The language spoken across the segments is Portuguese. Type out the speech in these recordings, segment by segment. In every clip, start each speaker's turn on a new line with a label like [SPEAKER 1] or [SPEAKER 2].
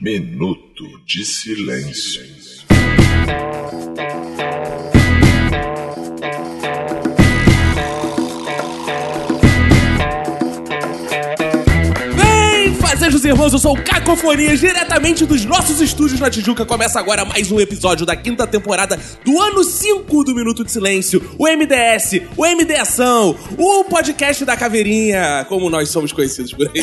[SPEAKER 1] Minuto de Silêncio.
[SPEAKER 2] Bem, fazejos irmãos, eu sou o Cacofonias, diretamente dos nossos estúdios na Tijuca. Começa agora mais um episódio da quinta temporada do ano 5 do Minuto de Silêncio, o MDS, o MDação, o podcast da Caveirinha, como nós somos conhecidos por aí.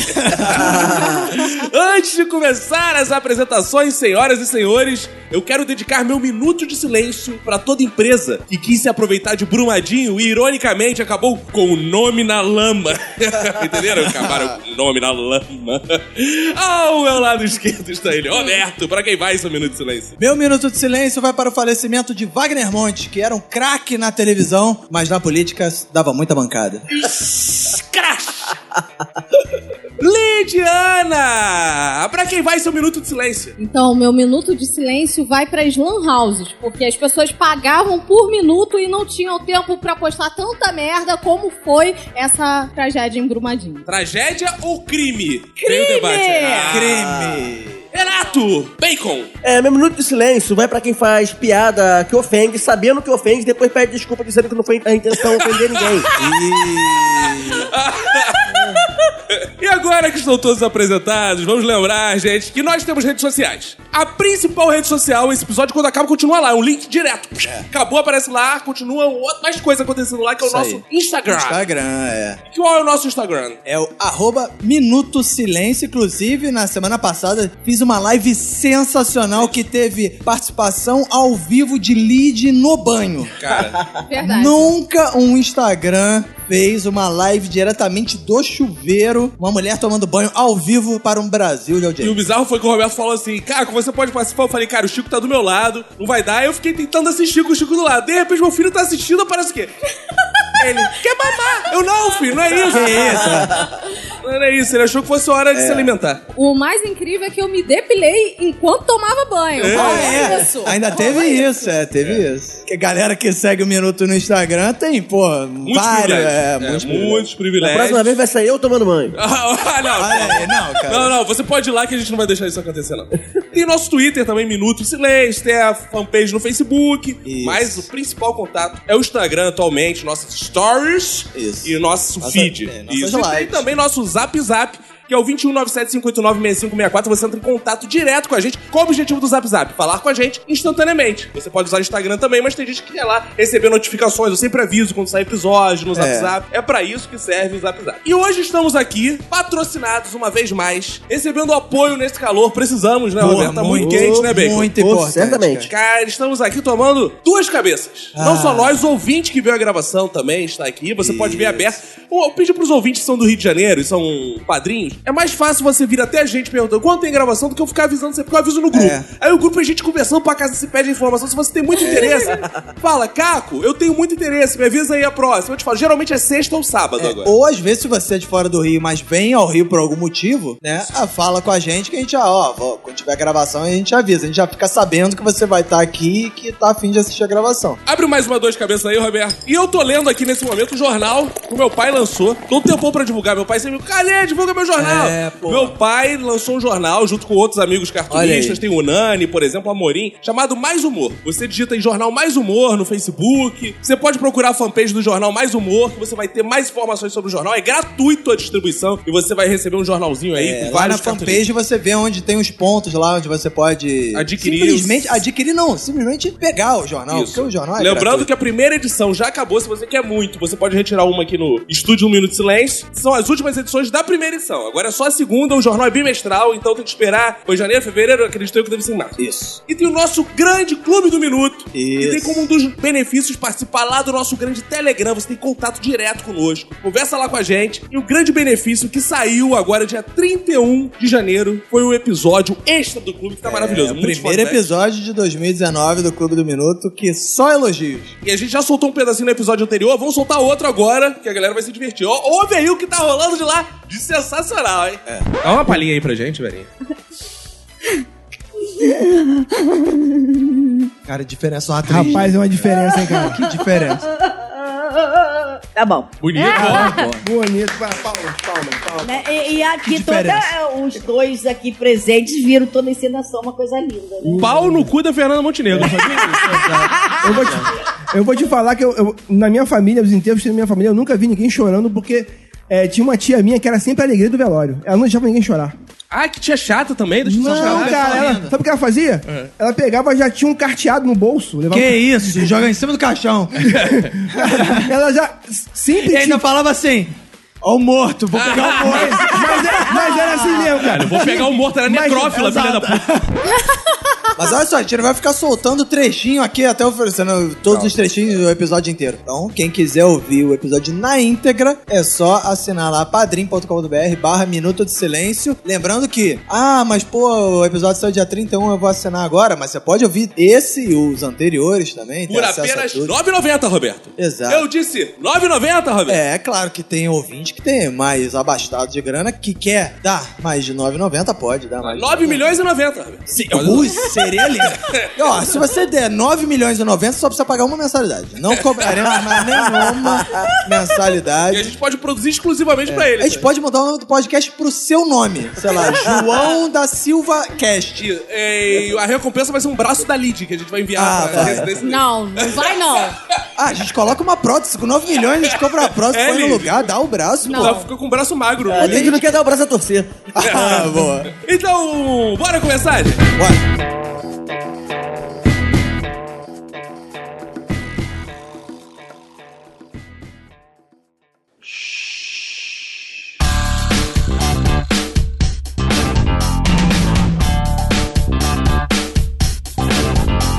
[SPEAKER 2] Antes de começar as apresentações, senhoras e senhores, eu quero dedicar meu minuto de silêncio para toda empresa que quis se aproveitar de Brumadinho e, ironicamente, acabou com o nome na lama. Entenderam? Acabaram com o nome na lama. Ao meu lado esquerdo está ele, Roberto. Para quem vai, seu minuto de silêncio.
[SPEAKER 3] Meu minuto de silêncio vai para o falecimento de Wagner Monte, que era um craque na televisão, mas na política dava muita bancada.
[SPEAKER 2] Crash! Lidiana! Para quem vai, seu minuto de silêncio.
[SPEAKER 4] Então, meu minuto de silêncio vai para as lan houses, porque as pessoas pagavam por minuto e não tinham tempo para postar tanta merda como foi essa tragédia em Brumadinho.
[SPEAKER 2] Tragédia ou crime? Crime! o debate. Ah.
[SPEAKER 3] Crime!
[SPEAKER 2] Renato! Bacon!
[SPEAKER 5] É, meu minuto de silêncio vai pra quem faz piada que ofende, sabendo que ofende, depois pede desculpa dizendo que não foi a intenção ofender ninguém.
[SPEAKER 3] Né?
[SPEAKER 2] E agora que estão todos apresentados, vamos lembrar, gente, que nós temos redes sociais. A principal rede social, esse episódio, quando acaba, continua lá. É um link direto. Acabou, aparece lá, continua outra- mais coisa acontecendo lá, que é o
[SPEAKER 3] Isso
[SPEAKER 2] nosso
[SPEAKER 3] aí.
[SPEAKER 2] Instagram.
[SPEAKER 3] Instagram, é.
[SPEAKER 2] Qual é o nosso Instagram?
[SPEAKER 3] É o arroba Minuto Silêncio. Inclusive, na semana passada, fiz uma live sensacional que teve participação ao vivo de Lid no banho.
[SPEAKER 2] Cara,
[SPEAKER 3] Ah,
[SPEAKER 4] Verdade.
[SPEAKER 3] Nunca um Instagram fez uma live diretamente do chuveiro, uma mulher tomando banho ao vivo para um Brasil de
[SPEAKER 2] e o
[SPEAKER 3] audiência.
[SPEAKER 2] bizarro foi que o Roberto falou assim: Caco, você pode participar? Eu falei, cara, o Chico tá do meu lado, não vai dar. Eu fiquei tentando assistir com o Chico do lado. De repente, meu filho tá assistindo, parece o quê? Ele quer mamar. Eu não, filho, não é isso. Não era isso, É. ele achou que fosse hora de se alimentar.
[SPEAKER 4] O mais incrível é que eu me depilei enquanto tomava banho.
[SPEAKER 3] Ah,
[SPEAKER 4] Olha
[SPEAKER 3] é.
[SPEAKER 4] isso.
[SPEAKER 3] Ainda teve isso, é, teve isso. Que a galera que segue o Minuto no Instagram tem, pô,
[SPEAKER 2] Muitos
[SPEAKER 3] vários.
[SPEAKER 2] privilégios.
[SPEAKER 3] É,
[SPEAKER 2] muitos,
[SPEAKER 3] muitos privilégios.
[SPEAKER 5] A
[SPEAKER 2] privilégios.
[SPEAKER 5] próxima vez vai sair eu tomando banho.
[SPEAKER 2] Ah, não,
[SPEAKER 3] Olha aí, não, é, cara.
[SPEAKER 2] Não, não, você pode ir lá que a gente não vai deixar isso acontecer, não. Tem nosso Twitter também, Minuto de Silêncio, tem a fanpage no Facebook,
[SPEAKER 3] Isso.
[SPEAKER 2] mas o principal contato é o Instagram atualmente, nossas stories
[SPEAKER 3] Isso.
[SPEAKER 2] e nosso
[SPEAKER 3] Nossa-
[SPEAKER 2] feed.
[SPEAKER 3] é, nossas
[SPEAKER 2] isso. E tem
[SPEAKER 3] lives.
[SPEAKER 2] também nosso Zap Zap, que é o 21975896564. Você entra em contato direto com a gente. Qual o objetivo do Zap Zap? Falar com a gente instantaneamente. Você pode usar o Instagram também, mas tem gente que quer lá receber notificações. Eu sempre aviso quando sai episódio no Zap
[SPEAKER 3] É.
[SPEAKER 2] Zap. É pra isso que serve o Zap Zap. E hoje estamos aqui, patrocinados uma vez mais, recebendo apoio nesse calor. Precisamos, né,
[SPEAKER 3] Pô, é
[SPEAKER 2] Roberto? Tá muito quente, né, Bacon?
[SPEAKER 3] Muito
[SPEAKER 5] Pô,
[SPEAKER 3] importante.
[SPEAKER 5] certamente.
[SPEAKER 2] Cara, estamos aqui tomando duas cabeças. Não
[SPEAKER 3] Ah.
[SPEAKER 2] só nós, o ouvinte que viu a gravação também está aqui. Você pode ver aberto. Eu pedi pros ouvintes que são do Rio de Janeiro e são padrinhos. É mais fácil você vir até a gente perguntando quando tem gravação do que eu ficar avisando você, porque eu aviso no grupo.
[SPEAKER 3] É.
[SPEAKER 2] Aí o grupo é gente conversando pra casa se pede informação. Se você tem muito interesse, fala, Caco, eu tenho muito interesse, me avisa aí a próxima. Eu te falo, geralmente é sexta ou sábado
[SPEAKER 3] É,
[SPEAKER 2] agora.
[SPEAKER 3] ou às vezes, se você é de fora do Rio, mas vem ao Rio por algum motivo, né? ah, Fala com a gente que a gente, ah, ó, vó, quando tiver gravação, a gente avisa. A gente já fica sabendo que você vai estar aqui e que tá afim de assistir a gravação.
[SPEAKER 2] Abre mais uma dor de cabeça aí, Roberto. E eu tô lendo aqui nesse momento o jornal que o meu pai lançou. Todo tempão pra divulgar. Meu pai sempre me Calê, divulga meu jornal.
[SPEAKER 3] É, pô.
[SPEAKER 2] Meu pai lançou um jornal junto com outros amigos
[SPEAKER 3] Olha
[SPEAKER 2] cartunistas.
[SPEAKER 3] aí.
[SPEAKER 2] Tem o Nani, por exemplo, Amorim, chamado Mais Humor. Você digita em Jornal Mais Humor no Facebook. Você pode procurar a fanpage do Jornal Mais Humor, que você vai ter mais informações sobre o jornal. É gratuito a distribuição e você vai receber um jornalzinho aí
[SPEAKER 3] É,
[SPEAKER 2] com
[SPEAKER 3] lá
[SPEAKER 2] vários
[SPEAKER 3] na fanpage você vê onde tem os pontos lá, onde você pode
[SPEAKER 2] Adquirir
[SPEAKER 3] Simplesmente, adquirir não, simplesmente pegar o jornal,
[SPEAKER 2] Isso.
[SPEAKER 3] porque o jornal é
[SPEAKER 2] Lembrando
[SPEAKER 3] gratuito.
[SPEAKER 2] que a primeira edição já acabou, se você quer muito, você pode retirar uma aqui no Estúdio Um Minuto de Silêncio. São as últimas edições da primeira edição. Agora é só a segunda, o jornal é bimestral, então tem que esperar. Foi janeiro, fevereiro, acredito eu que deve ser em março.
[SPEAKER 3] Isso.
[SPEAKER 2] E tem o nosso grande Clube do Minuto. E
[SPEAKER 3] Isso.
[SPEAKER 2] tem como um dos benefícios participar lá do nosso grande Telegram. Você tem contato direto conosco. Conversa lá com a gente. E o grande benefício que saiu agora, dia 31 de janeiro, foi o episódio extra do clube, que tá maravilhoso.
[SPEAKER 3] É, o
[SPEAKER 2] Muitos né?
[SPEAKER 3] primeiro
[SPEAKER 2] feedbacks.
[SPEAKER 3] episódio de 2019 do Clube do Minuto, que só elogios.
[SPEAKER 2] E a gente já soltou um pedacinho no episódio anterior, vamos soltar outro agora, que a galera vai se divertir. Ó, ouve aí o que tá rolando de lá de sensacional, hein? É. Dá uma palhinha aí pra gente, velhinho.
[SPEAKER 3] Cara, diferença uma atriz.
[SPEAKER 6] Rapaz, é uma diferença, hein, cara?
[SPEAKER 3] que diferença.
[SPEAKER 1] Tá bom.
[SPEAKER 2] Bonito, ó.
[SPEAKER 3] É.
[SPEAKER 6] Bonito. Vai, palmas, palmas, palmas.
[SPEAKER 1] Né? E, e aqui
[SPEAKER 3] Diferença.
[SPEAKER 1] toda, é, os dois aqui presentes viram toda a encenação, uma coisa linda. Né?
[SPEAKER 2] Pau no cu da Fernanda Montenegro. sabia?
[SPEAKER 6] Eu vou te, eu vou te falar que eu, eu- na minha família, os enterros da minha família, eu nunca vi ninguém chorando porque eh, tinha uma tia minha que era sempre a alegria do velório. Ela não deixava ninguém chorar.
[SPEAKER 2] ah, que tia chata também. Deixa eu só
[SPEAKER 6] Não,
[SPEAKER 2] falar.
[SPEAKER 6] cara, ela- sabe o que ela fazia?
[SPEAKER 7] É.
[SPEAKER 6] Ela pegava, já tinha um carteado no bolso. Levava...
[SPEAKER 3] Que isso? Joga em cima do caixão.
[SPEAKER 6] Ela já sempre
[SPEAKER 3] E
[SPEAKER 6] tinha.
[SPEAKER 3] ainda falava assim: Ó o morto, vou pegar o morto.
[SPEAKER 6] Mas, era, mas era assim mesmo, cara.
[SPEAKER 2] Cara, eu vou pegar o morto, era necrófila, filha da puta.
[SPEAKER 3] Mas olha só, a gente não vai ficar soltando trechinho aqui até oferecendo todos os trechinhos do episódio inteiro. Então, quem quiser ouvir o episódio na íntegra, é só assinar lá padrim.com.br barra Minuto de Silêncio. Lembrando que, ah, mas pô, o episódio saiu dia 31, eu vou assinar agora. Mas você pode ouvir esse e os anteriores também. ter
[SPEAKER 2] Por
[SPEAKER 3] acesso a
[SPEAKER 2] apenas R$
[SPEAKER 3] tudo.
[SPEAKER 2] 9,90, Roberto.
[SPEAKER 3] Exato.
[SPEAKER 2] Eu disse R$ 9,90, Roberto.
[SPEAKER 3] É, é claro que tem ouvinte que tem mais abastado de grana, que quer dar mais de 9,90, pode dar mais. de
[SPEAKER 2] 9
[SPEAKER 3] 9,90.
[SPEAKER 2] milhões e 90, Roberto.
[SPEAKER 3] Se, ui, seria lindo. Ó, se você der 9 milhões e 90, só precisa pagar uma mensalidade. Não cobraremos mais nenhuma
[SPEAKER 2] E a
[SPEAKER 3] mensalidade.
[SPEAKER 2] gente pode produzir exclusivamente pra ele.
[SPEAKER 3] É. A gente pode mudar o nome do podcast pro seu nome. Sei lá, João da Silva Cast.
[SPEAKER 2] E, e a recompensa vai ser um braço da Lid que a gente vai enviar
[SPEAKER 3] Ah,
[SPEAKER 2] pra
[SPEAKER 3] vai.
[SPEAKER 2] residência dele.
[SPEAKER 4] Não, não vai não.
[SPEAKER 3] Ah, a gente coloca uma prótese. Com 9 milhões, a gente compra a prótese,
[SPEAKER 2] É,
[SPEAKER 3] põe no
[SPEAKER 2] Lívia.
[SPEAKER 3] lugar, dá o braço.
[SPEAKER 4] Não.
[SPEAKER 2] Ela fica com o braço magro.
[SPEAKER 5] A gente não quer dar o braço a torcer.
[SPEAKER 3] Ah, boa.
[SPEAKER 2] Então, bora começar? gente?
[SPEAKER 3] Bora.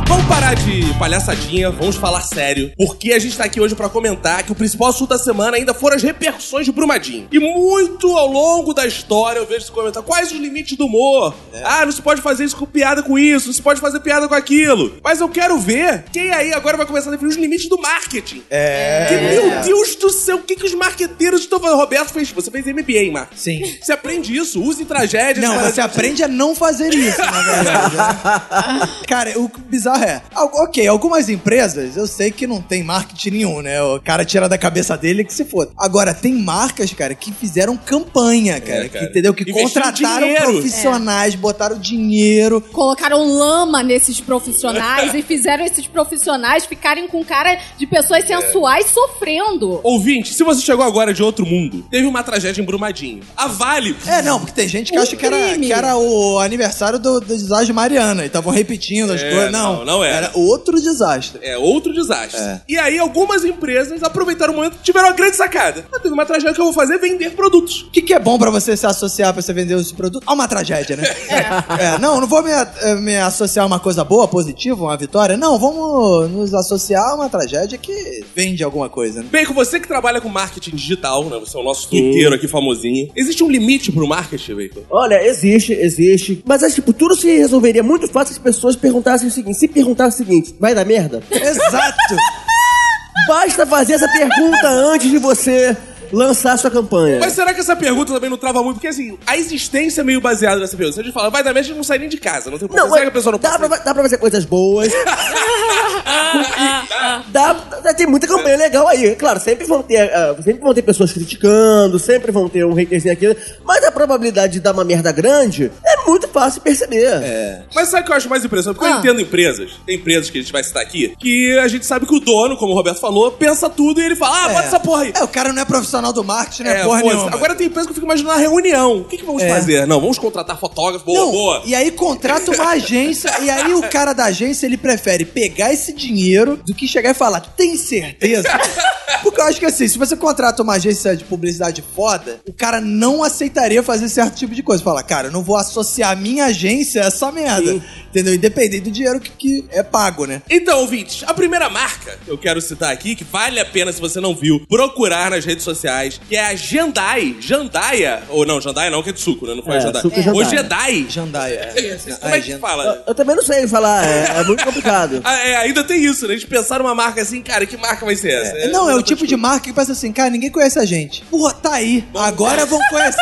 [SPEAKER 2] Vamos parar de palhaçadinha, vamos falar sério. Porque a gente tá aqui hoje pra comentar que o principal assunto da semana ainda foram as repercussões de Brumadinho. E muito ao longo da história eu vejo esse comentário. Quais os limites do humor?
[SPEAKER 3] É.
[SPEAKER 2] Ah, não se pode fazer isso com piada com isso, não se pode fazer piada com aquilo. Mas eu quero ver quem aí agora vai começar a definir os limites do marketing. É. Que, meu Deus do céu, o que, que os marqueteiros estão fazendo? Roberto fez. Você fez MBA, hein, Marcos?
[SPEAKER 3] Sim.
[SPEAKER 2] Você aprende isso, use em tragédias.
[SPEAKER 3] Não,
[SPEAKER 2] para-
[SPEAKER 3] você aprende a não fazer isso, na verdade. né? cara, o bizarro é. al- Ok, algumas empresas eu sei que não tem marketing nenhum, né? O cara tira da cabeça dele que se foda. Agora, tem marcas, cara, que fizeram campanha, cara.
[SPEAKER 2] É, cara.
[SPEAKER 3] que, entendeu? Que
[SPEAKER 2] Investiram
[SPEAKER 3] contrataram
[SPEAKER 2] dinheiro.
[SPEAKER 3] profissionais, botaram dinheiro.
[SPEAKER 4] Colocaram lama nesses profissionais e fizeram esses profissionais ficarem com cara de pessoas sensuais sofrendo.
[SPEAKER 2] Ouvinte, se você chegou agora de outro mundo, teve uma tragédia em Brumadinho. A Vale.
[SPEAKER 3] É, não, porque tem gente que
[SPEAKER 4] Um
[SPEAKER 3] acha que era,
[SPEAKER 4] crime.
[SPEAKER 3] que era o aniversário do, do desastre de Mariana e estavam repetindo as
[SPEAKER 2] É,
[SPEAKER 3] coisas.
[SPEAKER 2] não, não era.
[SPEAKER 3] Era outro desastre.
[SPEAKER 2] É outro desastre.
[SPEAKER 3] É.
[SPEAKER 2] E aí, algumas empresas aproveitaram o momento e tiveram uma grande sacada. Ah, teve uma tragédia que eu vou fazer vender produtos.
[SPEAKER 3] O que, que é bom pra você se associar pra você vender os produtos? Ah, uma tragédia, né? É, não, não vou me, eh, me associar a uma coisa boa, positiva, uma vitória. Não, vamos nos associar a uma tragédia que vende alguma coisa, né?
[SPEAKER 2] Bem, com você que trabalha com marketing digital, né? Você é o nosso inteiro aqui famosinho. Existe um limite pro marketing, Bacon?
[SPEAKER 5] Olha, existe, existe. Mas acho que tipo, tudo se resolveria muito fácil se as pessoas perguntassem o seguinte. Se perguntassem o seguinte, vai dar merda?
[SPEAKER 3] Exato!
[SPEAKER 5] Basta fazer essa pergunta antes de você lançar a sua campanha.
[SPEAKER 2] Mas será que essa pergunta também não trava muito? Porque assim, a existência é meio baseada nessa pergunta. Se a gente fala, vai dar merda, a gente não sai nem de casa. Não é, tem
[SPEAKER 5] Não,
[SPEAKER 2] problema. Será que a pessoa não
[SPEAKER 5] dá, pra, dá pra fazer coisas boas. dá, dá- tem muita campanha legal aí. Claro, sempre vão ter, ah, sempre vão ter pessoas criticando, sempre vão ter um haterzinho aqui. Mas a probabilidade de dar uma merda grande é muito fácil perceber.
[SPEAKER 2] Mas sabe o que eu acho mais impressionante? Porque eu
[SPEAKER 4] Ah.
[SPEAKER 2] entendo empresas, tem empresas que a gente vai citar aqui, que a gente sabe que o dono, como o Roberto falou, pensa tudo e ele fala, ah, bota essa porra aí.
[SPEAKER 3] É, o cara não é profissional do marketing, né?
[SPEAKER 2] É,
[SPEAKER 3] porra
[SPEAKER 2] pô,
[SPEAKER 3] nenhuma.
[SPEAKER 2] agora tem empresa que eu fico imaginando a reunião. O que, que vamos fazer? Não, vamos contratar fotógrafo, boa,
[SPEAKER 3] não,
[SPEAKER 2] boa.
[SPEAKER 3] E aí contrata uma agência, e aí o cara da agência, ele prefere pegar esse dinheiro do que chegar e falar, tem certeza? Porque eu acho que assim, se você contrata uma agência de publicidade foda, o cara não aceitaria fazer certo tipo de coisa. Fala, cara, eu não vou associar a minha agência a essa merda. Entendeu? Independente do dinheiro que, que é pago, né?
[SPEAKER 2] Então, ouvintes, a primeira marca que eu quero citar aqui, que vale a pena se você não viu, procurar nas redes sociais, que é a Jandai. Jandaia. Ou não, Jandaia não, que é de suco, né? Não foi
[SPEAKER 5] É,
[SPEAKER 2] a Jandai.
[SPEAKER 5] suco
[SPEAKER 2] É. Ou
[SPEAKER 5] Jandaia.
[SPEAKER 2] Jedi.
[SPEAKER 3] Jandaia.
[SPEAKER 2] Como é que fala?
[SPEAKER 5] Eu, eu também não sei falar, é, é muito complicado.
[SPEAKER 2] Ah, é, ainda tem isso, né? Eles pensaram uma marca assim, cara, que marca vai ser essa? né?
[SPEAKER 3] É, não, é o tipo de marca que pensa assim, cara, ninguém conhece a gente. Porra, tá aí. Agora vão conhecer.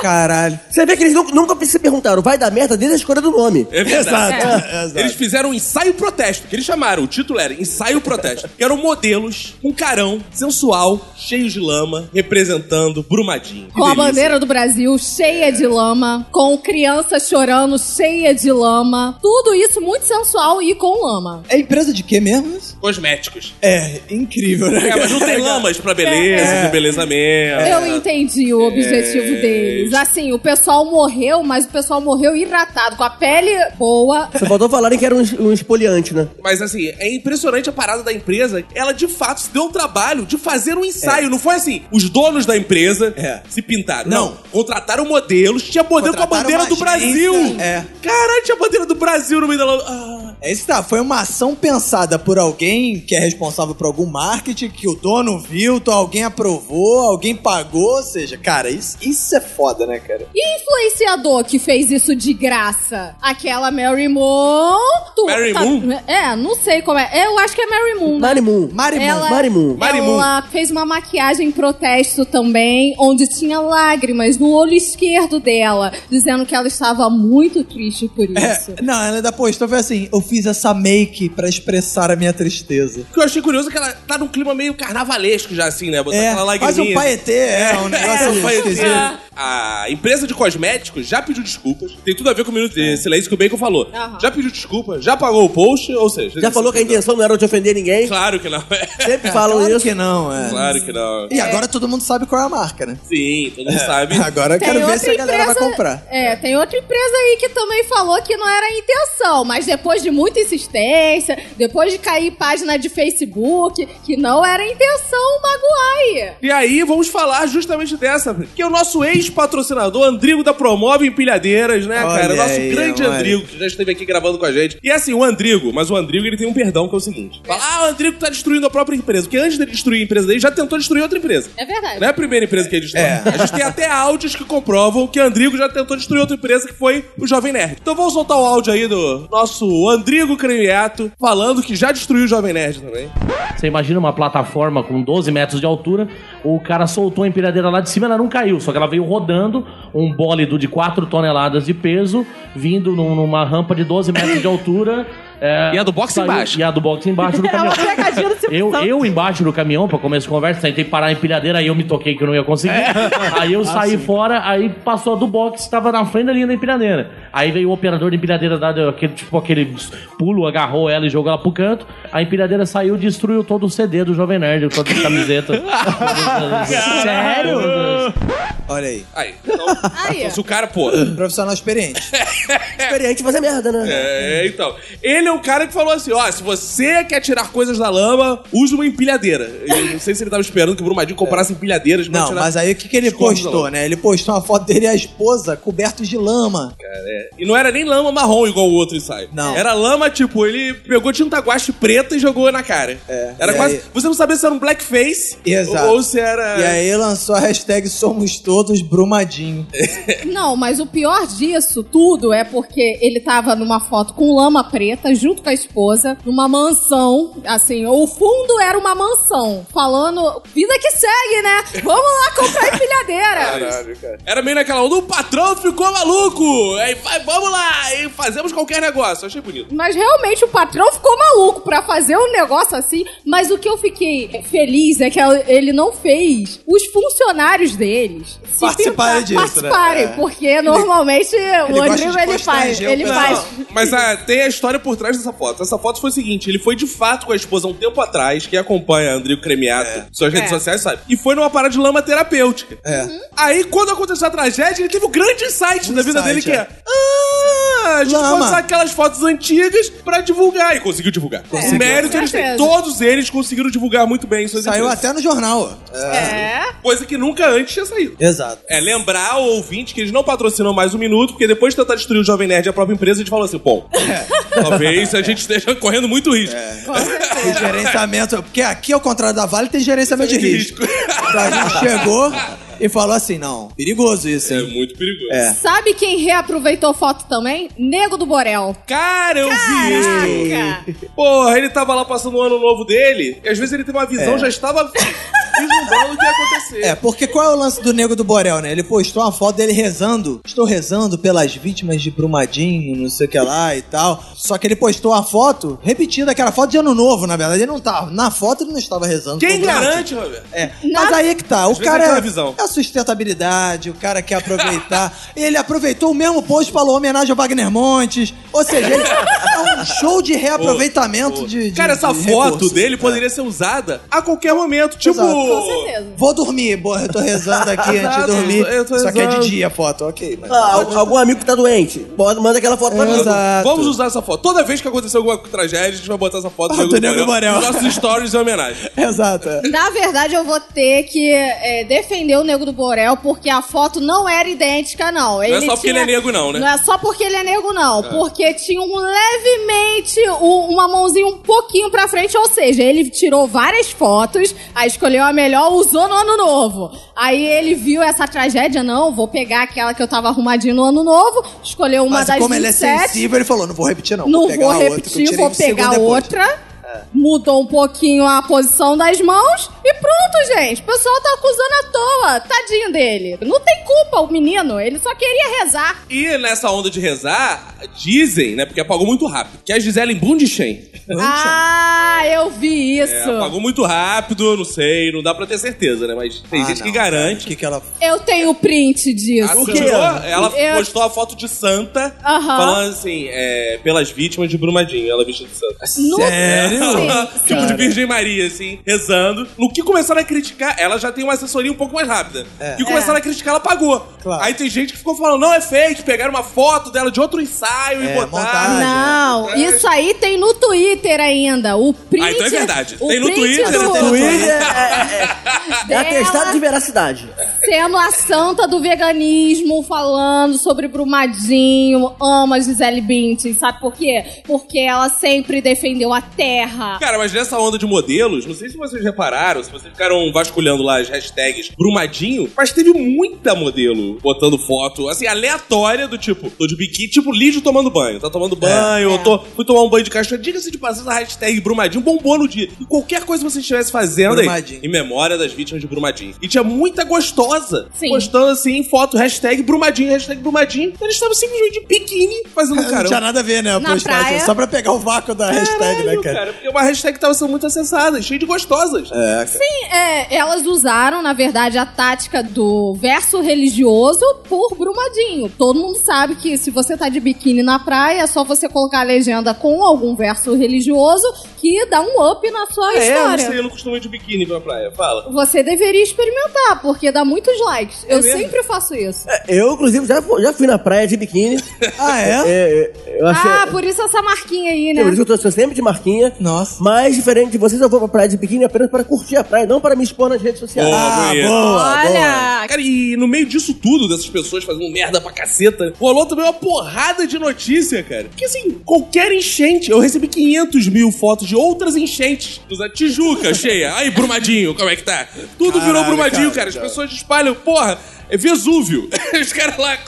[SPEAKER 3] Caralho.
[SPEAKER 5] Você vê que eles nunca, nunca se perguntaram, vai dar merda desde a escolha do nome.
[SPEAKER 2] É verdade.
[SPEAKER 3] Exato, É. exato.
[SPEAKER 2] Eles fizeram um ensaio protesto, que eles chamaram, o título era Ensaio Protesto. Que eram modelos com carão, sensual, cheios de lama, representando Brumadinho. Que
[SPEAKER 4] Com a
[SPEAKER 2] delícia.
[SPEAKER 4] bandeira do Brasil cheia de lama, com criança chorando cheia de lama. Tudo isso muito sensual e com lama.
[SPEAKER 3] É empresa de quê mesmo? isso?
[SPEAKER 2] Cosméticos.
[SPEAKER 3] É, incrível, né?
[SPEAKER 2] É, mas não tem
[SPEAKER 3] cara?
[SPEAKER 2] lamas pra beleza,
[SPEAKER 3] É.
[SPEAKER 2] de belezamento.
[SPEAKER 4] Eu entendi o objetivo
[SPEAKER 2] É.
[SPEAKER 4] deles. Assim, o pessoal morreu, mas o pessoal morreu hidratado, com a pele boa.
[SPEAKER 5] Só faltou falarem que era um, um espoliante, né?
[SPEAKER 2] Mas assim, é impressionante a parada da empresa. Ela de fato se deu o trabalho de fazer um ensaio. Não foi assim, os donos da empresa
[SPEAKER 3] É.
[SPEAKER 2] se pintaram.
[SPEAKER 3] Não.
[SPEAKER 2] Contrataram modelos, tinha modelo com a
[SPEAKER 3] Contrataram
[SPEAKER 2] bandeira
[SPEAKER 3] uma
[SPEAKER 2] do Brasil.
[SPEAKER 3] agência, é.
[SPEAKER 2] Caralho, tinha a bandeira do Brasil no meio da lama. Ah.
[SPEAKER 3] É isso que tá, foi uma ação pensada por alguém que é responsável por algum marketing, que o dono viu, então alguém aprovou, alguém pagou, ou seja, cara, isso, isso é foda, né, cara?
[SPEAKER 4] E influenciador que fez isso de graça? Aquela Mary Moon. Tu-
[SPEAKER 2] Mary Moon?
[SPEAKER 4] É, não sei como é. Eu acho que é Mary Moon. né?
[SPEAKER 5] Marimun.
[SPEAKER 3] Marimun,
[SPEAKER 4] Ela-
[SPEAKER 5] Marimun.
[SPEAKER 2] Marimun.
[SPEAKER 4] Ela fez uma maquiagem em protesto também, onde tinha lágrimas no olho esquerdo dela, dizendo que ela estava muito triste por isso.
[SPEAKER 3] É, não, ela ainda postou, foi assim, eu fiz essa make pra expressar a minha tristeza.
[SPEAKER 2] O que eu achei curioso é que ela tá num clima meio carnavalesco já, assim, né? Botar
[SPEAKER 3] É,
[SPEAKER 2] aquela
[SPEAKER 3] quase um
[SPEAKER 2] lagriminha.
[SPEAKER 3] paetê, é, um negócio
[SPEAKER 2] É, foi-
[SPEAKER 3] esquisito.
[SPEAKER 2] é. A empresa de cosméticos já pediu desculpas. Tem tudo a ver com o minuto de silêncio que o Bacon falou.
[SPEAKER 4] Aham.
[SPEAKER 2] Já pediu desculpa, já pagou o post, ou seja...
[SPEAKER 5] Já falou que
[SPEAKER 3] é
[SPEAKER 5] a intenção não era de ofender ninguém.
[SPEAKER 2] é- Claro que não. é.
[SPEAKER 5] Sempre falam
[SPEAKER 3] Claro
[SPEAKER 5] isso.
[SPEAKER 3] que não, é.
[SPEAKER 2] Claro que não.
[SPEAKER 3] E agora todo mundo sabe qual é a marca, né?
[SPEAKER 2] Sim, todo mundo sabe.
[SPEAKER 3] Agora eu
[SPEAKER 4] Tem
[SPEAKER 3] quero ver
[SPEAKER 4] outra
[SPEAKER 3] se a galera vai
[SPEAKER 4] empresa-
[SPEAKER 3] comprar.
[SPEAKER 4] É, tem outra empresa aí que também falou que não era a intenção, mas depois de muita insistência, depois de cair em página de Facebook, que não era a intenção magoar aí.
[SPEAKER 2] E aí, vamos falar justamente dessa, que é o nosso ex-patrocinador, Andrigo da Promove Empilhadeiras, né,
[SPEAKER 3] Olha
[SPEAKER 2] cara? Nosso
[SPEAKER 3] aí,
[SPEAKER 2] grande
[SPEAKER 3] olha.
[SPEAKER 2] Andrigo, que já esteve aqui gravando com a gente. E assim, o Andrigo, mas o Andrigo, ele tem um perdão, que é o seguinte. Fala, ah, o Andrigo tá destruindo a própria empresa. Porque antes dele destruir a empresa dele, já tentou destruir outra empresa.
[SPEAKER 4] É verdade.
[SPEAKER 2] Não
[SPEAKER 3] Né?
[SPEAKER 2] é a primeira empresa que ele destruiu.
[SPEAKER 3] É.
[SPEAKER 2] A gente tem até áudios que comprovam que Andrigo já tentou destruir outra empresa, que foi o Jovem Nerd. Então vamos soltar o áudio aí do nosso Andrigo Cremiato, falando que já destruiu o Jovem Nerd também.
[SPEAKER 7] Você imagina uma plataforma com 12 metros de altura, o cara soltou a empilhadeira lá de cima, ela não caiu, só que ela veio rodando um bólido de 4 toneladas de peso, vindo num- numa rampa de 12 metros de altura. é,
[SPEAKER 2] E a do box
[SPEAKER 7] saiu-
[SPEAKER 2] embaixo.
[SPEAKER 7] E a do box embaixo do caminhão. Eu, eu embaixo do caminhão, pra começo de conversa, tentei parar a empilhadeira, aí eu me toquei que eu não ia conseguir. Aí eu saí fora, aí passou a do box, tava na frente da linha da empilhadeira. Aí veio o operador de empilhadeira, dar aquele, tipo aquele pulo, agarrou ela e jogou ela pro canto. A empilhadeira saiu e destruiu todo o CD do Jovem Nerd, todas as camisetas. Sério?
[SPEAKER 3] Olha aí.
[SPEAKER 2] Aí, então,
[SPEAKER 4] Aí.
[SPEAKER 2] se o cara, pô,
[SPEAKER 3] Profissional experiente.
[SPEAKER 5] Experiente fazer merda, né?
[SPEAKER 2] É, então. Ele é um cara que falou assim: ó, se você quer tirar coisas da lama, use uma empilhadeira. Eu não sei se ele tava esperando que o Brumadinho comprasse empilhadeiras pra
[SPEAKER 3] Não,
[SPEAKER 2] tirar.
[SPEAKER 3] mas aí o que, que ele
[SPEAKER 2] Esconde
[SPEAKER 3] postou,
[SPEAKER 2] não.
[SPEAKER 3] né? Ele postou uma foto dele e a esposa cobertos de lama.
[SPEAKER 2] E não era nem lama marrom igual o outro ensaio.
[SPEAKER 3] Não.
[SPEAKER 2] Era lama, tipo, ele pegou tinta guache preta e jogou na cara.
[SPEAKER 3] É.
[SPEAKER 2] Era
[SPEAKER 3] E
[SPEAKER 2] quase.
[SPEAKER 3] aí-
[SPEAKER 2] Você não sabia se era um blackface
[SPEAKER 3] Exato.
[SPEAKER 2] Ou, ou se era.
[SPEAKER 3] E aí lançou a hashtag Somos Todos Brumadinho.
[SPEAKER 4] Não, mas o pior disso tudo é porque ele tava numa foto com lama preta, junto com a esposa, numa mansão, assim, o fundo era uma mansão, falando, vida que segue, né? Vamos lá comprar empilhadeira.
[SPEAKER 2] Era meio naquela onda, o patrão ficou maluco! Aí vai, vamos lá! E fazemos qualquer negócio. Eu achei bonito.
[SPEAKER 4] Mas realmente o patrão ficou maluco pra fazer um negócio assim. Mas o que eu fiquei feliz é que ele não fez os funcionários deles se
[SPEAKER 3] Participarem
[SPEAKER 4] pintar-
[SPEAKER 3] disso, né?
[SPEAKER 4] participarem,
[SPEAKER 3] É.
[SPEAKER 4] porque normalmente o
[SPEAKER 3] gosta de
[SPEAKER 4] Rodrigo ele faz,
[SPEAKER 3] constranger o
[SPEAKER 4] ele
[SPEAKER 3] pessoal.
[SPEAKER 4] faz
[SPEAKER 2] Mas ah, tem a história por trás dessa foto. Essa foto foi o seguinte: ele foi de fato com a esposa há um tempo atrás, quem acompanha Andrigo Cremiato, suas redes
[SPEAKER 4] É.
[SPEAKER 2] sociais, sabe? E foi numa parada de lama terapêutica.
[SPEAKER 3] É.
[SPEAKER 2] Aí, quando aconteceu a tragédia, ele teve um grande insight
[SPEAKER 3] Um
[SPEAKER 2] da vida
[SPEAKER 3] insight,
[SPEAKER 2] dele, que é.
[SPEAKER 3] é.
[SPEAKER 2] Ah, a gente
[SPEAKER 3] Lama.
[SPEAKER 2] pode usar aquelas fotos antigas pra divulgar. E conseguiu divulgar.
[SPEAKER 4] Conseguiu.
[SPEAKER 2] Mérito
[SPEAKER 4] Com
[SPEAKER 2] eles têm.
[SPEAKER 4] certeza.
[SPEAKER 2] Todos eles conseguiram divulgar muito bem suas
[SPEAKER 3] Saiu
[SPEAKER 2] empresas.
[SPEAKER 3] até no jornal. É.
[SPEAKER 2] Coisa que nunca antes tinha saído.
[SPEAKER 3] Exato.
[SPEAKER 2] É lembrar o ouvinte que eles não patrocinam mais um minuto, porque depois de tentar destruir o Jovem Nerd e a própria empresa, a gente falou assim: bom, talvez a gente esteja correndo muito risco.
[SPEAKER 3] É. E gerenciamento. Porque aqui, ao contrário da Vale, tem gerenciamento de risco. Então a gente chegou e falou assim: não, perigoso isso,
[SPEAKER 2] É
[SPEAKER 3] hein?
[SPEAKER 2] muito perigoso.
[SPEAKER 3] É.
[SPEAKER 4] Sabe quem reaproveitou foto também? Nego do Borel.
[SPEAKER 2] Cara, eu um vi isso! Porra, ele tava lá passando o ano novo dele, e às vezes ele teve uma visão, já estava vislumbrando o que ia acontecer.
[SPEAKER 3] É, porque qual é o lance do Nego do Borel, né? Ele postou uma foto dele rezando. Estou rezando pelas vítimas de Brumadinho, não sei o que lá e tal. Só que ele postou a foto, repetindo aquela foto de ano novo, na verdade. Ele não tava. Na foto ele não estava rezando.
[SPEAKER 2] Quem
[SPEAKER 3] por Brumadinho.
[SPEAKER 2] garante, Roberto?
[SPEAKER 3] É. Mas aí que tá, o
[SPEAKER 2] vezes é
[SPEAKER 3] cara
[SPEAKER 2] aquela
[SPEAKER 3] é,
[SPEAKER 2] visão.
[SPEAKER 3] é a sustentabilidade, o cara quer aproveitar. ele aproveitou o mesmo post, falou homenagem ao Wagner Montes. Ou seja, ele é um show de reaproveitamento
[SPEAKER 2] Pô,
[SPEAKER 3] de, de-
[SPEAKER 2] Cara, essa
[SPEAKER 3] de
[SPEAKER 2] foto
[SPEAKER 3] recurso.
[SPEAKER 2] dele poderia ser usada a qualquer momento. Tipo.
[SPEAKER 3] Exato.
[SPEAKER 4] Com certeza.
[SPEAKER 3] É. Vou dormir, boa, eu tô rezando aqui antes de
[SPEAKER 2] Exato,
[SPEAKER 3] dormir.
[SPEAKER 2] eu tô
[SPEAKER 3] Só que é de
[SPEAKER 2] rezando.
[SPEAKER 3] dia a foto, ok. mas-
[SPEAKER 5] Ah, al- algum amigo que tá doente. Bota- Manda aquela foto pra mim.
[SPEAKER 3] Exato.
[SPEAKER 2] Vamos usar essa foto. Toda vez que acontecer alguma tragédia, a gente vai botar essa foto
[SPEAKER 3] Ah, do Nego Borel.
[SPEAKER 2] nos nossos stories em homenagem.
[SPEAKER 3] Exato. é.
[SPEAKER 4] Na verdade, eu vou ter que é, defender o Nego do Borel, porque a foto não era idêntica, não.
[SPEAKER 2] Não é só porque ele é nego, não, né?
[SPEAKER 4] Não é só porque ele é nego, não. Porque tinha um levemente, um- uma mãozinha um pouquinho pra frente. Ou seja, ele tirou várias fotos, aí escolheu a melhor, usou no ano novo. Aí ele viu essa tragédia, não, vou pegar aquela que eu tava arrumadinha no ano novo, escolheu uma
[SPEAKER 3] Mas
[SPEAKER 4] das
[SPEAKER 3] como ele é
[SPEAKER 4] 27.
[SPEAKER 3] sensível, ele falou, não vou repetir não.
[SPEAKER 4] Não
[SPEAKER 3] vou pegar
[SPEAKER 4] vou
[SPEAKER 3] a outra que eu
[SPEAKER 4] repetir,
[SPEAKER 3] tirei
[SPEAKER 4] vou
[SPEAKER 3] um segundo
[SPEAKER 4] pegar
[SPEAKER 3] depois." É.
[SPEAKER 4] outra. Mudou um pouquinho a posição das mãos e pronto, gente. O pessoal tá acusando à toa. Tadinho dele. Não tem culpa o menino, ele só queria rezar.
[SPEAKER 2] E nessa onda de rezar, dizem, né? Porque apagou muito rápido. Que a Gisele Bundchen
[SPEAKER 4] Ah, eu vi isso.
[SPEAKER 2] é, apagou muito rápido, não sei, não dá pra ter certeza, né? Mas tem
[SPEAKER 3] Ah,
[SPEAKER 2] gente que
[SPEAKER 3] não.
[SPEAKER 2] garante.
[SPEAKER 3] O que, que ela
[SPEAKER 4] eu tenho print disso.
[SPEAKER 2] Ela
[SPEAKER 5] quê?
[SPEAKER 2] Ah, tirou- Ela
[SPEAKER 4] Eu-
[SPEAKER 2] postou a foto de Santa,
[SPEAKER 4] É. Aham.
[SPEAKER 2] falando assim, é, pelas vítimas de Brumadinho, ela vestida de Santa.
[SPEAKER 4] No-
[SPEAKER 2] Ela,
[SPEAKER 4] Sim,
[SPEAKER 2] tipo de
[SPEAKER 4] sim.
[SPEAKER 2] Virgem Maria, assim, rezando. No que começaram a criticar, ela já tem uma assessoria um pouco mais rápida.
[SPEAKER 3] É.
[SPEAKER 2] E começaram a criticar, ela pagou.
[SPEAKER 3] Claro.
[SPEAKER 2] Aí tem gente que ficou falando, não, é fake. Pegaram uma foto dela de outro ensaio e
[SPEAKER 3] É,
[SPEAKER 2] botaram.
[SPEAKER 3] montagem.
[SPEAKER 4] Não, isso aí tem no Twitter ainda. O print.
[SPEAKER 2] É. Ah, então é verdade.
[SPEAKER 4] o
[SPEAKER 2] Tem no
[SPEAKER 4] print
[SPEAKER 2] Twitter,
[SPEAKER 4] do-
[SPEAKER 2] tem
[SPEAKER 5] O Twitter é, é, é
[SPEAKER 4] Dela.
[SPEAKER 5] atestado de veracidade.
[SPEAKER 4] Sendo a santa do veganismo, falando sobre Brumadinho, ama Gisele Bündchen, sabe por quê? Porque ela sempre defendeu a terra.
[SPEAKER 2] Cara, mas nessa onda de modelos, não sei se vocês repararam, se vocês ficaram vasculhando lá as hashtags Brumadinho, mas teve muita modelo botando foto, assim, aleatória do tipo, tô de biquíni, tipo Lídio tomando banho. Tá
[SPEAKER 3] É.
[SPEAKER 2] tomando banho, eu tô, fui tomar um banho de cachoeira. Diga-se de passagem, a hashtag Brumadinho bombou no dia. E qualquer coisa que você estivesse fazendo
[SPEAKER 3] Brumadinho.
[SPEAKER 2] aí, em memória das vítimas de Brumadinho. E tinha muita gostosa
[SPEAKER 4] Sim.
[SPEAKER 2] postando, assim, foto, hashtag Brumadinho, hashtag Brumadinho. Então, Eles estavam simplesmente de biquíni fazendo
[SPEAKER 3] Não tinha
[SPEAKER 2] caramba.
[SPEAKER 3] nada a ver, né? a
[SPEAKER 4] Na
[SPEAKER 3] postagem,
[SPEAKER 4] praia.
[SPEAKER 3] Só pra pegar o vácuo da hashtag, né,
[SPEAKER 2] Caralho,
[SPEAKER 3] cara?
[SPEAKER 2] cara, porque é uma hashtag que tava sendo muito acessada, cheia de gostosas.
[SPEAKER 3] É, cara.
[SPEAKER 4] É, elas usaram, na verdade, a tática do verso religioso por Brumadinho. Todo mundo sabe que se você tá de biquíni na praia, é só você colocar a legenda com algum verso religioso que dá um up na
[SPEAKER 2] É,
[SPEAKER 4] sua
[SPEAKER 2] eu não
[SPEAKER 4] história.
[SPEAKER 2] sei, eu não costumo ir de biquíni pra praia. Fala.
[SPEAKER 4] Você deveria experimentar, porque dá muitos likes. eu
[SPEAKER 2] É mesmo?
[SPEAKER 4] sempre faço isso.
[SPEAKER 5] É, Eu, inclusive, já, fu- já fui na praia de biquíni.
[SPEAKER 3] Ah, é?
[SPEAKER 5] É, é, eu achei.
[SPEAKER 4] Ah, por isso essa marquinha aí, né?
[SPEAKER 5] Por isso que eu tô- sou sempre de marquinha.
[SPEAKER 3] Nossa.
[SPEAKER 5] Mas, diferente de vocês, eu vou pra praia de biquíni apenas para curtir a praia, não para me expor nas redes sociais.
[SPEAKER 2] Boa,
[SPEAKER 3] Ah,
[SPEAKER 2] bonito.
[SPEAKER 3] boa, boa.
[SPEAKER 4] Olha!
[SPEAKER 2] Cara, e no meio disso tudo, dessas pessoas fazendo merda pra caceta, rolou também uma porrada de notícia, cara. Porque assim, qualquer enchente, eu recebi 500 mil fotos de outras enchentes. Da Tijuca cheia. Aí, Brumadinho, como é que tá? Tudo virou Brumadinho, cara. As pessoas espalham, porra, é Vesúvio. Os caras lá.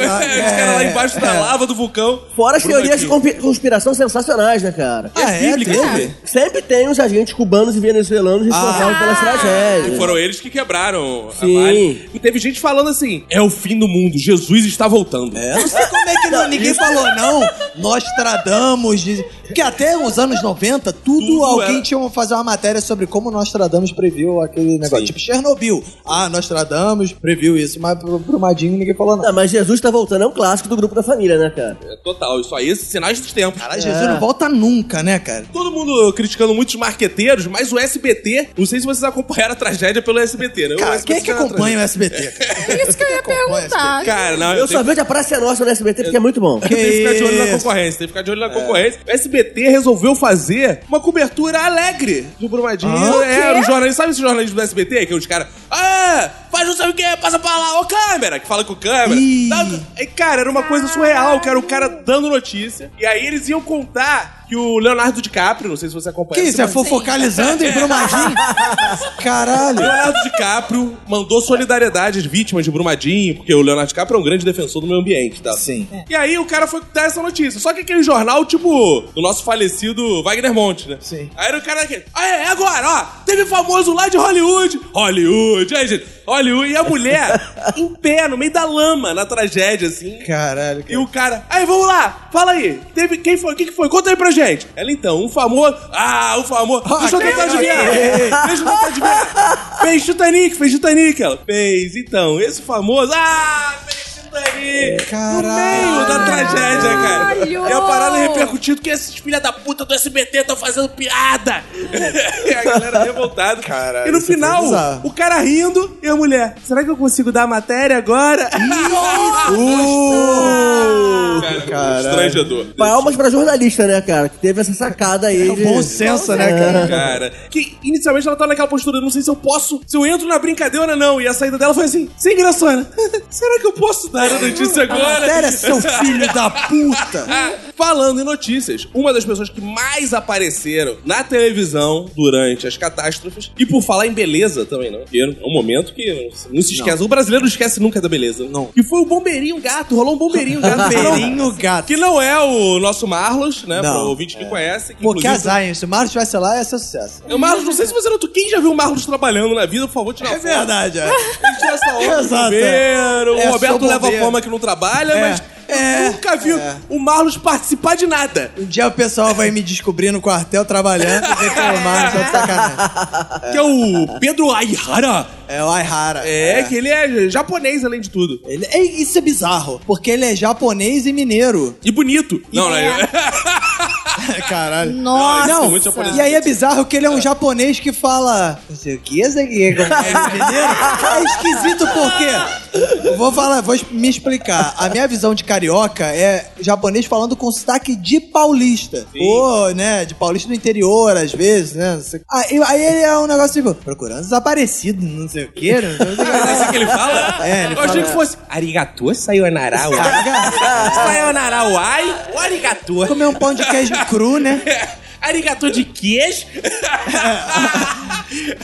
[SPEAKER 2] Os
[SPEAKER 3] é,
[SPEAKER 2] caras lá embaixo da
[SPEAKER 3] é.
[SPEAKER 2] lava do vulcão.
[SPEAKER 5] Fora as teorias de
[SPEAKER 2] Brumadinho.
[SPEAKER 5] conspi- conspiração sensacionais, né, cara?
[SPEAKER 3] Ah, é?
[SPEAKER 2] bíblica,
[SPEAKER 3] Teve?
[SPEAKER 5] Sempre tem os agentes cubanos e venezuelanos
[SPEAKER 3] Ah.
[SPEAKER 5] responsáveis pelas tragédias.
[SPEAKER 2] Foram eles que quebraram
[SPEAKER 5] Sim.
[SPEAKER 2] a Vale. E teve gente falando assim: é o fim do mundo, Jesus está voltando.
[SPEAKER 3] É, eu não sei como é que não- ninguém falou, não. Nós tradamos. diz- Porque até os anos 90, tudo,
[SPEAKER 2] Tudo
[SPEAKER 3] alguém
[SPEAKER 2] era-
[SPEAKER 3] tinha uma fazer uma matéria sobre como Nostradamus previu aquele negócio.
[SPEAKER 2] Sim.
[SPEAKER 3] Tipo Chernobyl. Ah, Nostradamus previu isso, mas pro Brumadinho ninguém falou, não.
[SPEAKER 5] Ah, mas Jesus tá voltando, é um clássico do grupo da família, né, cara?
[SPEAKER 2] É total, isso aí, esses sinais dos tempos. É.
[SPEAKER 3] Cara, Jesus não volta nunca, né, cara?
[SPEAKER 2] Todo mundo criticando muitos marqueteiros, mas o SBT, não sei se vocês acompanharam a tragédia pelo SBT, né? O
[SPEAKER 3] Cara,
[SPEAKER 2] SBT
[SPEAKER 3] quem é que
[SPEAKER 2] tá na
[SPEAKER 3] acompanha o SBT?
[SPEAKER 4] Isso que eu ia
[SPEAKER 3] acompanha
[SPEAKER 4] perguntar.
[SPEAKER 2] tragédia. Cara,
[SPEAKER 3] Ah,
[SPEAKER 2] não,
[SPEAKER 5] Eu só
[SPEAKER 2] tenho-
[SPEAKER 5] vejo a Praça é Nossa no SBT porque é muito bom.
[SPEAKER 2] tem que É. ficar de olho na
[SPEAKER 3] isso.
[SPEAKER 2] concorrência, tem que ficar de olho na concorrência. O SBT resolveu fazer uma cobertura alegre do Brumadinho. é, o jornalismo, sabe esse jornalismo do SBT? Que é os caras, ah, faz não sei o que, passa pra lá, ô câmera, que fala com câmera.
[SPEAKER 3] Ih.
[SPEAKER 2] Dá- e, cara, era uma coisa surreal, que era o cara dando notícia, e aí eles iam contar que que o Leonardo DiCaprio, não sei se você acompanha.
[SPEAKER 3] Que
[SPEAKER 2] você
[SPEAKER 3] isso, é
[SPEAKER 2] manda-
[SPEAKER 3] fofocalizando em Brumadinho? Caralho.
[SPEAKER 2] Leonardo DiCaprio mandou solidariedade às vítimas de Brumadinho, porque o Leonardo DiCaprio é um grande defensor do meio ambiente, tá?
[SPEAKER 3] Sim.
[SPEAKER 2] E aí o cara foi dar essa notícia. Só que aquele jornal, tipo, do nosso falecido Wagner Monte, né?
[SPEAKER 3] Sim.
[SPEAKER 2] Aí era o cara que. Ah, é agora, ó. Teve famoso lá de Hollywood. Hollywood, aí, gente. Hollywood. E a mulher em pé, no meio da lama, na tragédia, assim.
[SPEAKER 3] Caralho.
[SPEAKER 2] E o cara, aí vamos lá, fala aí, teve, quem foi, o que que foi, conta aí pra gente. Ela então, um famoso, ah, um famoso, deixa eu
[SPEAKER 3] é?
[SPEAKER 2] tentar adivinhar, deixa eu tentar adivinhar. Fez Titanic, fez Titanic, ela fez, então, esse famoso, ah, fez Titanic.
[SPEAKER 3] É, Caralho.
[SPEAKER 2] Meio da tragédia, cara.
[SPEAKER 4] Caralho!
[SPEAKER 2] E a parada repercutindo que esses filha da puta do SBT estão fazendo piada. E a galera revoltada.
[SPEAKER 3] É. Caralho,
[SPEAKER 2] e no
[SPEAKER 3] isso foi
[SPEAKER 2] final,
[SPEAKER 3] bizarro.
[SPEAKER 2] o cara rindo e a mulher, será que eu consigo dar a matéria agora?
[SPEAKER 3] Ah, Uh, Caralho.
[SPEAKER 2] Estrangedor.
[SPEAKER 5] Palmas pra jornalista, né, cara? Que teve essa sacada aí.
[SPEAKER 3] É o
[SPEAKER 5] de-
[SPEAKER 3] bom senso, né, cara?
[SPEAKER 2] Cara, que inicialmente ela tá naquela postura, não sei se eu posso, se eu entro na brincadeira ou não. E a saída dela foi assim, sem graçona. Será que eu posso dar a notícia
[SPEAKER 5] É.
[SPEAKER 2] agora?
[SPEAKER 3] Pera, seu filho da puta.
[SPEAKER 2] Ah, Falando em notícias, uma das pessoas que mais apareceram na televisão durante as catástrofes, e por falar em beleza também, não? Porque é um momento que não se esquece. O brasileiro não esquece nunca da beleza. Não. Que foi o bombeirinho gato, rolou um bombeirinho gato.
[SPEAKER 3] Perinho gato.
[SPEAKER 2] Que não é o nosso Marlos, né?
[SPEAKER 3] Não. É.
[SPEAKER 2] Pro ouvinte que conhece. Que
[SPEAKER 3] Pô, que
[SPEAKER 2] inclusive-
[SPEAKER 3] azar, hein? Se o Marcos estivesse lá, ia ser sucesso.
[SPEAKER 2] Eu, Marlos, não sei se você notou. Quem já viu o Marlos trabalhando na vida, por favor, tira uma foto.
[SPEAKER 3] é.
[SPEAKER 2] Ele tira essa onda do
[SPEAKER 3] Exato.
[SPEAKER 2] bombeiro,
[SPEAKER 3] É,
[SPEAKER 2] o Roberto
[SPEAKER 3] sou
[SPEAKER 2] leva a
[SPEAKER 3] bombeiro.
[SPEAKER 2] fama que não trabalha,
[SPEAKER 3] É.
[SPEAKER 2] mas
[SPEAKER 3] É.
[SPEAKER 2] eu nunca viu
[SPEAKER 3] É.
[SPEAKER 2] o Marlos participar de nada.
[SPEAKER 3] Um dia o pessoal vai me descobrir no quartel trabalhando e reclamar, tá de sacanagem.
[SPEAKER 2] Que é o Pedro Aihara.
[SPEAKER 3] É o Aihara.
[SPEAKER 2] É, que ele é japonês, além de tudo.
[SPEAKER 3] Ele- é, isso é bizarro, porque ele é japonês e mineiro.
[SPEAKER 2] E bonito. Não, não
[SPEAKER 3] né?
[SPEAKER 2] é.
[SPEAKER 3] Caralho.
[SPEAKER 4] Nossa.
[SPEAKER 2] Não,
[SPEAKER 3] Não,
[SPEAKER 2] muito japonês.
[SPEAKER 3] e aí é bizarro que ele é um japonês que fala. Não sei o que, esse aqui é como é mineiro. É esquisito porque. eu Vou falar, vou es- me explicar. A minha visão de carioca é japonês falando com sotaque de paulista. Ou, né, de paulista do interior, às vezes, né? não sei- Aí, aí ele é um negócio tipo, procurando desaparecido, não sei o que, não sei o que.
[SPEAKER 2] É assim que ele fala?
[SPEAKER 3] É, ele
[SPEAKER 2] Eu achei
[SPEAKER 3] fala-
[SPEAKER 2] que fosse Arigato sayonara uai. sayonara uai ou arigato?
[SPEAKER 3] Comer um pão de queijo cru, né?
[SPEAKER 2] Arigato de queijo?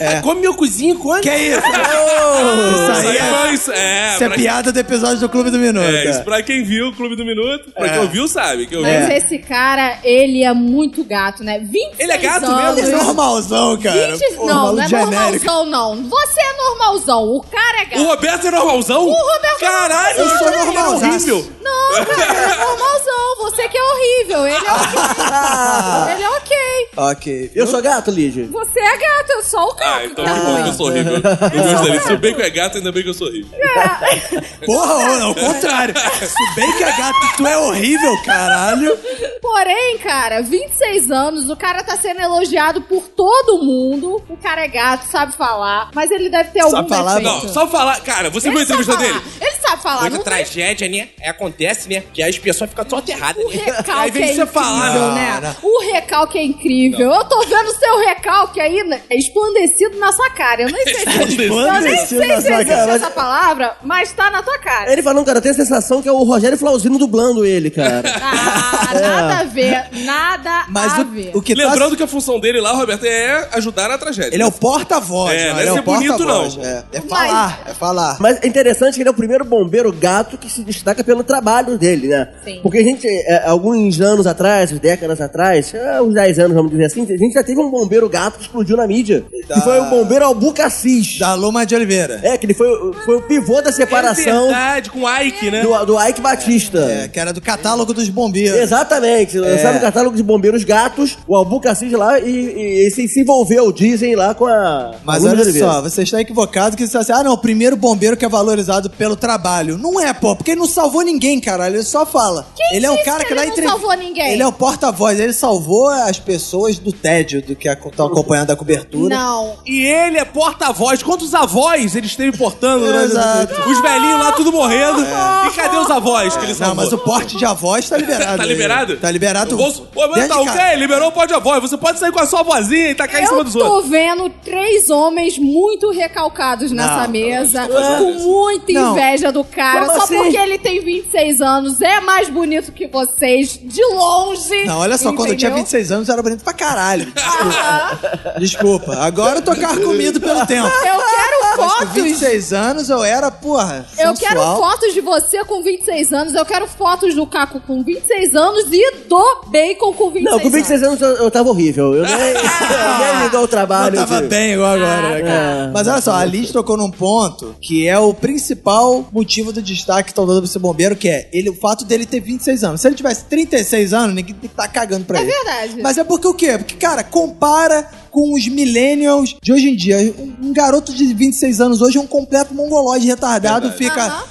[SPEAKER 2] Ah, Come meu cozinho quando?
[SPEAKER 3] É. Que é isso? Ô,
[SPEAKER 2] Isso
[SPEAKER 3] isso aí
[SPEAKER 2] aí
[SPEAKER 3] é,
[SPEAKER 2] foi isso. É,
[SPEAKER 3] isso é
[SPEAKER 2] pra-
[SPEAKER 3] piada do episódio do Clube do Minuto.
[SPEAKER 2] É, isso
[SPEAKER 3] cara.
[SPEAKER 2] pra quem viu o Clube do Minuto, pra
[SPEAKER 3] É.
[SPEAKER 2] quem ouviu, sabe. Quem ouviu.
[SPEAKER 4] Mas esse cara, ele é muito gato, né? 26
[SPEAKER 2] Ele é gato
[SPEAKER 4] anos,
[SPEAKER 3] Ele é normalzão, cara.
[SPEAKER 4] 20...
[SPEAKER 3] Pô,
[SPEAKER 4] não,
[SPEAKER 3] maluco
[SPEAKER 4] não é
[SPEAKER 3] genérico.
[SPEAKER 4] normalzão, não. Você é normalzão. O cara é
[SPEAKER 2] O
[SPEAKER 4] gato.
[SPEAKER 2] Roberto é normalzão? O
[SPEAKER 4] Roberto é
[SPEAKER 2] Caralho,
[SPEAKER 3] normalzão. Eu sou
[SPEAKER 2] ele é
[SPEAKER 3] normalzaço.
[SPEAKER 2] horrível.
[SPEAKER 4] Não, cara, ele é normalzão. Você que é horrível. Ele é ok. ele é ok.
[SPEAKER 3] Ok.
[SPEAKER 5] Eu sou gato, Lígia.
[SPEAKER 4] Você é gato, eu sou o cara.
[SPEAKER 2] Ah, então que bom que eu sou horrível. Eu gostaria. Se o Bacon é gato, ainda bem que eu sou horrível.
[SPEAKER 4] É.
[SPEAKER 3] Porra, ô, ao contrário. Se bem que é gato, tu é horrível, caralho.
[SPEAKER 4] Porém, cara, 26 anos, o cara tá sendo elogiado por todo mundo. O cara é gato, sabe falar, mas ele deve ter algum
[SPEAKER 3] falar,
[SPEAKER 4] defeito.
[SPEAKER 2] Não, só falar... Cara, você viu a
[SPEAKER 4] ele sabe
[SPEAKER 2] entrevista
[SPEAKER 4] é falar.
[SPEAKER 2] dele?
[SPEAKER 4] Ele sabe falar, não tem
[SPEAKER 2] tragédia, né? acontece, né? Que as pessoas ficam só aterradas.
[SPEAKER 4] o recalque
[SPEAKER 2] né? Aí vem
[SPEAKER 4] é
[SPEAKER 2] você
[SPEAKER 4] incrível,
[SPEAKER 2] falar,
[SPEAKER 4] né?
[SPEAKER 3] não.
[SPEAKER 4] O recalque é incrível. Eu tô vendo o seu recalque aí né, esplandecido na sua cara. Eu nem sei se, eu nem
[SPEAKER 3] Esplandecido
[SPEAKER 4] sei
[SPEAKER 3] na
[SPEAKER 4] se
[SPEAKER 3] sua
[SPEAKER 4] existe
[SPEAKER 5] cara.
[SPEAKER 4] essa palavra, mas tá na tua cara.
[SPEAKER 5] Ele falando, cara, eu tenho a sensação que é o Rogério Flauzino dublando ele, cara.
[SPEAKER 4] Ah, nada a ver, nada
[SPEAKER 3] Mas
[SPEAKER 4] a ver.
[SPEAKER 3] o, o que tá-
[SPEAKER 2] Lembrando que a função dele lá, Roberto, é ajudar na tragédia.
[SPEAKER 3] Ele é o porta-voz.
[SPEAKER 2] É,
[SPEAKER 3] mano,
[SPEAKER 2] não é
[SPEAKER 3] ele é
[SPEAKER 2] ser
[SPEAKER 3] o porta-voz.
[SPEAKER 2] bonito, não.
[SPEAKER 3] É, é falar, é falar.
[SPEAKER 5] Mas é interessante que ele é o primeiro bombeiro gato que se destaca pelo trabalho dele, né?
[SPEAKER 4] Sim.
[SPEAKER 5] Porque a gente, é, alguns anos atrás, décadas atrás, é, uns 10 anos, vamos dizer assim, a gente já teve um bombeiro gato que explodiu na mídia. Que
[SPEAKER 3] Da-
[SPEAKER 5] foi o bombeiro Albucacis.
[SPEAKER 3] Da Luma de Oliveira.
[SPEAKER 5] É, que ele foi, o- foi o pivô da
[SPEAKER 2] É
[SPEAKER 5] separação
[SPEAKER 2] verdade, com Ike, né?
[SPEAKER 5] do, do Ike Batista.
[SPEAKER 3] É, que É. era do catálogo dos bombeiros.
[SPEAKER 5] Exatamente, lançaram o catálogo de bombeiros gatos, o Albucacis lá, e, e, e se, se envolveu, dizem lá, com a.
[SPEAKER 3] Mas
[SPEAKER 5] com a Lula de
[SPEAKER 3] olha
[SPEAKER 5] Oliveira.
[SPEAKER 3] só, você está equivocado que você fala assim, ah não, o primeiro bombeiro que é valorizado pelo trabalho. Não é, pô, porque ele não salvou ninguém, caralho. Ele só fala.
[SPEAKER 4] Quem
[SPEAKER 3] ele é um
[SPEAKER 4] disse
[SPEAKER 3] cara
[SPEAKER 4] que
[SPEAKER 3] que,
[SPEAKER 4] ele
[SPEAKER 3] dá
[SPEAKER 4] não
[SPEAKER 3] entrevista.
[SPEAKER 4] salvou ninguém?
[SPEAKER 3] Ele é o porta-voz, ele salvou as pessoas do tédio do que estão acompanhando a cobertura.
[SPEAKER 4] Não.
[SPEAKER 2] E ele é porta-voz. Quantos avós ele esteve portando? né?
[SPEAKER 3] Exato. Ah, é.
[SPEAKER 2] Os velhinhos lá tudo morrendo. E cadê os avós que eles
[SPEAKER 3] Não, mas o porte de avós tá liberado.
[SPEAKER 2] Tá
[SPEAKER 3] aí.
[SPEAKER 2] liberado?
[SPEAKER 3] Tá liberado.
[SPEAKER 2] O bolso... Ô, mas
[SPEAKER 3] Desde
[SPEAKER 2] tá ok,
[SPEAKER 3] ca-
[SPEAKER 2] liberou o pó de avó. Você pode sair com a sua vozinha e
[SPEAKER 3] Tá
[SPEAKER 2] tacar em cima
[SPEAKER 4] Eu
[SPEAKER 2] dos
[SPEAKER 4] tô
[SPEAKER 2] outros.
[SPEAKER 4] vendo três homens muito recalcados nessa
[SPEAKER 3] Não,
[SPEAKER 4] mesa,
[SPEAKER 2] não, não.
[SPEAKER 4] com muita
[SPEAKER 3] Não,
[SPEAKER 4] inveja do cara
[SPEAKER 5] Como
[SPEAKER 4] só
[SPEAKER 5] assim?
[SPEAKER 4] porque ele tem 26 anos, é mais bonito que vocês, de longe.
[SPEAKER 3] Não, olha só, quando eu tinha
[SPEAKER 4] entendeu?
[SPEAKER 3] 26 anos eu era bonito pra caralho. Desculpa. Desculpa. Agora eu tô carcomido pelo tempo.
[SPEAKER 4] Eu quero
[SPEAKER 3] Com
[SPEAKER 4] fotos.
[SPEAKER 3] 26 anos eu era, porra,
[SPEAKER 4] Eu quero
[SPEAKER 3] sensual.
[SPEAKER 4] fotos de você com 26 anos, eu quero fotos do Caco com 26 anos e do Bacon com 26
[SPEAKER 5] Não, com 26 anos eu, eu tava horrível. Eu nem, eu nem ligou o
[SPEAKER 3] Eu
[SPEAKER 5] trabalho.
[SPEAKER 3] Ah, tava
[SPEAKER 5] de-
[SPEAKER 3] bem igual
[SPEAKER 2] Ah,
[SPEAKER 3] agora.
[SPEAKER 2] tá.
[SPEAKER 3] né, cara?
[SPEAKER 5] É.
[SPEAKER 3] Mas olha só, a Liz tocou num ponto que é o principal motivo do destaque que tá dando pra esse bombeiro, que é ele, o fato dele ter 26 anos. Se ele tivesse 36 anos, ninguém tá cagando pra ele.
[SPEAKER 4] É verdade.
[SPEAKER 3] Mas é porque o quê? Porque, cara, compara com os millennials de hoje em dia. Um- Um garoto de 26 anos hoje é um completo mongoloide retardado, fica
[SPEAKER 4] Uhum. Aham.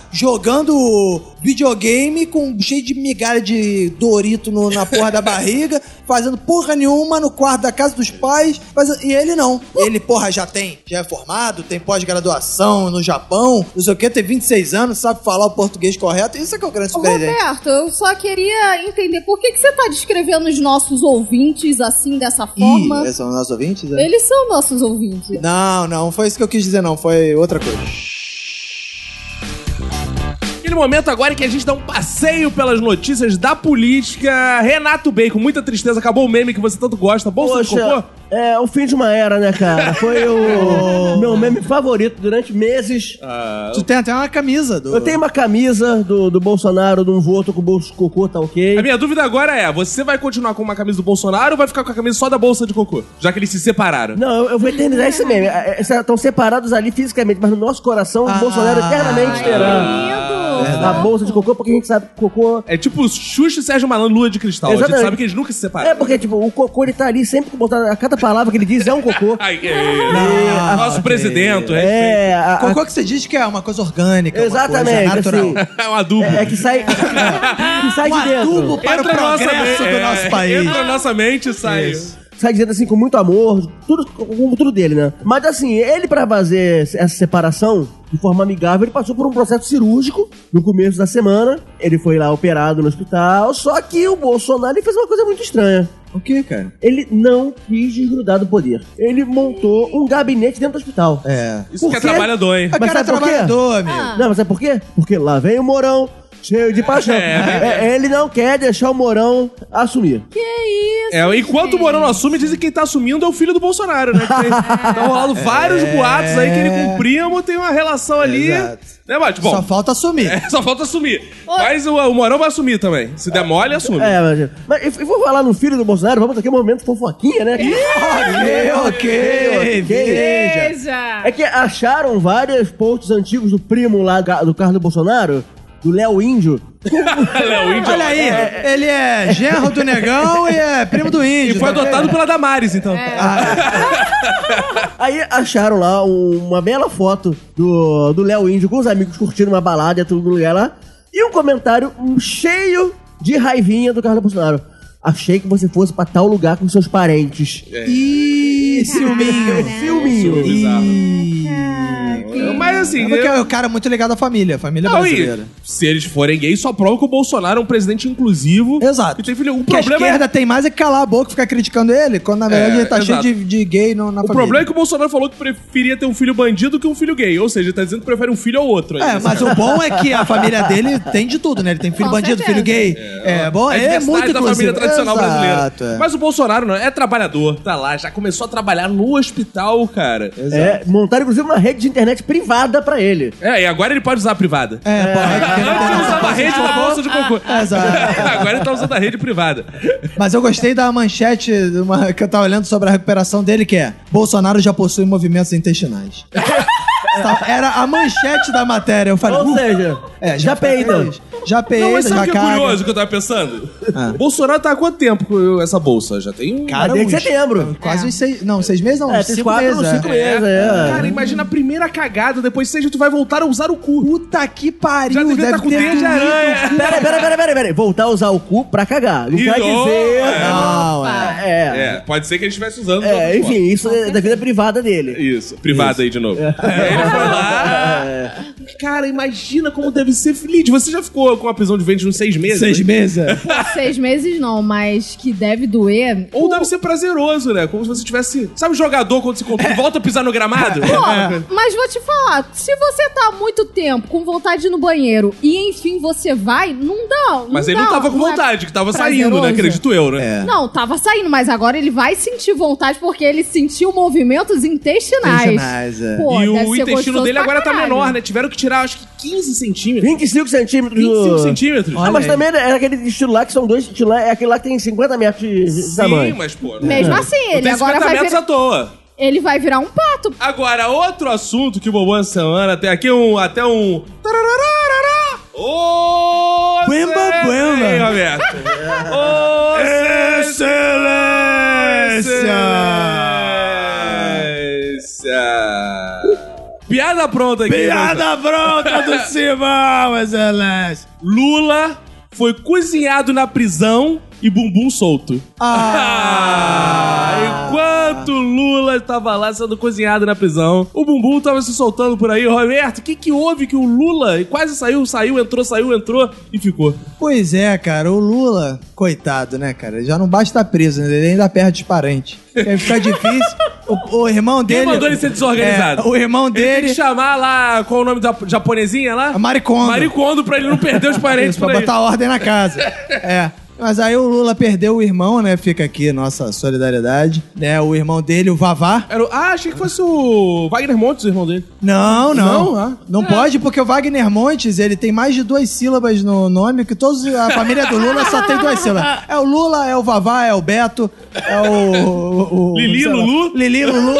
[SPEAKER 3] jogando videogame com cheio de migalha de Dorito no- na porra da barriga, fazendo porra nenhuma no quarto da casa dos pais, faz- e ele não. Ele, porra, já tem, já é formado, tem pós-graduação no Japão, não sei o que, tem 26 anos, sabe falar o português correto, isso é que é o grande surpreendente.
[SPEAKER 4] Roberto, eu só queria entender por que, que você tá descrevendo os nossos ouvintes assim, dessa forma?
[SPEAKER 3] Ih, são nossos ouvintes? né?
[SPEAKER 4] Eles são nossos ouvintes.
[SPEAKER 3] Não, não, foi isso que eu quis dizer, não, foi outra coisa.
[SPEAKER 2] Aquele momento agora em que a gente dá um passeio pelas notícias da política. Renato Bacon, muita tristeza, acabou o meme que você tanto gosta. Bolsa de
[SPEAKER 5] Poxa,
[SPEAKER 2] cocô?
[SPEAKER 5] é o fim de uma era, né, cara? Foi o meu meme favorito durante meses.
[SPEAKER 2] Ah,
[SPEAKER 3] Tu tem até uma camisa do.
[SPEAKER 5] Eu tenho uma camisa do, do Bolsonaro, de um voto com o bolso de cocô, tá
[SPEAKER 2] A
[SPEAKER 5] ok?
[SPEAKER 2] minha dúvida agora é: você vai continuar com uma camisa do Bolsonaro ou vai ficar com a camisa só da bolsa de cocô? Já que eles se separaram.
[SPEAKER 5] Não, eu, eu vou eternizar esse meme. É, Estão separados ali fisicamente, mas no nosso coração o
[SPEAKER 3] Ah.
[SPEAKER 5] Bolsonaro eternamente terá
[SPEAKER 4] Lindo!
[SPEAKER 5] a bolsa de cocô, porque a gente sabe que o cocô
[SPEAKER 2] É tipo Xuxa e Sérgio Malandro, lua de cristal. A gente
[SPEAKER 5] Exatamente.
[SPEAKER 2] sabe que eles nunca se
[SPEAKER 5] É,
[SPEAKER 2] separaram.
[SPEAKER 5] porque, tipo, o cocô, ele tá ali sempre que botar... A cada palavra que ele diz é um cocô.
[SPEAKER 2] Ai, que...
[SPEAKER 3] Ah,
[SPEAKER 2] Nosso presidente, é.
[SPEAKER 5] É, a- a-
[SPEAKER 3] Cocô que você diz que é uma coisa orgânica,
[SPEAKER 5] Exatamente,
[SPEAKER 3] uma coisa natural.
[SPEAKER 5] assim.
[SPEAKER 2] É um adubo.
[SPEAKER 5] é, é que sai... que sai
[SPEAKER 3] Um
[SPEAKER 5] de
[SPEAKER 3] adubo
[SPEAKER 5] dentro.
[SPEAKER 3] para
[SPEAKER 2] Entra
[SPEAKER 3] o
[SPEAKER 2] na nossa
[SPEAKER 3] progresso
[SPEAKER 2] me-
[SPEAKER 3] do
[SPEAKER 2] é,
[SPEAKER 3] nosso país.
[SPEAKER 2] Entra na nossa mente e sai.
[SPEAKER 5] Sai de dentro, assim, com muito amor. Tudo, com tudo dele, né? Mas, assim, ele pra fazer essa separação de forma amigável, ele passou por um processo cirúrgico no começo da semana. Ele foi lá operado no hospital. Só que o Bolsonaro ele fez uma coisa muito estranha.
[SPEAKER 3] O que, cara?
[SPEAKER 5] Ele não quis desgrudar do poder. Ele montou um gabinete dentro do hospital.
[SPEAKER 3] É.
[SPEAKER 2] Isso
[SPEAKER 5] Por
[SPEAKER 2] que é
[SPEAKER 5] quê?
[SPEAKER 2] trabalhador, hein?
[SPEAKER 3] A
[SPEAKER 5] Mas
[SPEAKER 3] cara é
[SPEAKER 5] sabe por quê?
[SPEAKER 3] trabalhador, amigo.
[SPEAKER 5] Não, mas sabe por quê? Porque lá vem o Morão, cheio de paixão. É, ele não quer deixar o Morão assumir.
[SPEAKER 2] É, enquanto o Morão não assume, dizem que quem tá assumindo é o filho do Bolsonaro, né? Que tem- Tá rolando vários boatos aí que ele com o primo tem uma relação ali.
[SPEAKER 3] Exato.
[SPEAKER 2] Né, Bate? Bom,
[SPEAKER 3] Só falta assumir.
[SPEAKER 2] é, só falta assumir. Mas o, o Morão vai assumir também. Se der mole, assume.
[SPEAKER 5] É, mas, mas e- e vou falar no filho do Bolsonaro, vamos aqui um momento fofoquinha, né?
[SPEAKER 2] É.
[SPEAKER 3] Ok, ok, veja.
[SPEAKER 4] Veja!
[SPEAKER 5] É que acharam vários posts antigos do primo lá ga- do Carlos Bolsonaro, do Léo Índio.
[SPEAKER 2] Léo Índio.
[SPEAKER 3] Olha aí, ele é genro do negão e é primo do
[SPEAKER 2] E
[SPEAKER 3] índio.
[SPEAKER 2] foi
[SPEAKER 3] tá
[SPEAKER 2] adotado pela Damares, então.
[SPEAKER 5] Aí acharam lá um- uma bela foto do do Léo Índio com os amigos curtindo uma balada e tudo no lugar lá. E um comentário hum, cheio de raivinha do Carlos Bolsonaro. Achei que você fosse pra tal lugar com seus parentes.
[SPEAKER 3] vendo? Ih, ciúminho.
[SPEAKER 5] Filminho.
[SPEAKER 2] Mas assim.
[SPEAKER 3] É porque
[SPEAKER 2] eu-
[SPEAKER 3] é o cara muito ligado à família, a família
[SPEAKER 2] Não, e
[SPEAKER 3] brasileira.
[SPEAKER 2] se eles forem gays, só prova que o Bolsonaro é um presidente inclusivo.
[SPEAKER 3] Exato.
[SPEAKER 2] E tem filho. O
[SPEAKER 3] O que a
[SPEAKER 2] problema é.
[SPEAKER 3] esquerda tem mais é que calar a boca e ficar criticando ele, quando na verdade
[SPEAKER 2] É,
[SPEAKER 3] ele tá
[SPEAKER 2] exato.
[SPEAKER 3] cheio de, de gay no- na
[SPEAKER 2] O
[SPEAKER 3] família.
[SPEAKER 2] problema é que o Bolsonaro falou que preferia ter um filho bandido que um filho gay. Ou seja, ele tá dizendo que prefere um filho ao outro.
[SPEAKER 3] É, mas o bom é que a família dele tem de tudo, né? Ele tem filho
[SPEAKER 4] Com
[SPEAKER 3] bandido,
[SPEAKER 4] certeza.
[SPEAKER 3] filho gay. É, bom,
[SPEAKER 2] É,
[SPEAKER 3] é, muito
[SPEAKER 2] da
[SPEAKER 3] inclusivo.
[SPEAKER 2] família tradicional
[SPEAKER 3] Exato,
[SPEAKER 2] brasileira.
[SPEAKER 3] é.
[SPEAKER 2] Mas o Bolsonaro não é trabalhador, tá lá, já começou a trabalhar no hospital, cara.
[SPEAKER 5] É, montaram inclusive uma rede de internet privada pra ele.
[SPEAKER 2] É, e agora ele pode usar a privada.
[SPEAKER 3] É, pode.
[SPEAKER 2] Antes ele usava a rede da bolsa de cocô.
[SPEAKER 3] Exato.
[SPEAKER 2] agora ele tá usando a rede privada.
[SPEAKER 3] Mas eu gostei da manchete de uma- que eu tava olhando sobre a recuperação dele, que é Bolsonaro já possui movimentos intestinais. Tá, Era a manchete da matéria. Eu falei,
[SPEAKER 5] Ou
[SPEAKER 3] uh,
[SPEAKER 5] seja,
[SPEAKER 3] é,
[SPEAKER 5] já né? peida.
[SPEAKER 3] fez, Já
[SPEAKER 2] Não,
[SPEAKER 3] peida,
[SPEAKER 2] mas sabe
[SPEAKER 3] já
[SPEAKER 2] o que é
[SPEAKER 3] caga.
[SPEAKER 2] curioso que eu tava pensando?
[SPEAKER 3] Ah.
[SPEAKER 2] Bolsonaro tá há quanto tempo com essa bolsa? Já tem um...
[SPEAKER 3] Cara,
[SPEAKER 5] Desde
[SPEAKER 3] uns-
[SPEAKER 5] setembro.
[SPEAKER 3] Então, Quase
[SPEAKER 2] É.
[SPEAKER 3] uns seis... Não, seis meses não,
[SPEAKER 5] É,
[SPEAKER 3] uns
[SPEAKER 5] tem
[SPEAKER 3] cinco
[SPEAKER 5] quatro
[SPEAKER 3] meses.
[SPEAKER 5] ou cinco
[SPEAKER 3] é.
[SPEAKER 5] meses, é.
[SPEAKER 2] né? Cara, imagina a primeira cagada, depois seja tu vai voltar a usar o cu.
[SPEAKER 3] Puta que pariu,
[SPEAKER 2] Já devia estar
[SPEAKER 3] deve
[SPEAKER 2] com
[SPEAKER 3] ter...
[SPEAKER 2] teia de aranha.
[SPEAKER 5] Pera, pera, pera, pera, pera. Voltar a usar o cu pra cagar. Não
[SPEAKER 2] Ih,
[SPEAKER 5] quer
[SPEAKER 2] oh,
[SPEAKER 5] dizer.
[SPEAKER 2] é.
[SPEAKER 3] Não, é.
[SPEAKER 5] É.
[SPEAKER 2] É, pode ser que ele estivesse usando. de
[SPEAKER 5] É,
[SPEAKER 2] outra forma.
[SPEAKER 5] enfim, isso é da vida privada dele.
[SPEAKER 2] Isso, privada aí de novo. É, ele foi lá.
[SPEAKER 5] É.
[SPEAKER 2] Cara, imagina como deve ser feliz. Você já ficou com a prisão de ventre uns seis meses?
[SPEAKER 6] Seis meses?
[SPEAKER 4] Seis meses não, mas que deve doer.
[SPEAKER 2] Ou deve ser prazeroso, né? Como se você tivesse. Sabe o jogador quando se compra, volta a pisar no gramado?
[SPEAKER 4] Pô,
[SPEAKER 2] né?
[SPEAKER 4] mas vou te falar, se você tá há muito tempo com vontade de ir no banheiro e enfim você vai, não dá. não
[SPEAKER 2] Mas ele
[SPEAKER 4] dá,
[SPEAKER 2] não tava com
[SPEAKER 4] é
[SPEAKER 2] vontade, que tava saindo, né?
[SPEAKER 4] prazeroso.
[SPEAKER 2] Acredito eu, né?
[SPEAKER 4] Não, tava saindo, mas agora ele vai sentir vontade porque ele sentiu movimentos intestinais.
[SPEAKER 3] Intestinais, é.
[SPEAKER 4] Pô,
[SPEAKER 2] E
[SPEAKER 4] deve
[SPEAKER 2] o
[SPEAKER 4] ser
[SPEAKER 2] intestino
[SPEAKER 4] gostoso
[SPEAKER 2] dele
[SPEAKER 4] pra
[SPEAKER 2] agora tá
[SPEAKER 4] caralho.
[SPEAKER 2] menor, né? Tiveram que tirar, acho que 15 centímetros.
[SPEAKER 5] 25 centímetros.
[SPEAKER 2] 25
[SPEAKER 5] do-
[SPEAKER 2] centímetros. É.
[SPEAKER 5] Ah, mas também era aquele estilo lá que são dois estilos lá, é aquele lá que tem 50 metros de, de
[SPEAKER 2] Sim,
[SPEAKER 5] tamanho.
[SPEAKER 2] mas pô. né?
[SPEAKER 4] Mesmo assim,
[SPEAKER 2] Não
[SPEAKER 4] ele
[SPEAKER 2] tem
[SPEAKER 4] agora
[SPEAKER 2] 50
[SPEAKER 4] vai,
[SPEAKER 2] metros
[SPEAKER 4] vir-
[SPEAKER 2] à toa.
[SPEAKER 4] ele vai virar um pato.
[SPEAKER 2] Agora, outro assunto que bombou essa semana, tem aqui um. Até um. Tararararará. Ô!
[SPEAKER 3] Buemba,
[SPEAKER 2] Zé,
[SPEAKER 3] buemba.
[SPEAKER 2] hein, Roberto? Ô, Zé, Excelência! Piada pronta aqui.
[SPEAKER 3] pronta do
[SPEAKER 5] Ah,
[SPEAKER 3] Simão,
[SPEAKER 5] é, né?
[SPEAKER 3] excelência.
[SPEAKER 2] Lula foi cozinhado na prisão e bumbum solto. Ah, Enquanto Lula estava lá sendo cozinhado na prisão, o bumbum estava se soltando por aí. Roberto, o que, que houve que o Lula quase saiu, saiu, entrou, saiu, entrou e ficou?
[SPEAKER 3] Pois é, cara, o Lula, coitado, né, cara? Já não basta estar preso, né? ele ainda perde os parentes. Aí fica difícil. O, o irmão
[SPEAKER 2] Quem
[SPEAKER 3] dele.
[SPEAKER 2] mandou ele ser desorganizado?
[SPEAKER 3] É, o irmão
[SPEAKER 2] Ele tem
[SPEAKER 3] dele.
[SPEAKER 2] que chamar lá, qual o nome da japonesinha lá?
[SPEAKER 3] A Maricondo.
[SPEAKER 2] Maricondo, pra ele não perder os parentes
[SPEAKER 3] Isso, pra
[SPEAKER 2] por aí.
[SPEAKER 3] botar ordem na casa. É. Mas aí o Lula perdeu o irmão, né? Fica aqui nossa solidariedade. Né? O irmão dele, o Vavá.
[SPEAKER 2] Era o- ah, achei que fosse o Wagner Montes, o irmão dele.
[SPEAKER 3] Não, não.
[SPEAKER 2] Não?
[SPEAKER 3] Não,
[SPEAKER 2] Ah.
[SPEAKER 3] pode, porque o Wagner Montes, ele tem mais de duas sílabas no nome, que todos, a família do Lula só tem duas sílabas. É o Lula, é o Vavá, é o Beto, é o... o, o
[SPEAKER 2] Lili,
[SPEAKER 3] sei lá.
[SPEAKER 2] Lulu?
[SPEAKER 3] Lili, Lulu.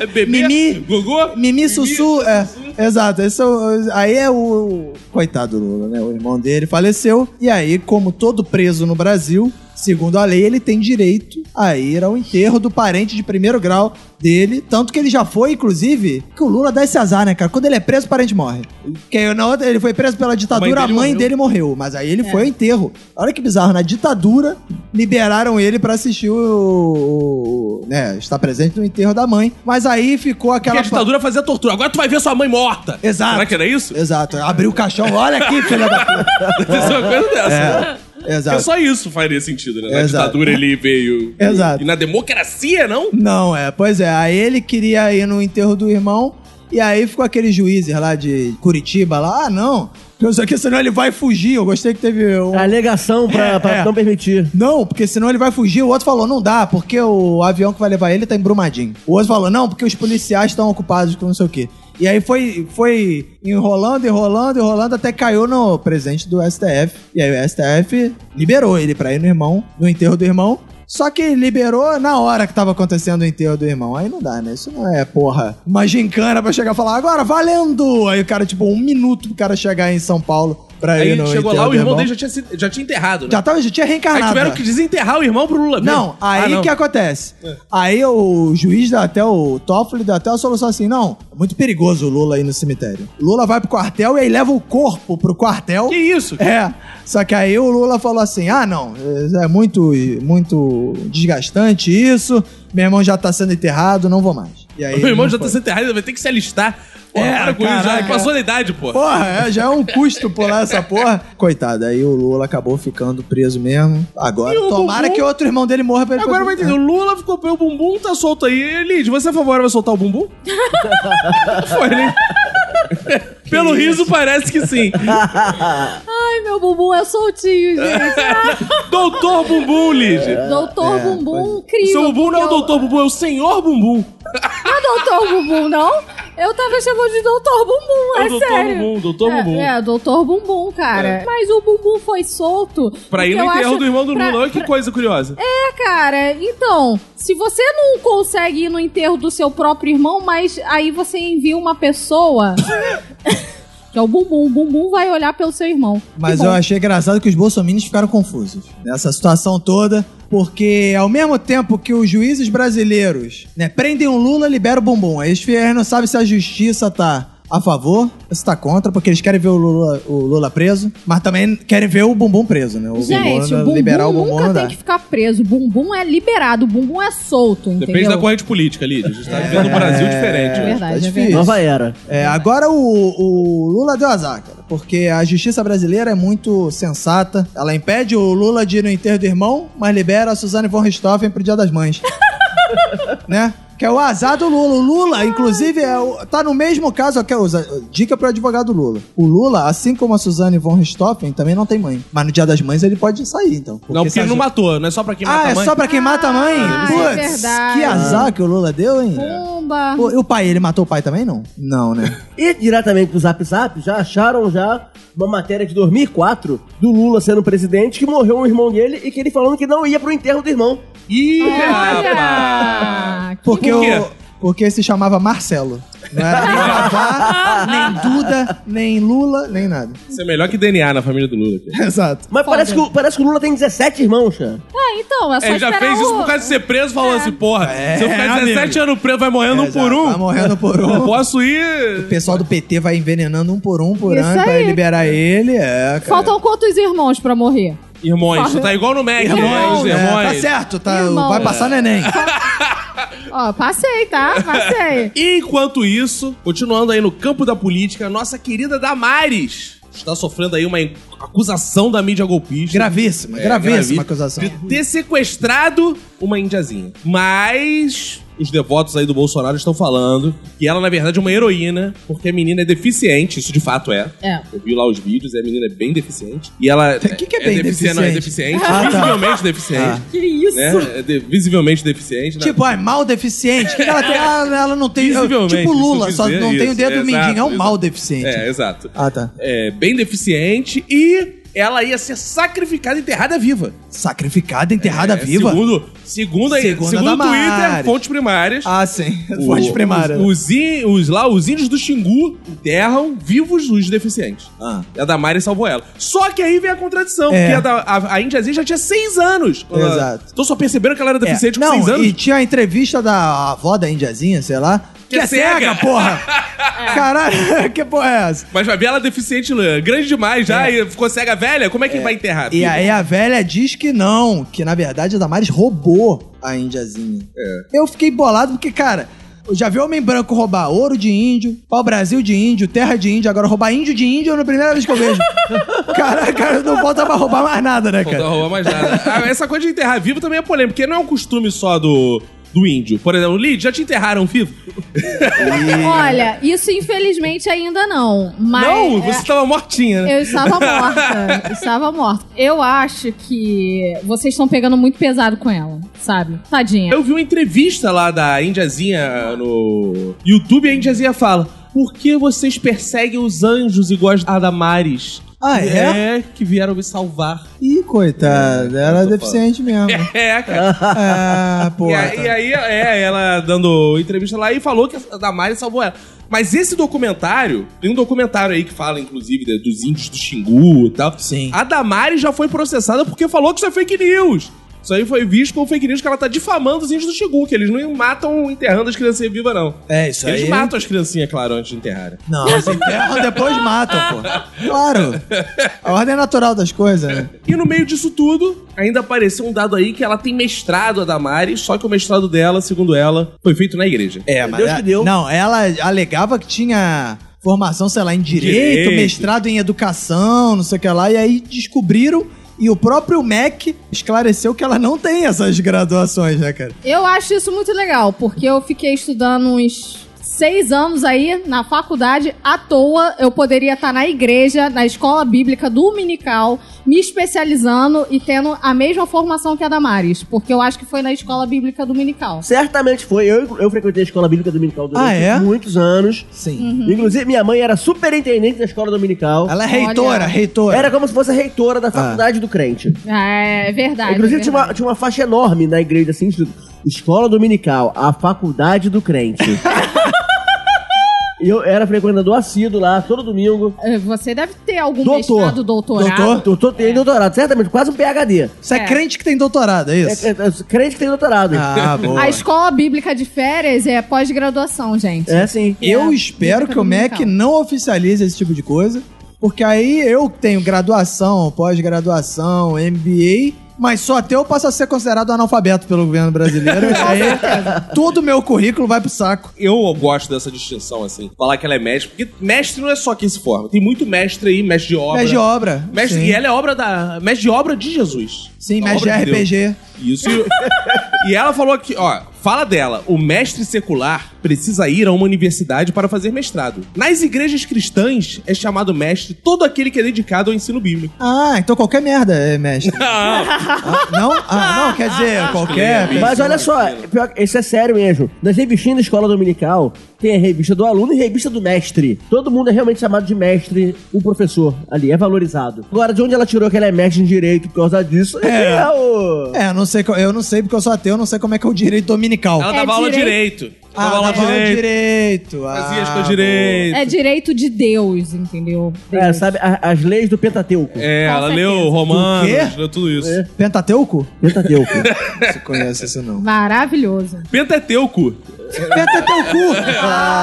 [SPEAKER 2] Bebê?
[SPEAKER 3] Mimi.
[SPEAKER 2] Gugu?
[SPEAKER 3] Mimi Sussu, é. Exato. Esse é o- aí é o. Coitado do Lula, né? O irmão dele faleceu. E aí, como todo preso no Brasil, segundo a lei, ele tem direito a ir ao enterro do parente de primeiro grau dele. Tanto que ele já foi, inclusive, que o Lula dá esse azar, né, cara? Quando ele é preso, o parente morre. Que na outra, ele foi preso pela ditadura, a
[SPEAKER 2] dele
[SPEAKER 3] mãe
[SPEAKER 2] morreu.
[SPEAKER 3] dele morreu. Mas aí ele foi ao enterro. Olha que bizarro, na ditadura, liberaram ele pra assistir o. o- o- né, estar presente no enterro da mãe. Mas aí ficou
[SPEAKER 2] Porque
[SPEAKER 3] aquela.
[SPEAKER 2] a ditadura fazia tortura. Agora tu vai ver sua mãe morta.
[SPEAKER 3] Exato.
[SPEAKER 2] Será que era isso?
[SPEAKER 3] Exato. Abriu o caixão, olha aqui, filha da puta.
[SPEAKER 2] Isso é uma coisa dessa. É
[SPEAKER 3] Exato.
[SPEAKER 2] só isso faria sentido, né? Na
[SPEAKER 3] Exato.
[SPEAKER 2] ditadura ele veio.
[SPEAKER 3] Exato.
[SPEAKER 2] E na democracia, não?
[SPEAKER 3] Não, é, pois é. Aí ele queria ir no enterro do irmão, e aí ficou aquele juiz lá de Curitiba lá, ah, não. Eu sei que senão ele vai fugir. Eu gostei que teve um.
[SPEAKER 5] A alegação pra, pra
[SPEAKER 3] é.
[SPEAKER 5] não permitir.
[SPEAKER 3] Não, porque senão ele vai fugir. O outro falou, não dá, porque o avião que vai levar ele tá embrumadinho. O outro falou, não, porque os policiais estão ocupados com não sei o quê. E aí foi, foi enrolando, enrolando, enrolando, até caiu no presidente do STF. E aí o STF liberou ele pra ir no irmão, no enterro do irmão. Só que liberou na hora que tava acontecendo o enterro do irmão. Aí não dá, né? Isso não é, porra, uma gincana pra chegar e falar, agora valendo! Aí o cara, tipo, um minuto pro cara chegar em São Paulo pra
[SPEAKER 2] Aí
[SPEAKER 3] ir no
[SPEAKER 2] chegou
[SPEAKER 3] enterro
[SPEAKER 2] lá, o
[SPEAKER 3] do
[SPEAKER 2] irmão dele já tinha, sido- já tinha enterrado, né?
[SPEAKER 3] Já, tava, já tinha reencarnado.
[SPEAKER 2] Aí tiveram
[SPEAKER 3] né?
[SPEAKER 2] que desenterrar o irmão pro Lula. ver.
[SPEAKER 3] Não, aí
[SPEAKER 2] Ah, não.
[SPEAKER 3] que acontece. Aí o juiz dá até o Toffoli dá até a solução assim: não, é muito perigoso o Lula aí no cemitério. O Lula vai pro quartel e aí leva o corpo pro quartel.
[SPEAKER 2] Que isso?
[SPEAKER 3] É. Só que aí o Lula falou assim: ah, não, é muito, muito desgastante isso. Meu irmão já tá sendo enterrado, não vou mais. E aí,
[SPEAKER 2] Meu irmão
[SPEAKER 3] não
[SPEAKER 2] já tá
[SPEAKER 3] foi.
[SPEAKER 2] sendo enterrado, ele vai ter que se alistar. Pô,
[SPEAKER 3] É,
[SPEAKER 2] para com isso, já
[SPEAKER 3] caraca.
[SPEAKER 2] passou da idade, pô.
[SPEAKER 3] Porra, é, já é um custo pular essa porra. Coitado, aí o Lula acabou ficando preso mesmo. Agora,
[SPEAKER 2] E o
[SPEAKER 3] tomara
[SPEAKER 2] Bumbum?
[SPEAKER 3] que outro irmão dele morra pra ele
[SPEAKER 2] Agora
[SPEAKER 3] poder-
[SPEAKER 2] vai entender. O Lula ficou bem, o bumbum tá solto aí. Lid, você é favorável a soltar o bumbum? Foi, né? Pelo riso, parece que sim.
[SPEAKER 4] Ai, meu bumbum é soltinho, gente.
[SPEAKER 2] Doutor Bumbum, Lid.
[SPEAKER 4] doutor
[SPEAKER 3] É,
[SPEAKER 4] Bumbum, incrível.
[SPEAKER 2] Seu bumbum não é o
[SPEAKER 4] porque eu-
[SPEAKER 2] doutor bumbum, é o senhor bumbum.
[SPEAKER 4] Não é doutor Bumbum, não? Eu tava chamando de doutor Bumbum,
[SPEAKER 2] É
[SPEAKER 4] é,
[SPEAKER 2] o doutor
[SPEAKER 4] sério.
[SPEAKER 2] Bumbum, doutor
[SPEAKER 4] é,
[SPEAKER 2] Bumbum. É.
[SPEAKER 4] É, doutor Bumbum, cara. Mas o Bumbum foi solto.
[SPEAKER 2] Pra ir
[SPEAKER 4] porque
[SPEAKER 2] no
[SPEAKER 4] eu
[SPEAKER 2] enterro
[SPEAKER 4] acho-
[SPEAKER 2] do irmão do
[SPEAKER 4] pra-
[SPEAKER 2] Lula. Olha que coisa curiosa.
[SPEAKER 4] É, cara. Então, se você não consegue ir no enterro do seu próprio irmão, mas aí você envia uma pessoa. que é o Bumbum. O Bumbum vai olhar pelo seu irmão.
[SPEAKER 3] Mas
[SPEAKER 4] Que
[SPEAKER 3] eu
[SPEAKER 4] bom.
[SPEAKER 3] achei engraçado que os bolsominions ficaram confusos nessa situação toda, porque ao mesmo tempo que os um juízes brasileiros né, prendem o Lula, liberam o bumbum. Aí eles fi- eles não sabem se a justiça tá a favor, você tá contra, porque eles querem ver o Lula, o Lula preso, mas também querem ver o bumbum preso, né? O
[SPEAKER 4] Gente,
[SPEAKER 3] bumbum,
[SPEAKER 4] o bumbum
[SPEAKER 3] liberar o bumbum
[SPEAKER 4] nunca
[SPEAKER 3] não
[SPEAKER 4] tem
[SPEAKER 3] dá.
[SPEAKER 4] que ficar preso. O bumbum é liberado, o bumbum é solto, entendeu?
[SPEAKER 2] Depende da corrente política, Lídia. A gente tá vivendo um Brasil diferente.
[SPEAKER 4] É
[SPEAKER 2] né?
[SPEAKER 4] verdade, é
[SPEAKER 3] difícil.
[SPEAKER 4] verdade.
[SPEAKER 5] Nova era.
[SPEAKER 3] É, agora o, o Lula deu azar, cara, porque a justiça brasileira é muito sensata. Ela impede o Lula de ir no enterro do irmão, mas libera a Suzane von Richthofen pro Dia das Mães. né? Que é o azar do Lula. O Lula, inclusive, é o- tá no mesmo caso. Que é, dica pro advogado Lula. O Lula, assim como a Suzane von Richthofen, também não tem mãe. Mas no Dia das Mães ele pode sair, então.
[SPEAKER 2] Não, porque
[SPEAKER 3] se a
[SPEAKER 2] ele não
[SPEAKER 3] ju-
[SPEAKER 2] matou, não é só pra quem mata
[SPEAKER 3] Ah,
[SPEAKER 2] a
[SPEAKER 3] é
[SPEAKER 2] mãe.
[SPEAKER 3] só pra quem mata a mãe?
[SPEAKER 4] Ah, é
[SPEAKER 3] Putz,
[SPEAKER 4] verdade.
[SPEAKER 3] que azar que o Lula deu, hein?
[SPEAKER 4] Bomba.
[SPEAKER 3] Pô, E o pai, ele matou o pai também, não? Não, né?
[SPEAKER 5] E diretamente pro Zap Zap, já acharam já uma matéria de 2004 do Lula sendo presidente, que morreu um irmão dele e que ele falando que não ia pro enterro do irmão.
[SPEAKER 2] Ih,
[SPEAKER 4] Olha! que
[SPEAKER 3] Porque,
[SPEAKER 2] Por quê?
[SPEAKER 3] o, porque se chamava Marcelo. Não era nem Vavá, nem Duda, nem Lula, nem nada.
[SPEAKER 2] Isso é melhor que DNA na família do Lula. cara.
[SPEAKER 3] Exato.
[SPEAKER 5] Mas parece que, o- parece que o Lula tem 17 irmãos, cara.
[SPEAKER 4] Ah, então, é só
[SPEAKER 2] Ele já
[SPEAKER 4] esperar
[SPEAKER 2] fez
[SPEAKER 4] o...
[SPEAKER 2] isso por causa de ser preso, falando assim, porra, se eu ficar
[SPEAKER 3] amigo.
[SPEAKER 2] 17 anos preso, vai morrendo um
[SPEAKER 3] Exato.
[SPEAKER 2] por um.
[SPEAKER 3] Tá morrendo por
[SPEAKER 2] Eu
[SPEAKER 3] um.
[SPEAKER 2] posso
[SPEAKER 3] O
[SPEAKER 2] ir.
[SPEAKER 3] pessoal do PT vai envenenando um por um por
[SPEAKER 4] Isso
[SPEAKER 3] ano pra
[SPEAKER 4] aí.
[SPEAKER 3] liberar ele. É, cara.
[SPEAKER 4] Faltam quantos irmãos pra morrer?
[SPEAKER 2] Irmãos, tu tá igual no Mac, irmãos,
[SPEAKER 4] Irmãos,
[SPEAKER 3] É,
[SPEAKER 2] irmãos.
[SPEAKER 3] tá certo, tá,
[SPEAKER 4] Irmão. É.
[SPEAKER 3] vai passar neném.
[SPEAKER 4] Ó, passei, tá? Passei.
[SPEAKER 2] Enquanto isso, continuando aí no campo da política, a nossa querida Damares está sofrendo aí uma in- acusação da mídia golpista.
[SPEAKER 3] Gravíssima,
[SPEAKER 2] É,
[SPEAKER 3] gravíssima
[SPEAKER 2] gravíssima.
[SPEAKER 3] acusação.
[SPEAKER 2] De ter sequestrado uma indiazinha. Mas os devotos aí do Bolsonaro estão falando que ela, na verdade, é uma heroína, porque a menina é deficiente, isso de fato é.
[SPEAKER 4] É.
[SPEAKER 2] Eu vi lá os vídeos, e a menina é bem deficiente. E ela.
[SPEAKER 3] O que que é bem
[SPEAKER 2] Não, é
[SPEAKER 3] deficiente?
[SPEAKER 2] deficiente.
[SPEAKER 3] Ah, tá. Ah.
[SPEAKER 2] visivelmente deficiente.
[SPEAKER 4] Que isso?
[SPEAKER 2] Né? É de- visivelmente deficiente. né?
[SPEAKER 3] Tipo, ah, é mal deficiente. O que que ela tem? Ela, ela não tem.
[SPEAKER 2] Visivelmente,
[SPEAKER 3] Tipo Lula,
[SPEAKER 2] isso
[SPEAKER 3] só
[SPEAKER 2] dizer
[SPEAKER 3] não tem o
[SPEAKER 2] isso,
[SPEAKER 3] dedo
[SPEAKER 2] exato,
[SPEAKER 3] mindinho. É um
[SPEAKER 2] exato.
[SPEAKER 3] mal deficiente.
[SPEAKER 2] É, exato.
[SPEAKER 3] Ah, tá.
[SPEAKER 2] é, bem deficiente e ela ia ser sacrificada e enterrada viva.
[SPEAKER 3] Sacrificada, enterrada
[SPEAKER 2] É,
[SPEAKER 3] Tá viva.
[SPEAKER 2] Segundo, segundo, aí-
[SPEAKER 3] Segundo a
[SPEAKER 2] segundo o Twitter,
[SPEAKER 3] Damares.
[SPEAKER 2] fontes primárias.
[SPEAKER 3] Ah, sim.
[SPEAKER 2] o-
[SPEAKER 3] Fonte primária. né?
[SPEAKER 2] Os, os in- os lá, os índios do Xingu enterram vivos os deficientes.
[SPEAKER 3] Ah.
[SPEAKER 2] E a Damares salvou ela. Só que aí vem a contradição,
[SPEAKER 3] É.
[SPEAKER 2] porque a, da- a, a índiazinha já tinha seis anos. quando ela-
[SPEAKER 3] Exato. É.
[SPEAKER 2] Então só perceberam que ela era deficiente com
[SPEAKER 3] não,
[SPEAKER 2] seis anos.
[SPEAKER 3] e tinha a entrevista da avó da indiazinha, sei lá.
[SPEAKER 2] Que é cega.
[SPEAKER 3] porra! Caralho, que porra é essa?
[SPEAKER 2] Mas vai ver ela deficiente, né, grande demais já, e ficou cega velha. Como é que vai enterrar?
[SPEAKER 3] E
[SPEAKER 2] viva?
[SPEAKER 3] aí a velha diz que não, que na verdade a Damares roubou a indiazinha. Eu fiquei bolado porque, cara, eu já vi homem branco roubar ouro de índio, pau-brasil de índio, terra de índio, agora roubar índio de índio é a primeira vez que eu vejo. Caraca, cara, não volta pra roubar mais nada, né,
[SPEAKER 2] Não
[SPEAKER 3] cara?
[SPEAKER 2] dá roubar mais nada. Ah, Essa coisa de enterrar vivo também é polêmica, porque não é um costume só do, do índio. Por exemplo, Lid, já te enterraram vivo?
[SPEAKER 4] Olha, isso infelizmente ainda não. Mas
[SPEAKER 2] não,
[SPEAKER 4] é,
[SPEAKER 2] você estava mortinha, né?
[SPEAKER 4] eu estava morta. Estava morta. Eu acho que vocês estão pegando muito pesado com ela, sabe? Tadinha.
[SPEAKER 2] Eu... vi uma entrevista lá da índiazinha no YouTube e a índiazinha fala: Por que vocês perseguem os anjos iguais a Damares?
[SPEAKER 3] Ah, é?
[SPEAKER 2] É que vieram me salvar.
[SPEAKER 3] Ih, coitada, era deficiente mesmo.
[SPEAKER 2] É, cara.
[SPEAKER 3] Ah,
[SPEAKER 2] E,
[SPEAKER 3] porra.
[SPEAKER 2] aí- e aí, é, ela dando entrevista lá e falou que a Damares salvou ela. Mas esse documentário, tem um documentário aí que fala, inclusive, né, dos índios do Xingu e tal.
[SPEAKER 3] Sim.
[SPEAKER 2] A Damares já foi processada porque falou que isso é fake news. Isso aí foi visto como fake news que ela tá difamando os índios do Xingu, que eles não matam enterrando as criancinhas vivas, não.
[SPEAKER 3] É, isso
[SPEAKER 2] eles
[SPEAKER 3] aí.
[SPEAKER 2] matam as criancinhas, claro, antes de enterrarem.
[SPEAKER 3] Não, se enterram, depois matam, pô. Claro. A ordem é natural das coisas, né?
[SPEAKER 2] E no meio disso tudo, ainda apareceu um dado aí que ela tem mestrado, a Damares, só que o mestrado dela, segundo ela, foi feito na igreja.
[SPEAKER 3] É,
[SPEAKER 5] mas Deus que deu.
[SPEAKER 3] Não, ela alegava que tinha formação, sei lá, em direito,
[SPEAKER 2] Direito.
[SPEAKER 3] mestrado em educação, não sei o que lá, e aí descobriram. E o próprio MEC esclareceu que ela não tem essas graduações, né, cara?
[SPEAKER 4] Eu acho isso muito legal, porque eu fiquei estudando uns seis anos aí na faculdade, à toa. Eu poderia estar na igreja, na escola bíblica dominical, me especializando e tendo a mesma formação que a Damares, porque eu acho que foi na escola bíblica dominical.
[SPEAKER 5] Certamente foi. Eu, eu frequentei a escola bíblica dominical durante
[SPEAKER 3] Ah, é?
[SPEAKER 5] muitos anos.
[SPEAKER 3] Sim.
[SPEAKER 5] Inclusive, minha mãe era superintendente da escola dominical.
[SPEAKER 3] Ela Ah. é
[SPEAKER 4] Olha.
[SPEAKER 3] reitora, reitora.
[SPEAKER 5] Era como se fosse a reitora da faculdade do crente.
[SPEAKER 4] Ah, É verdade.
[SPEAKER 5] Inclusive,
[SPEAKER 4] é
[SPEAKER 5] tinha uma,
[SPEAKER 4] verdade.
[SPEAKER 5] tinha uma faixa enorme na igreja, assim, escrito, Escola Dominical, a faculdade do crente. E eu era frequentador assíduo lá, todo domingo.
[SPEAKER 4] Eh, Você deve ter algum
[SPEAKER 5] Doutor.
[SPEAKER 4] mestrado, doutorado.
[SPEAKER 5] Doutor? Doutor tem doutorado, certamente, quase um PHD.
[SPEAKER 3] Você é.
[SPEAKER 4] É.
[SPEAKER 3] crente que tem doutorado, é
[SPEAKER 5] É,
[SPEAKER 3] isso?
[SPEAKER 5] é, é, crente que tem doutorado.
[SPEAKER 3] Ah, boa.
[SPEAKER 4] A escola bíblica de férias é pós-graduação, gente.
[SPEAKER 5] É sim.
[SPEAKER 3] Eu
[SPEAKER 4] É,
[SPEAKER 3] espero
[SPEAKER 4] bíblica
[SPEAKER 3] que o MEC
[SPEAKER 4] dominical.
[SPEAKER 3] não oficialize esse tipo de coisa, porque aí eu tenho graduação, pós-graduação, MBA, mas só até eu passo a ser considerado analfabeto pelo governo brasileiro. e aí todo o meu currículo vai pro saco.
[SPEAKER 2] Eu gosto dessa distinção, assim. Falar que ela é mestre. Porque mestre não é só quem se forma. Tem muito mestre aí, mestre de obra.
[SPEAKER 3] Mestre de obra.
[SPEAKER 2] Mestre-
[SPEAKER 3] sim.
[SPEAKER 2] e ela é obra da. Mestre de obra de Jesus.
[SPEAKER 3] Sim,
[SPEAKER 2] Da
[SPEAKER 3] mestre
[SPEAKER 2] obra
[SPEAKER 3] de
[SPEAKER 2] Deus.
[SPEAKER 3] RPG.
[SPEAKER 2] Isso. e ela falou aqui, ó, fala dela. O mestre secular precisa ir a uma universidade para fazer mestrado. Nas igrejas cristãs é chamado mestre todo aquele que é dedicado ao ensino bíblico.
[SPEAKER 3] Ah, então qualquer merda é mestre.
[SPEAKER 2] Ah,
[SPEAKER 3] Ah, não? Ah, não, quer dizer, qualquer.
[SPEAKER 2] Leia,
[SPEAKER 5] Mas
[SPEAKER 2] Isso,
[SPEAKER 5] olha só,
[SPEAKER 2] aquilo.
[SPEAKER 5] pior que- isso é sério mesmo. Nas revistinhas da escola dominical, tem a revista do aluno e a revista do mestre. Todo mundo é realmente chamado de mestre, o professor ali, é valorizado. Agora, de onde ela tirou que ela é mestre em direito por causa disso, é, o...
[SPEAKER 3] É, eu não sei, co- eu não sei porque eu sou ateu, eu não sei como é que é o direito dominical.
[SPEAKER 2] ela
[SPEAKER 4] É
[SPEAKER 2] dava aula direito.
[SPEAKER 3] Ah,
[SPEAKER 2] Dava aula
[SPEAKER 3] dava aula
[SPEAKER 2] direito.
[SPEAKER 3] direito. Ah,
[SPEAKER 2] Fazia as coisas direito.
[SPEAKER 4] É direito de Deus, entendeu? Deus.
[SPEAKER 5] É, sabe, a- as leis do Pentateuco.
[SPEAKER 2] É,
[SPEAKER 4] Com
[SPEAKER 2] ela
[SPEAKER 4] certeza.
[SPEAKER 2] leu
[SPEAKER 3] Do
[SPEAKER 2] Romanos,
[SPEAKER 3] quê?
[SPEAKER 2] leu tudo isso.
[SPEAKER 5] É.
[SPEAKER 3] Pentateuco?
[SPEAKER 5] Pentateuco.
[SPEAKER 3] Você conhece isso não.
[SPEAKER 4] Maravilhoso.
[SPEAKER 2] Pentateuco.
[SPEAKER 3] Penta teu cu!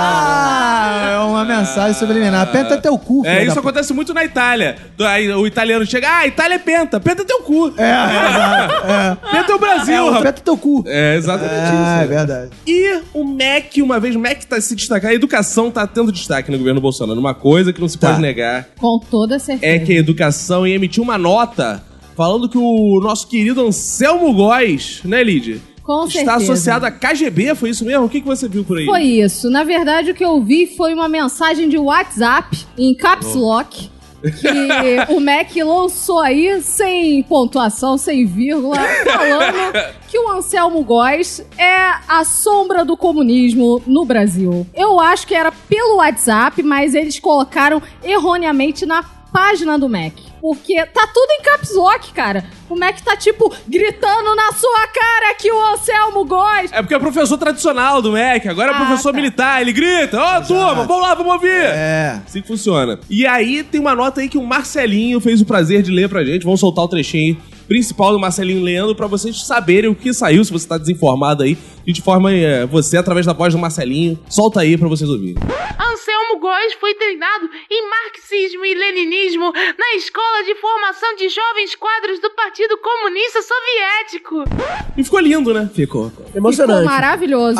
[SPEAKER 3] Ah, é uma mensagem subliminar. Penta teu cu, filho
[SPEAKER 2] É, isso
[SPEAKER 3] da p-
[SPEAKER 2] acontece muito na Itália. Do- Aí o italiano chega, ah, Itália é penta. Penta é teu cu.
[SPEAKER 3] É, é, exato,
[SPEAKER 2] Penta é o
[SPEAKER 3] é. é
[SPEAKER 2] Brasil,
[SPEAKER 3] o
[SPEAKER 2] rapaz.
[SPEAKER 3] penta teu cu.
[SPEAKER 2] É, exatamente isso.
[SPEAKER 3] Ah, é verdade.
[SPEAKER 2] E o MEC, uma vez, o MEC tá se destacando, a educação tá tendo destaque no governo Bolsonaro. Uma coisa que não se pode
[SPEAKER 3] Tá.
[SPEAKER 2] negar
[SPEAKER 4] Com toda certeza.
[SPEAKER 2] é que a educação emitiu uma nota falando que o nosso querido Anselmo Góes, né, Lid?
[SPEAKER 4] Com
[SPEAKER 2] Está
[SPEAKER 4] certeza.
[SPEAKER 2] associado à KGB, foi isso mesmo? O que, que você viu por aí?
[SPEAKER 4] Foi isso. Na verdade, o que eu vi foi uma mensagem de WhatsApp em caps lock. Que o Mac lançou aí, sem pontuação, sem vírgula, falando que o Anselmo Góes é a sombra do comunismo no Brasil. Eu acho que era pelo WhatsApp, mas eles colocaram erroneamente na página do Mac. Porque tá tudo em caps lock, cara. O Mac tá, tipo, gritando na sua cara que o Anselmo Góes
[SPEAKER 2] É porque é professor tradicional do MEC, agora é
[SPEAKER 4] Ah,
[SPEAKER 2] professor
[SPEAKER 4] tá.
[SPEAKER 2] militar, ele grita, ó, turma, vamos lá, vamos ouvir.
[SPEAKER 3] É.
[SPEAKER 2] Assim que funciona. E aí tem uma nota aí que o Marcelinho fez o prazer de ler pra gente. Vamos soltar o trechinho principal do Marcelinho lendo pra vocês saberem o que saiu, se você tá desinformado aí. A gente forma eh, você através da voz do Marcelinho. Solta aí pra vocês ouvirem.
[SPEAKER 8] Anselmo Góes foi treinado em marxismo e leninismo na Escola de Formação de Jovens Quadros do Partido Comunista Soviético.
[SPEAKER 2] E ficou lindo, né?
[SPEAKER 3] Ficou.
[SPEAKER 4] Ficou
[SPEAKER 5] Emocionante.
[SPEAKER 4] maravilhoso.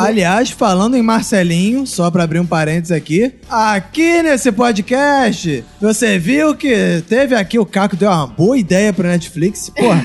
[SPEAKER 3] Aliás, falando em Marcelinho, só pra abrir um parênteses aqui, aqui nesse podcast, você viu que teve aqui o Caco deu uma boa ideia pro Netflix. Porra,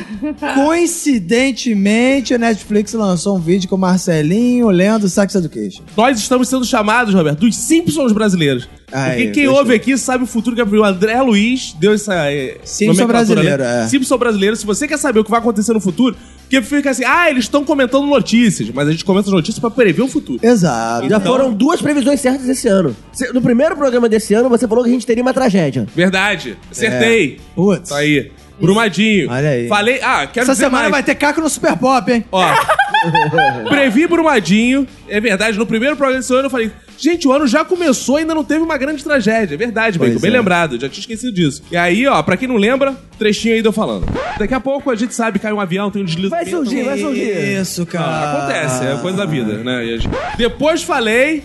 [SPEAKER 3] coincidentemente, a Netflix lançou um vídeo com o Marcelinho lendo Sex Education.
[SPEAKER 2] Nós estamos sendo chamados, Roberto, dos Simpsons brasileiros.
[SPEAKER 3] Aí,
[SPEAKER 2] Porque quem
[SPEAKER 3] gostei.
[SPEAKER 2] ouve aqui sabe o futuro que é o André Luiz deu essa. eh,
[SPEAKER 3] Simpson
[SPEAKER 2] nomenclatura,
[SPEAKER 3] brasileiro, é.
[SPEAKER 2] Simpson brasileiro. Se você quer saber o que vai acontecer no futuro, porque fica assim, ah, eles estão comentando notícias, mas a gente comenta as notícias pra prever o futuro.
[SPEAKER 3] Exato.
[SPEAKER 5] Já
[SPEAKER 2] Então-
[SPEAKER 5] foram duas previsões certas esse ano. Cê- No primeiro programa desse ano, você falou que a gente teria uma tragédia.
[SPEAKER 2] Verdade. Acertei.
[SPEAKER 3] É. Putz.
[SPEAKER 2] Tá aí. Brumadinho.
[SPEAKER 3] Olha aí.
[SPEAKER 2] Falei. Ah, quero
[SPEAKER 3] Essa
[SPEAKER 2] dizer
[SPEAKER 3] semana
[SPEAKER 2] mais.
[SPEAKER 3] vai ter caco no Super Pop, hein?
[SPEAKER 2] Ó. Previ Brumadinho. É verdade. No primeiro programa desse ano eu falei. Gente, o ano já começou e ainda não teve uma grande tragédia. É verdade, Bacon.
[SPEAKER 3] Pois
[SPEAKER 2] Bem
[SPEAKER 3] é.
[SPEAKER 2] lembrado. Já tinha esquecido disso. E aí, ó, pra quem não lembra, trechinho aí de eu falando. Daqui a pouco a gente sabe, cai um avião, tem um deslizamento.
[SPEAKER 5] Vai surgir, vai surgir.
[SPEAKER 3] Isso,
[SPEAKER 2] Não,
[SPEAKER 3] cara.
[SPEAKER 2] acontece, é coisa da vida, né? E a gente- Depois falei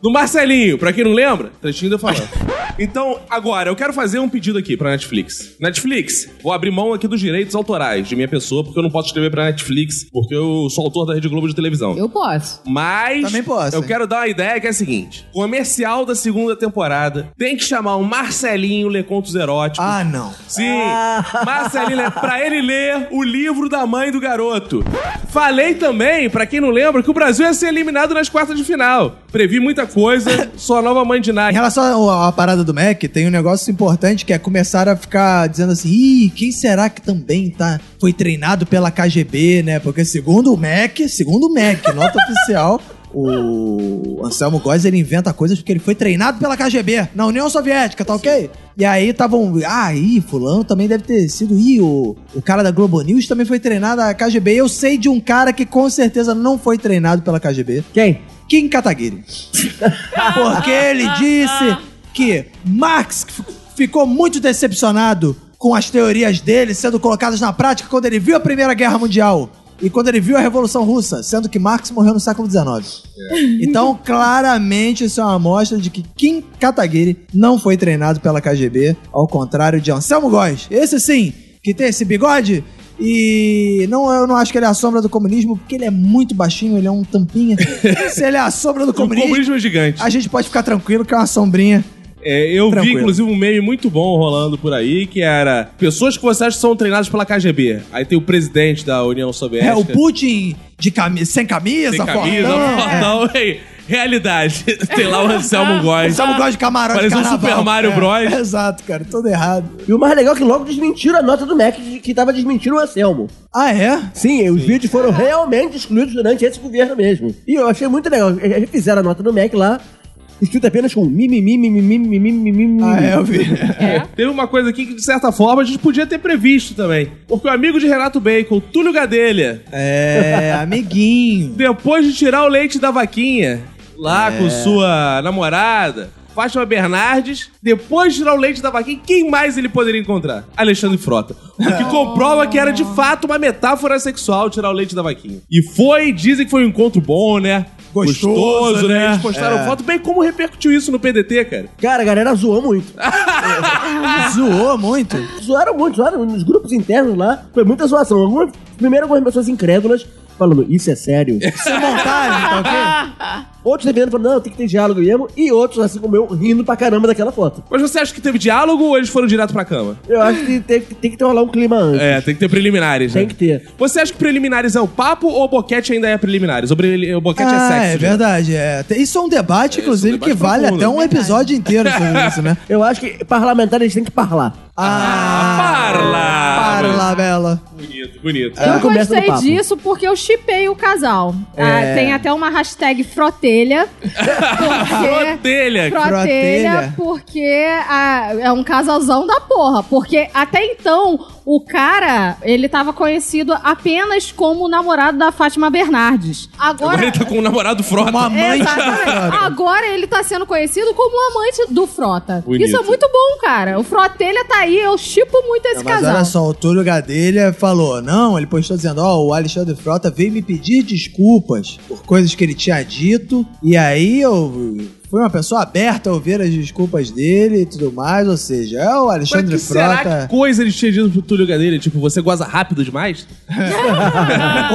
[SPEAKER 2] do Marcelinho, pra quem não lembra, trechinho eu falando. Então, agora, eu quero fazer um pedido aqui pra Netflix. Netflix, vou abrir mão aqui dos direitos autorais de minha pessoa, porque eu não posso escrever pra Netflix, porque eu sou autor da Rede Globo de televisão.
[SPEAKER 4] Eu posso.
[SPEAKER 2] Mas
[SPEAKER 3] Também posso,
[SPEAKER 2] eu
[SPEAKER 3] hein?
[SPEAKER 2] quero dar uma ideia que é a seguinte: comercial da segunda temporada tem que chamar o Marcelinho Lecontos Eróticos.
[SPEAKER 3] Ah, não.
[SPEAKER 2] Sim,
[SPEAKER 3] Ah.
[SPEAKER 2] Marcelinho, Le- pra ele ler o livro da mãe do garoto. Falei também, pra quem não lembra, que o Brasil ia ser eliminado nas quartas de final. Previ muita coisa, sou a nova mãe de
[SPEAKER 3] Em
[SPEAKER 2] Nike.
[SPEAKER 3] relação à à parada do Mac, tem um negócio importante que é começar a ficar dizendo assim: Ih, quem será que também tá, foi treinado pela KGB, né? Porque segundo o Mac, segundo o Mac, nota oficial, o Anselmo Góes, ele inventa coisas porque ele foi treinado pela KGB, na União Soviética, tá ok? E aí estavam, ah, ih, fulano também deve ter sido, ih, o, o cara da Globo News também foi treinado a KGB. Eu sei de um cara que com certeza não foi treinado pela KGB.
[SPEAKER 5] Quem?
[SPEAKER 3] Kim Kataguiri. Porque ele disse que Marx f- ficou muito decepcionado com as teorias dele sendo colocadas na prática quando ele viu a Primeira Guerra Mundial. E quando ele viu a Revolução Russa, sendo que Marx morreu no século XIX. Então, claramente, isso é uma amostra de que Kim Kataguiri não foi treinado pela KGB, ao contrário de Anselmo Góes. Esse sim, que tem esse bigode. E não, eu não acho que ele é a sombra do comunismo, porque ele é muito baixinho, ele é um tampinha. Se ele é a sombra do
[SPEAKER 2] O comunismo é gigante.
[SPEAKER 3] a gente pode ficar tranquilo que é uma sombrinha.
[SPEAKER 2] É, eu vi,
[SPEAKER 3] Ah. Tranquilo.
[SPEAKER 2] inclusive, um meme muito bom rolando por aí, que era pessoas que você acha que são treinadas pela KGB. Aí tem o presidente da União Soviética.
[SPEAKER 3] É o Putin de cami sem camisa,
[SPEAKER 2] sem camisa,
[SPEAKER 3] fortão.
[SPEAKER 2] fortão. ei, realidade. tem lá o Anselmo
[SPEAKER 3] É.
[SPEAKER 2] Góes.
[SPEAKER 3] Sabe o gosto de camarão
[SPEAKER 2] Parece
[SPEAKER 3] de
[SPEAKER 2] um
[SPEAKER 3] carnaval.
[SPEAKER 2] Super Mario
[SPEAKER 3] É,
[SPEAKER 2] Bros.
[SPEAKER 3] Exato, cara. Todo errado.
[SPEAKER 5] E o mais legal é que logo desmentiram a nota do Mac de- que tava desmentindo o Anselmo.
[SPEAKER 3] Ah, é?
[SPEAKER 5] Sim, os vídeos foram realmente excluídos durante esse governo mesmo. E eu achei muito legal. Eles fizeram a nota do Mac lá, escrito apenas com mimimi, mimimi, mimimi, mimimi.
[SPEAKER 3] Ah, é, eu vi.
[SPEAKER 2] Teve uma coisa aqui que, de certa forma, a gente podia ter previsto também. Porque o amigo de Renato Bacon, Túlio Gadelha,
[SPEAKER 3] É, amiguinho.
[SPEAKER 2] depois de tirar o leite da vaquinha, lá com sua namorada, Fátima Bernardes, depois de tirar o leite da vaquinha, quem mais ele poderia encontrar? Alexandre Frota. O que comprova que era de fato uma metáfora sexual tirar o leite da vaquinha. E foi, dizem que foi um encontro bom, né? É.
[SPEAKER 3] Gostoso, né?
[SPEAKER 2] Eles postaram foto. Bem, como repercutiu isso no PDT, cara?
[SPEAKER 5] Cara, a galera zoou muito.
[SPEAKER 3] Zoou muito.
[SPEAKER 5] Zoaram muito, zoaram nos grupos internos lá. Foi muita zoação. Algumas, primeiro algumas pessoas incrédulas falando, isso é sério.
[SPEAKER 3] Isso é montagem, tá ok?
[SPEAKER 5] outros defendendo falando, não, tem que ter diálogo mesmo. E outros, assim como eu, rindo pra caramba daquela foto.
[SPEAKER 2] Mas você acha que teve diálogo ou eles foram direto pra cama?
[SPEAKER 5] Eu acho que tem, tem que ter rolar um clima antes.
[SPEAKER 2] É, tem que ter preliminares, né?
[SPEAKER 5] Tem que ter.
[SPEAKER 2] Você acha que preliminares é o papo ou o boquete ainda é preliminares? O, breli- o boquete é
[SPEAKER 3] Ah,
[SPEAKER 2] sexo.
[SPEAKER 3] é
[SPEAKER 2] né?
[SPEAKER 3] verdade. É. Tem- Isso é um debate, inclusive,
[SPEAKER 2] debate
[SPEAKER 3] que vale
[SPEAKER 2] profundo.
[SPEAKER 3] até um episódio inteiro sobre isso, né?
[SPEAKER 5] Eu acho que parlamentares têm que parlar.
[SPEAKER 3] Ah,
[SPEAKER 2] parla!
[SPEAKER 3] Para É. lá, Bela.
[SPEAKER 2] Bonito, bonito.
[SPEAKER 5] Ela
[SPEAKER 4] Eu
[SPEAKER 5] começa no
[SPEAKER 4] gostei
[SPEAKER 5] papo.
[SPEAKER 4] disso porque eu chipei o casal. Ah, tem até uma hashtag frotelha. porque...
[SPEAKER 2] Rodelha,
[SPEAKER 4] Frotelha,
[SPEAKER 3] Frotelha.
[SPEAKER 4] porque ah, é um casalzão da porra. Porque até então, o cara, ele tava conhecido apenas como o namorado da Fátima Bernardes. Agora.
[SPEAKER 2] Agora ele tá com o namorado Frota.
[SPEAKER 3] Uma mãe.
[SPEAKER 4] Exatamente. Agora ele tá sendo conhecido como o amante do Frota.
[SPEAKER 2] Bonito.
[SPEAKER 4] Isso é muito bom, cara. O Frotelha tá aí, eu chipo muito
[SPEAKER 3] Não,
[SPEAKER 4] esse
[SPEAKER 3] mas
[SPEAKER 4] casal.
[SPEAKER 3] olha só, o Túlio Gadelha falou, não, ele postou dizendo, ó, o Alexandre Frota veio me pedir desculpas por coisas que ele tinha dito, e aí eu fui uma pessoa aberta a ouvir as desculpas dele e tudo mais, ou seja, é o
[SPEAKER 2] Mas
[SPEAKER 3] Alexandre
[SPEAKER 2] que será que
[SPEAKER 3] Frota...
[SPEAKER 2] coisa ele tinha dito pro Túlio Gadelha? Tipo, você goza rápido demais?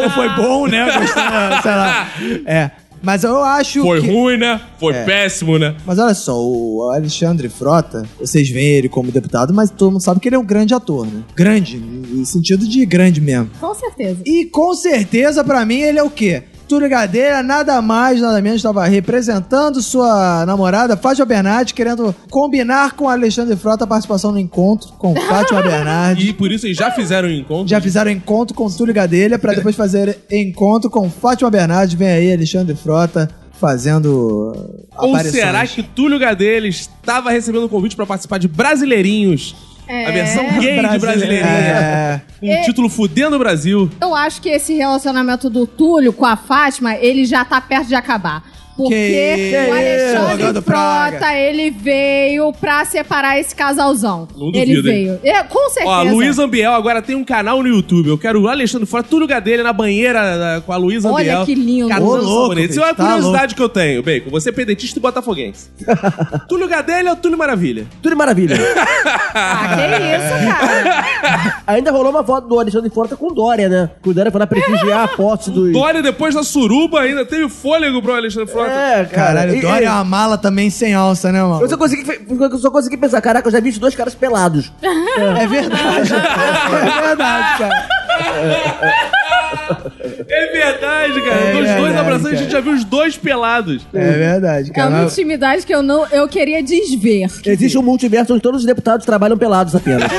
[SPEAKER 3] Ou foi bom, né? Gostou, sei lá. É, mas eu acho
[SPEAKER 2] Foi
[SPEAKER 3] que...
[SPEAKER 2] ruim, né? Foi
[SPEAKER 3] É.
[SPEAKER 2] péssimo, né?
[SPEAKER 3] Mas olha só, o Alexandre Frota, vocês veem ele como deputado, mas todo mundo sabe que ele é um grande ator, né? Grande, no sentido de grande mesmo.
[SPEAKER 4] Com certeza.
[SPEAKER 3] E com certeza, pra mim, ele é o quê? Túlio Gadeira, nada mais, nada menos, estava representando sua namorada, Fátima Bernardes, querendo combinar com Alexandre Frota a participação no encontro com Fátima Bernardes.
[SPEAKER 2] E por isso eles já fizeram um encontro.
[SPEAKER 3] Já fizeram encontro com Túlio Gadelha pra depois fazer encontro com Fátima Bernardes. Vem aí, Alexandre Frota, fazendo uh,
[SPEAKER 2] Ou
[SPEAKER 3] aparições.
[SPEAKER 2] será que Túlio Gadelha estava recebendo um convite pra participar de Brasileirinhos?
[SPEAKER 4] É.
[SPEAKER 2] A versão gay de Brasileirinha.
[SPEAKER 3] É.
[SPEAKER 2] Com o título Fudendo o Brasil.
[SPEAKER 4] Eu acho que esse relacionamento do Túlio com a Fátima, ele já tá perto de acabar. Porque
[SPEAKER 3] Que
[SPEAKER 4] o
[SPEAKER 3] isso,
[SPEAKER 4] Alexandre
[SPEAKER 3] jogando
[SPEAKER 4] Frota,
[SPEAKER 3] praga.
[SPEAKER 4] ele veio pra separar esse casalzão.
[SPEAKER 2] Não
[SPEAKER 4] ele
[SPEAKER 2] duvido, hein?
[SPEAKER 4] veio. É, com certeza.
[SPEAKER 2] Ó, a Luísa Ambiel agora tem um canal no YouTube. Eu quero o Alexandre Frota, Túlio Gadelha na banheira da- com a Luísa
[SPEAKER 4] Olha
[SPEAKER 2] Ambiel.
[SPEAKER 4] que lindo.
[SPEAKER 2] Catando
[SPEAKER 3] Ô, louco,
[SPEAKER 2] sabonete. Isso é uma
[SPEAKER 3] bicho, tá
[SPEAKER 2] curiosidade que eu tenho, Bacon. Você é pedetista e botafoguense. Túlio Gadelha ou Túlio Maravilha?
[SPEAKER 5] Tudo maravilha.
[SPEAKER 4] Ah, que isso, cara.
[SPEAKER 5] Ainda rolou uma foto do Alexandre Forta com o Dória, né? Que o Dória foi lá prestigiar a posse do...
[SPEAKER 2] Dória, depois da suruba, ainda teve fôlego pro Alexandre Frota.
[SPEAKER 5] É, cara.
[SPEAKER 3] Caralho,
[SPEAKER 5] E-
[SPEAKER 3] o Dória
[SPEAKER 5] e-
[SPEAKER 3] é uma mala também sem alça, né, mano?
[SPEAKER 5] Eu só, consegui, eu só consegui pensar, caraca, eu já vi esses dois caras pelados.
[SPEAKER 3] É verdade. é verdade, cara.
[SPEAKER 2] É verdade, cara.
[SPEAKER 3] É
[SPEAKER 2] Dos dois
[SPEAKER 3] verdade,
[SPEAKER 2] abraçando, a gente
[SPEAKER 3] cara.
[SPEAKER 2] já viu os dois pelados.
[SPEAKER 3] É verdade,
[SPEAKER 4] É
[SPEAKER 3] cara.
[SPEAKER 4] uma
[SPEAKER 3] Mas-
[SPEAKER 4] intimidade que eu não. Eu queria desver.
[SPEAKER 2] Tá
[SPEAKER 5] Existe um multiverso onde todos os deputados trabalham pelados apenas.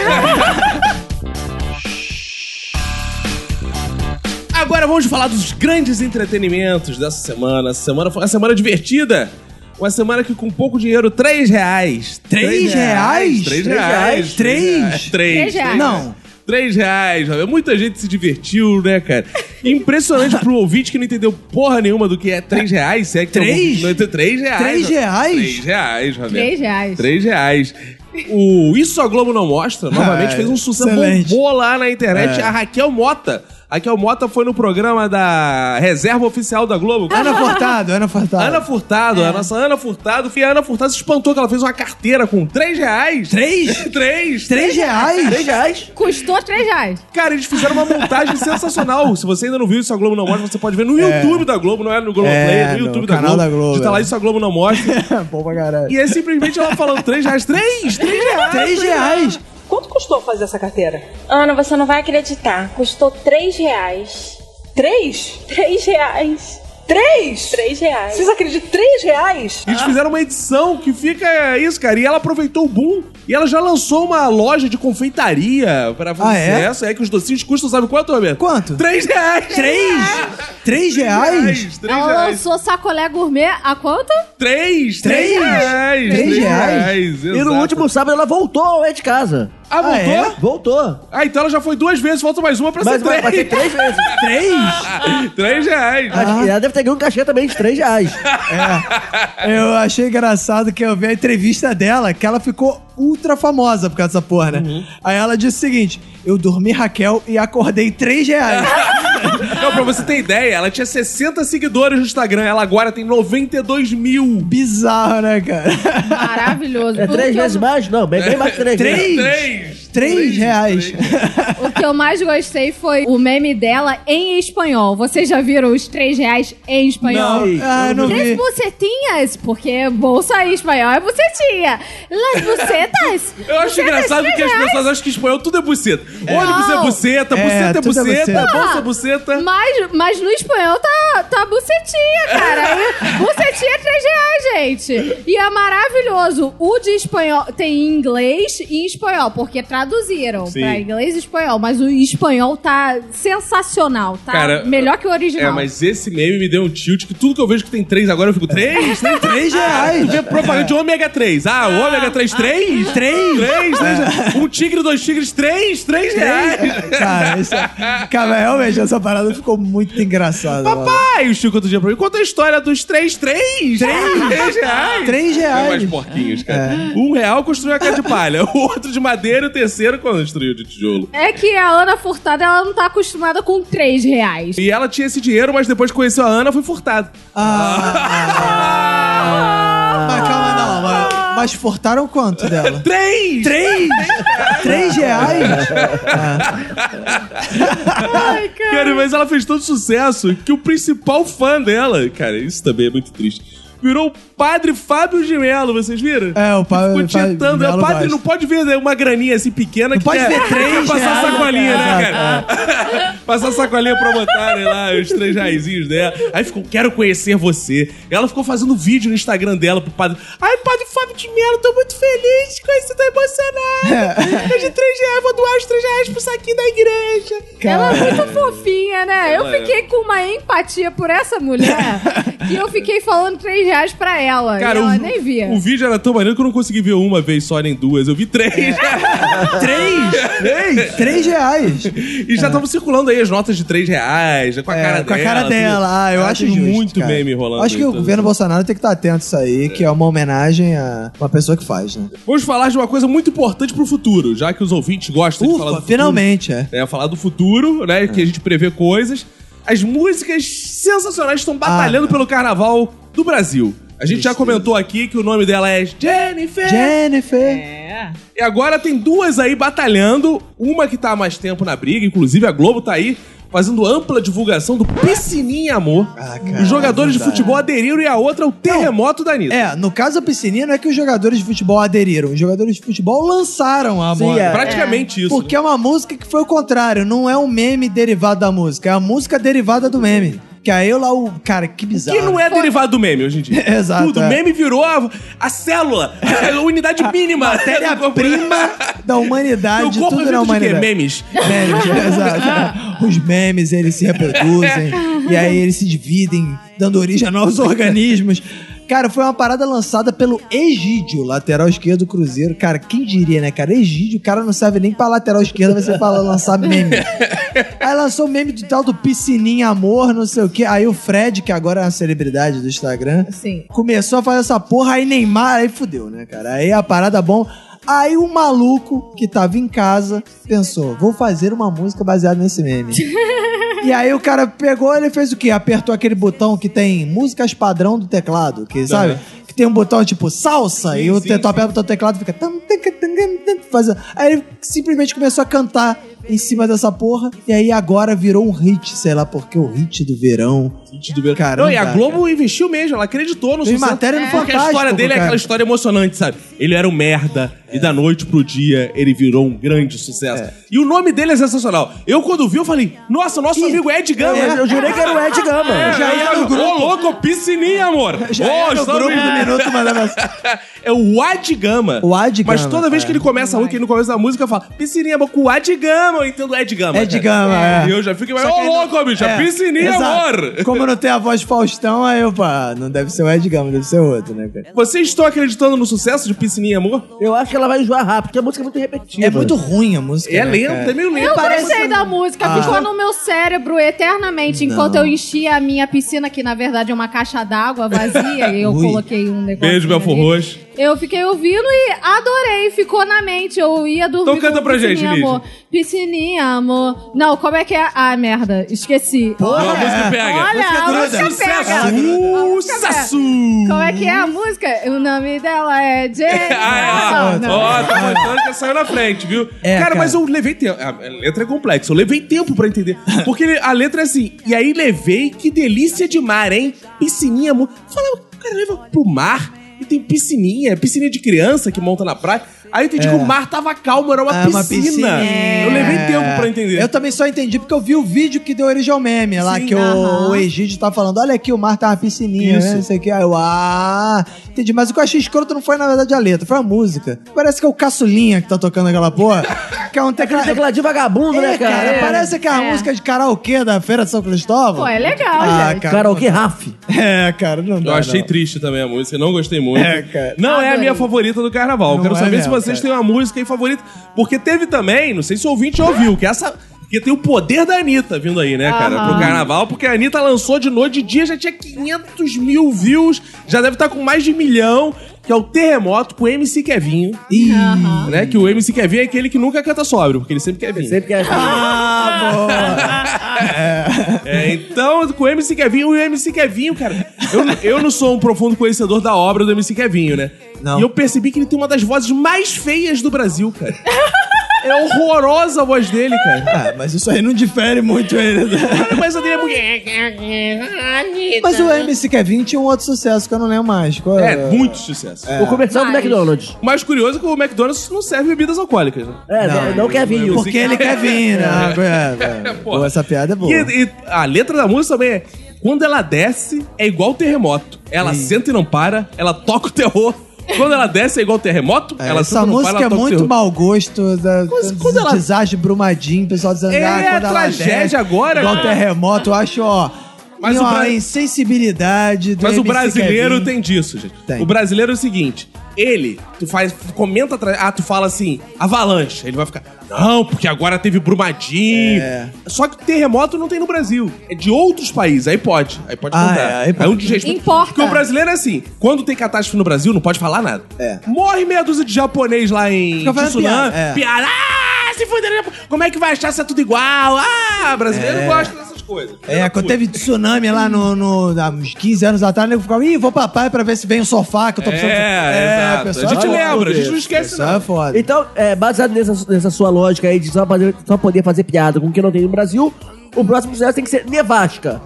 [SPEAKER 2] Agora vamos falar dos grandes entretenimentos dessa semana. Essa semana foi uma semana divertida. Uma semana que com pouco dinheiro, 3 reais.
[SPEAKER 3] Três
[SPEAKER 2] 3
[SPEAKER 3] reais? Três
[SPEAKER 2] reais?
[SPEAKER 3] reais? Três?
[SPEAKER 2] 3
[SPEAKER 4] Três reais.
[SPEAKER 3] Não.
[SPEAKER 2] 3 reais, Fábio. muita gente se divertiu, né, cara? Impressionante pro ouvinte que não entendeu porra nenhuma do que é 3 reais, se é que tem
[SPEAKER 3] Três?
[SPEAKER 2] algum- não entendeu? 3 reais.
[SPEAKER 3] Três reais?
[SPEAKER 2] 3 reais, Roberto.
[SPEAKER 4] 3 reais.
[SPEAKER 2] 3 reais. O Isso a Globo Não Mostra, novamente,
[SPEAKER 3] Ah,
[SPEAKER 2] fez um sucesso
[SPEAKER 3] excelente. É.
[SPEAKER 2] bombou lá na internet. A Raquel Mota. A Raquel Mota foi no programa da Reserva Oficial da Globo.
[SPEAKER 3] Ana Furtado, Ana Furtado. É.
[SPEAKER 2] Ana Furtado, a nossa Ana Furtado. Fih, a Ana Furtado se espantou que ela fez uma carteira com 3 reais. 3? 3.
[SPEAKER 3] Três reais?
[SPEAKER 5] Três reais?
[SPEAKER 4] Custou 3 reais.
[SPEAKER 2] Cara, eles fizeram uma montagem sensacional. Se você ainda não viu Isso a Globo Não Mostra, você pode ver no YouTube da Globo, não é no Globo
[SPEAKER 3] É,
[SPEAKER 2] Play, no
[SPEAKER 3] no
[SPEAKER 2] YouTube da
[SPEAKER 3] canal
[SPEAKER 2] Globo.
[SPEAKER 3] da Globo,
[SPEAKER 2] Digita lá
[SPEAKER 3] é.
[SPEAKER 2] Isso a Globo Não Mostra.
[SPEAKER 3] Bom pra caralho.
[SPEAKER 2] e é simplesmente ela falando 3 reais, 3, 3 reais.
[SPEAKER 3] Três reais?
[SPEAKER 9] Quanto custou fazer essa carteira?
[SPEAKER 10] Ana, você não vai acreditar. Custou 3 reais.
[SPEAKER 9] Três?
[SPEAKER 10] 3 reais.
[SPEAKER 9] Três?
[SPEAKER 10] 3 reais.
[SPEAKER 9] Vocês acreditam? Três reais?
[SPEAKER 2] Eles fizeram uma edição que fica é isso, cara. E ela aproveitou o boom. E ela já lançou uma loja de confeitaria pra fazer
[SPEAKER 3] Ah, é?
[SPEAKER 2] sucesso. É que os docinhos custam, sabe quanto, Roberto?
[SPEAKER 3] Quanto?
[SPEAKER 2] 3 reais. 3?
[SPEAKER 3] Três
[SPEAKER 2] 3
[SPEAKER 3] reais?
[SPEAKER 4] Ela
[SPEAKER 2] reais.
[SPEAKER 4] lançou sacolé gourmet a quanto?
[SPEAKER 2] 3, 3
[SPEAKER 3] Três?
[SPEAKER 2] reais.
[SPEAKER 3] Três
[SPEAKER 2] Três
[SPEAKER 3] reais?
[SPEAKER 2] reais,
[SPEAKER 5] E no
[SPEAKER 2] exato.
[SPEAKER 5] último sábado ela voltou, é de casa.
[SPEAKER 2] Ah, voltou?
[SPEAKER 3] Ah, é?
[SPEAKER 5] Voltou.
[SPEAKER 2] Ah, então ela já foi duas vezes, falta mais uma pra
[SPEAKER 5] Mas
[SPEAKER 2] ser
[SPEAKER 5] vai
[SPEAKER 2] três.
[SPEAKER 5] vai ser três vezes.
[SPEAKER 3] Três? Ah.
[SPEAKER 2] Três reais.
[SPEAKER 5] Acho que Ela deve ter ganho um cachê também de três reais.
[SPEAKER 3] Eu achei engraçado que eu vi a entrevista dela, que ela ficou ultra famosa por causa dessa porra, né? Aí ela disse o seguinte: eu dormi Raquel e acordei três reais.
[SPEAKER 2] Não, pra você ter ideia, ela tinha 60 seguidores no Instagram, ela agora tem 92 mil.
[SPEAKER 3] Bizarro, né, cara?
[SPEAKER 4] Maravilhoso.
[SPEAKER 5] É três
[SPEAKER 4] o, que
[SPEAKER 5] vezes mais? Não, bem, bem mais que três vezes.
[SPEAKER 3] Três?
[SPEAKER 2] Três.
[SPEAKER 3] Três reais.
[SPEAKER 4] eu, o que eu mais gostei foi o meme dela em espanhol. Vocês já viram os 3 reais em espanhol?
[SPEAKER 3] Ah, não
[SPEAKER 4] Três
[SPEAKER 3] vi.
[SPEAKER 4] bucetinhas, porque bolsa em espanhol é bucetinha. Las bucetas.
[SPEAKER 2] Eu acho
[SPEAKER 4] bucetas,
[SPEAKER 2] engraçado
[SPEAKER 4] três
[SPEAKER 2] que as
[SPEAKER 4] reais.
[SPEAKER 2] pessoas acham que espanhol tudo é buceta. Ônibus é
[SPEAKER 4] Não.
[SPEAKER 2] buceta,
[SPEAKER 3] É,
[SPEAKER 2] buceta é
[SPEAKER 3] tudo é
[SPEAKER 2] buceta,
[SPEAKER 3] buceta.
[SPEAKER 2] bolsa é buceta.
[SPEAKER 4] Mas, mas no espanhol tá, tá bucetinha, cara. Aí, bucetinha é 3 reais, gente. E é maravilhoso. O de espanhol tem em inglês e em espanhol, porque traduziram pra inglês e espanhol. Mas o espanhol tá sensacional, tá?
[SPEAKER 2] Cara,
[SPEAKER 4] Melhor que o
[SPEAKER 2] É,
[SPEAKER 4] original.
[SPEAKER 2] mas esse meme me deu um tilt que tudo que eu vejo que tem três agora eu fico três, três, três.
[SPEAKER 3] Três reais.
[SPEAKER 2] Tu vê propaganda de ômega 3. Ah, o ômega 3, 3? 3? 3, Um tigre, dois tigres, 3, 3 reais.
[SPEAKER 3] Cara, isso, é- cara, realmente essa parada ficou muito engraçada. mano.
[SPEAKER 2] Papai, o Chico outro dia pra mim, conta a história dos três, três. Três? Três reais.
[SPEAKER 3] Três
[SPEAKER 2] É mais
[SPEAKER 3] reais.
[SPEAKER 2] porquinhos, cara. Um real construiu a casa de palha, o outro de madeira e o terceiro construiu de tijolo.
[SPEAKER 4] É que a Ana Furtada, ela não tá acostumada com 3 reais.
[SPEAKER 2] E ela tinha esse dinheiro, mas depois que conheceu a Ana, foi furtado.
[SPEAKER 3] Ah, Mas calma, não. Mas, mas furtaram quanto dela?
[SPEAKER 2] Três!
[SPEAKER 3] Três? Três reais?
[SPEAKER 2] Cara, mas ela fez tanto sucesso que o principal fã dela, cara, isso também é muito triste, virou o padre Fábio de Mello, vocês viram?
[SPEAKER 3] É, o padre
[SPEAKER 2] Ficou
[SPEAKER 3] Fábio
[SPEAKER 2] tietando.
[SPEAKER 3] de
[SPEAKER 2] É,
[SPEAKER 3] Mello
[SPEAKER 2] O padre
[SPEAKER 3] Vaz.
[SPEAKER 2] não pode ver né, uma graninha assim pequena que
[SPEAKER 3] pode
[SPEAKER 2] quer,
[SPEAKER 3] ver três
[SPEAKER 2] quer passar
[SPEAKER 3] reais,
[SPEAKER 2] sacolinha,
[SPEAKER 3] cara.
[SPEAKER 2] né, cara? passar sacolinha pra botarem lá os três raizinhos dela. Aí ficou, quero conhecer você. Ela ficou fazendo vídeo no Instagram dela pro padre. Ai, padre Fábio de Mello, tô muito feliz de conhecer, tô emocionado. É de três reais, vou doar os três reais pro saquinho da igreja.
[SPEAKER 4] Ela é muito fofinha,
[SPEAKER 2] Ela
[SPEAKER 4] né?
[SPEAKER 2] é.
[SPEAKER 4] eu fiquei com uma empatia por essa mulher que eu fiquei falando 3 reais pra ela.
[SPEAKER 2] Cara,
[SPEAKER 4] e ela
[SPEAKER 2] o,
[SPEAKER 4] nem via.
[SPEAKER 2] o vídeo era tão maneiro que eu não consegui ver uma vez só, nem duas. Eu vi três. É. três? Três?
[SPEAKER 3] Três reais.
[SPEAKER 2] E já estavam circulando aí as notas de três reais, né, com a
[SPEAKER 3] É,
[SPEAKER 2] cara
[SPEAKER 3] com a
[SPEAKER 2] dela.
[SPEAKER 3] cara dela. Ah, eu
[SPEAKER 2] Cara,
[SPEAKER 3] acho
[SPEAKER 2] tem
[SPEAKER 3] justo,
[SPEAKER 2] muito
[SPEAKER 3] cara.
[SPEAKER 2] meme rolando
[SPEAKER 3] Acho que
[SPEAKER 2] aí,
[SPEAKER 3] o
[SPEAKER 2] tá
[SPEAKER 3] governo Bolsonaro tem que estar atento a isso aí, que é uma homenagem a uma pessoa que faz, né?
[SPEAKER 2] tudo. Vamos falar de uma coisa muito importante pro futuro, já que os ouvintes gostam de falar do
[SPEAKER 3] Ufa,
[SPEAKER 2] futuro.
[SPEAKER 3] finalmente, é.
[SPEAKER 2] É, falar do futuro, né, que a gente prevê coisas. As músicas sensacionais estão batalhando
[SPEAKER 3] Ah.
[SPEAKER 2] pelo carnaval do Brasil. A gente já comentou aqui que o nome dela é Jennifer.
[SPEAKER 3] Jennifer.
[SPEAKER 2] E agora tem duas aí batalhando. Uma que tá há mais tempo na briga, inclusive a Globo tá aí fazendo ampla divulgação do Piscininha Amor.
[SPEAKER 3] Ah, cara,
[SPEAKER 2] Os jogadores de
[SPEAKER 3] verdade.
[SPEAKER 2] futebol aderiram e a outra é o terremoto da Anitta.
[SPEAKER 3] É, no caso da piscininha, não é que os jogadores de futebol aderiram. Os jogadores de futebol lançaram a
[SPEAKER 5] Sim,
[SPEAKER 3] moda.
[SPEAKER 5] é.
[SPEAKER 2] Praticamente isso. né?
[SPEAKER 3] Porque é uma música que foi o contrário, não é um meme derivado da música, é a música derivada do meme. Que aí eu lá, o. Cara, que bizarro.
[SPEAKER 2] Que não é derivado do meme hoje em dia.
[SPEAKER 3] Exato,
[SPEAKER 2] Tudo.
[SPEAKER 3] é.
[SPEAKER 2] Meme virou a, a célula, a unidade mínima. do corpo.
[SPEAKER 3] Matéria-prima da
[SPEAKER 2] Meu
[SPEAKER 3] humanidade,
[SPEAKER 2] corpo é
[SPEAKER 3] tudo na
[SPEAKER 2] feito de quê?
[SPEAKER 3] humanidade.
[SPEAKER 2] Memes.
[SPEAKER 3] Memes, né? exato. os memes eles se reproduzem e aí eles se dividem, dando origem a novos organismos. Cara, foi uma parada lançada pelo Egídio, lateral esquerdo do Cruzeiro. Cara, quem diria, né, cara? Egídio, o cara não serve nem pra lateral esquerda, vai ser pra lançar meme. Aí lançou o meme do tal do Piscininha Amor, não sei o quê. Aí o Fred, que agora é uma celebridade do Instagram,
[SPEAKER 4] Sim.
[SPEAKER 3] começou a fazer essa porra, aí Neymar, aí fudeu, né, cara? Aí a parada bom. Aí um maluco que tava em casa pensou: vou fazer uma música baseada nesse meme. e aí o cara pegou, ele fez o quê? Apertou aquele botão que tem músicas padrão do teclado,
[SPEAKER 2] Tá.
[SPEAKER 3] que sabe? Que tem um botão tipo salsa e o te- tu aperta o teu teclado e fica. tam, tam, tam, tam, tam, fazendo. Aí ele simplesmente começou a cantar em cima dessa porra. E aí agora virou um hit, sei lá, porque o hit do verão. Hit do verão. Caramba.
[SPEAKER 2] Não, e a
[SPEAKER 3] cara.
[SPEAKER 2] Globo investiu mesmo, ela acreditou no
[SPEAKER 3] Tem
[SPEAKER 2] sucesso.
[SPEAKER 3] matéria no
[SPEAKER 2] Porque a
[SPEAKER 3] Fantástico,
[SPEAKER 2] história dele é
[SPEAKER 3] cara.
[SPEAKER 2] aquela história emocionante, sabe? Ele era um merda e da noite pro dia ele virou um grande sucesso. E o nome dele é sensacional. Eu, quando vi, eu falei, nossa, nosso amigo Ed Gama.
[SPEAKER 5] É, eu jurei que era o Ed Gama.
[SPEAKER 2] né? É,
[SPEAKER 3] Já
[SPEAKER 2] eu
[SPEAKER 3] ia
[SPEAKER 2] tava-
[SPEAKER 3] no grupo.
[SPEAKER 2] Ô, louco, piscininha, amor.
[SPEAKER 3] Já
[SPEAKER 2] Ô,
[SPEAKER 3] era no
[SPEAKER 2] estamos-
[SPEAKER 3] grupo do Minuto mandava assim.
[SPEAKER 2] É o Adgama.
[SPEAKER 3] O Ad
[SPEAKER 2] Mas
[SPEAKER 3] Gama, é.
[SPEAKER 2] toda vez que
[SPEAKER 3] cara.
[SPEAKER 2] ele começa a música, ele no começo da música fala piscininha, amor, com o Adgama. Eu entendo Ed Gama. cara.
[SPEAKER 3] Ed Gama, é.
[SPEAKER 2] E eu já fico, mas,
[SPEAKER 3] Só que
[SPEAKER 2] ô
[SPEAKER 3] aí não-
[SPEAKER 2] louco, bicho,
[SPEAKER 3] é,
[SPEAKER 2] piscininha,
[SPEAKER 3] exato.
[SPEAKER 2] amor.
[SPEAKER 3] Como não tem a voz Faustão, aí eu, pá, não deve ser o Ed Gama, deve ser outro, né, cara?
[SPEAKER 2] Vocês estão acreditando no sucesso de Piscininha Amor?
[SPEAKER 5] Eu acho que ela vai enjoar rápido, porque a música é muito repetida.
[SPEAKER 3] É muito ruim a música.
[SPEAKER 2] É
[SPEAKER 3] né,
[SPEAKER 2] lento,
[SPEAKER 3] cara?
[SPEAKER 2] é meio lento.
[SPEAKER 4] Eu
[SPEAKER 3] parece-
[SPEAKER 4] gostei
[SPEAKER 2] um-
[SPEAKER 4] da música,
[SPEAKER 3] Ah.
[SPEAKER 4] ficou no meu cérebro eternamente, enquanto eu enchia a minha piscina, que na verdade é uma caixa d'água vazia, e eu
[SPEAKER 3] Ui.
[SPEAKER 4] coloquei um negócio.
[SPEAKER 2] Beijo, Belfor Roxo.
[SPEAKER 4] Eu fiquei ouvindo e adorei, ficou na mente. Eu ia dormir.
[SPEAKER 2] Então canta
[SPEAKER 4] com
[SPEAKER 2] pra gente,
[SPEAKER 4] piscininha,
[SPEAKER 2] Lígia.
[SPEAKER 4] amor. Piscininha, amor. Não, como é que é? Ah, merda, esqueci.
[SPEAKER 2] Não, a música pega.
[SPEAKER 4] Olha, a música pega. A
[SPEAKER 2] Sucesso! Uh,
[SPEAKER 4] música pega.
[SPEAKER 2] Sucesso!
[SPEAKER 4] Como é que é a música? O nome dela é Jane.
[SPEAKER 2] Ah, é.
[SPEAKER 4] Não, não.
[SPEAKER 2] Ó, tá mostrando que saiu na frente, viu?
[SPEAKER 3] É,
[SPEAKER 2] cara,
[SPEAKER 3] cara.
[SPEAKER 2] mas eu levei tempo. A letra é complexa, eu levei tempo pra entender. Porque ele- a letra é assim, e aí levei, que delícia de mar, hein? Piscininha, amor. Fala, o cara leva pro mar. E tem piscininha, piscininha de criança que monta na praia. Aí eu
[SPEAKER 4] É.
[SPEAKER 2] entendi que o mar tava calmo, era
[SPEAKER 4] Ah,
[SPEAKER 2] uma,
[SPEAKER 3] É uma
[SPEAKER 2] piscina.
[SPEAKER 3] piscininha.
[SPEAKER 2] Eu levei tempo pra entender.
[SPEAKER 3] É. Eu também só entendi porque eu vi o vídeo que deu origem ao meme lá,
[SPEAKER 2] Sim,
[SPEAKER 3] que
[SPEAKER 4] aham.
[SPEAKER 3] o, o Egídio tá falando, olha aqui, o mar tá uma piscininha,
[SPEAKER 2] Isso.
[SPEAKER 3] né, não sei o que. Aí eu, ah, entendi. Mas o que eu achei escroto não foi, na verdade, a letra, foi a música. Parece que é o Caçulinha que tá tocando aquela porra, que é um
[SPEAKER 5] Aquele
[SPEAKER 3] teclado...
[SPEAKER 5] tecladinho vagabundo,
[SPEAKER 3] É,
[SPEAKER 5] né, cara?
[SPEAKER 3] cara,
[SPEAKER 5] É.
[SPEAKER 3] parece que é a
[SPEAKER 4] É.
[SPEAKER 3] música de karaokê da Feira de São Cristóvão.
[SPEAKER 4] Pô, é legal,
[SPEAKER 3] Ah,
[SPEAKER 4] gente.
[SPEAKER 3] cara.
[SPEAKER 5] Karaokê Raf.
[SPEAKER 3] É, cara, não dá.
[SPEAKER 2] Eu achei
[SPEAKER 3] não.
[SPEAKER 2] triste também a música, não gostei muito.
[SPEAKER 3] É, cara.
[SPEAKER 2] Não é a minha
[SPEAKER 4] Adorei.
[SPEAKER 2] favorita do carnaval. Eu
[SPEAKER 3] Não
[SPEAKER 2] Quero
[SPEAKER 3] é
[SPEAKER 2] saber se
[SPEAKER 3] mesmo,
[SPEAKER 2] vocês
[SPEAKER 3] cara.
[SPEAKER 2] têm uma música aí favorita. Porque teve também, não sei se o ouvinte ouviu, que essa. Porque tem o poder da Anitta vindo aí, né, cara? Pro carnaval, porque a Anitta lançou de noite de dia, já tinha 500 mil views, já deve estar com mais de milhão, que é o Terremoto com o MC Kevinho,
[SPEAKER 3] Ih,
[SPEAKER 2] né? Que o MC Kevinho é aquele que nunca canta sóbrio, porque ele sempre quer vir.
[SPEAKER 5] Sempre que é.
[SPEAKER 3] Ah,
[SPEAKER 2] É, então, com o MC Kevinho e o MC Kevinho, cara. Eu, eu não sou um profundo conhecedor da obra do MC Kevinho, né?
[SPEAKER 3] Não.
[SPEAKER 2] E eu percebi que ele tem uma das vozes mais feias do Brasil, cara. É horrorosa a voz dele, cara.
[SPEAKER 3] Ah, mas isso aí não difere muito ele.
[SPEAKER 2] Mas a dele é muito.
[SPEAKER 3] Mas o MC Kevin tinha um outro sucesso que eu não lembro mais. Qual
[SPEAKER 2] É,
[SPEAKER 3] era?
[SPEAKER 2] muito sucesso.
[SPEAKER 5] O comercial do
[SPEAKER 4] Mas-
[SPEAKER 5] McDonald's.
[SPEAKER 2] O mais curioso é que o McDonald's não serve bebidas alcoólicas, né?
[SPEAKER 5] É, não, não quer vir.
[SPEAKER 3] Porque ele quer vir, né? É, é,
[SPEAKER 2] Porra.
[SPEAKER 3] Boa, essa piada é boa.
[SPEAKER 2] E, e a letra da música também é: quando ela desce, é igual terremoto. Ela senta e não para, ela toca o terror. Quando ela desce, é igual terremoto.
[SPEAKER 3] É,
[SPEAKER 2] ela senta e
[SPEAKER 3] essa
[SPEAKER 2] não para,
[SPEAKER 3] música
[SPEAKER 2] ela
[SPEAKER 3] é
[SPEAKER 2] toca o
[SPEAKER 3] muito
[SPEAKER 2] terror.
[SPEAKER 3] mau gosto. Da,
[SPEAKER 2] Mas quando ela-
[SPEAKER 3] Desastre brumadinho, pessoal dizendo
[SPEAKER 2] É,
[SPEAKER 3] ah, quando ela
[SPEAKER 2] tragédia
[SPEAKER 3] desce,
[SPEAKER 2] agora,
[SPEAKER 3] Igual
[SPEAKER 2] cara."
[SPEAKER 3] terremoto, eu acho, ó.
[SPEAKER 2] Mas
[SPEAKER 3] Mas
[SPEAKER 2] o Bra-
[SPEAKER 3] a insensibilidade do
[SPEAKER 2] Mas o
[SPEAKER 3] MC
[SPEAKER 2] brasileiro
[SPEAKER 3] Kevin.
[SPEAKER 2] tem disso, gente.
[SPEAKER 3] Tem.
[SPEAKER 2] O brasileiro é o seguinte: ele, tu faz, tu comenta atrás. Ah, tu fala assim, avalanche. Ele vai ficar, não, porque agora teve Brumadinho.
[SPEAKER 3] É.
[SPEAKER 2] Só que terremoto não tem no Brasil. É de outros países. Aí pode. Aí pode
[SPEAKER 3] Ah,
[SPEAKER 2] contar.
[SPEAKER 3] é, aí pode.
[SPEAKER 2] um desrespeito.
[SPEAKER 4] Importa.
[SPEAKER 2] Porque o brasileiro é assim: quando tem catástrofe no Brasil, não pode falar nada.
[SPEAKER 3] É.
[SPEAKER 2] Morre meia dúzia de japonês lá em
[SPEAKER 3] Fica fazendo
[SPEAKER 2] Tsunami.
[SPEAKER 3] piada, é.
[SPEAKER 2] Piada. Ah, se fuderam. Como é que vai achar se é tudo igual? Ah, brasileiro gosta dessas coisas.
[SPEAKER 3] É, quando teve tsunami lá no, no, há uns 15 anos atrás, o nego ficava, ih, vou pra praia pra ver se vem um sofá que eu tô precisando.
[SPEAKER 2] É, exato.
[SPEAKER 3] pessoal,
[SPEAKER 2] A gente
[SPEAKER 3] é foda.
[SPEAKER 2] lembra, a gente não esquece,
[SPEAKER 3] Pessoal
[SPEAKER 2] não.
[SPEAKER 3] é foda.
[SPEAKER 5] Então, é, baseado nessa, nessa sua lógica aí de só, fazer- só poder fazer piada com o que não tem no Brasil, o próximo sucesso tem que ser Nevasca.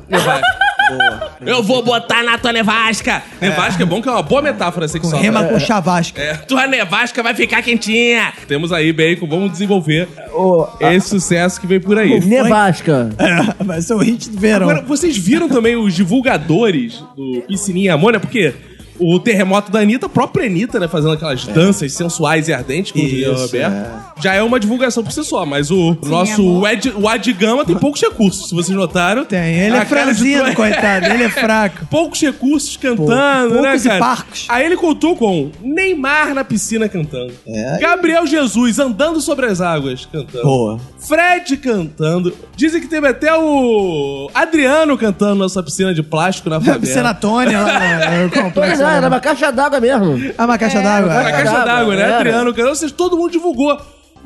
[SPEAKER 2] Eu vou botar na tua nevasca. Nevasca é bom que é uma boa metáfora sexual.
[SPEAKER 3] Rema com chavasca.
[SPEAKER 2] É, tua nevasca vai ficar quentinha. Temos aí, Bacon, vamos desenvolver
[SPEAKER 5] O-
[SPEAKER 2] esse sucesso que vem por aí.
[SPEAKER 5] Nevasca.
[SPEAKER 3] É, vai ser o hit do verão.
[SPEAKER 2] Agora, vocês viram também os divulgadores do Piscininha Amor, né? Porque O terremoto da Anitta, a própria Anitta, né? Fazendo aquelas danças sensuais e ardentes com o Juliano
[SPEAKER 3] Isso,
[SPEAKER 2] Roberto. Já é uma divulgação por si só, mas o nosso
[SPEAKER 3] amor.
[SPEAKER 2] Ed, o Adgama tem poucos recursos, se vocês notaram. Tem,
[SPEAKER 3] ele é franzino, coitado, ele é
[SPEAKER 2] fraco. Poucos recursos cantando,
[SPEAKER 3] Pouco,
[SPEAKER 2] né,
[SPEAKER 3] poucos e
[SPEAKER 2] cara?
[SPEAKER 3] parcos.
[SPEAKER 2] Aí ele contou com Neymar na piscina cantando.
[SPEAKER 3] É,
[SPEAKER 2] Gabriel Jesus andando sobre as águas cantando.
[SPEAKER 3] Boa.
[SPEAKER 2] Fred cantando. Dizem que teve até o Adriano cantando na sua piscina de plástico na favela.
[SPEAKER 3] piscina Tônia lá no- no complexo,
[SPEAKER 5] Pois é,
[SPEAKER 3] né?
[SPEAKER 5] era uma caixa d'água mesmo.
[SPEAKER 3] Ah, uma caixa d'água.
[SPEAKER 2] Era a caixa d'água, né?
[SPEAKER 5] era.
[SPEAKER 2] Adriano, cara, ou seja, todo mundo divulgou.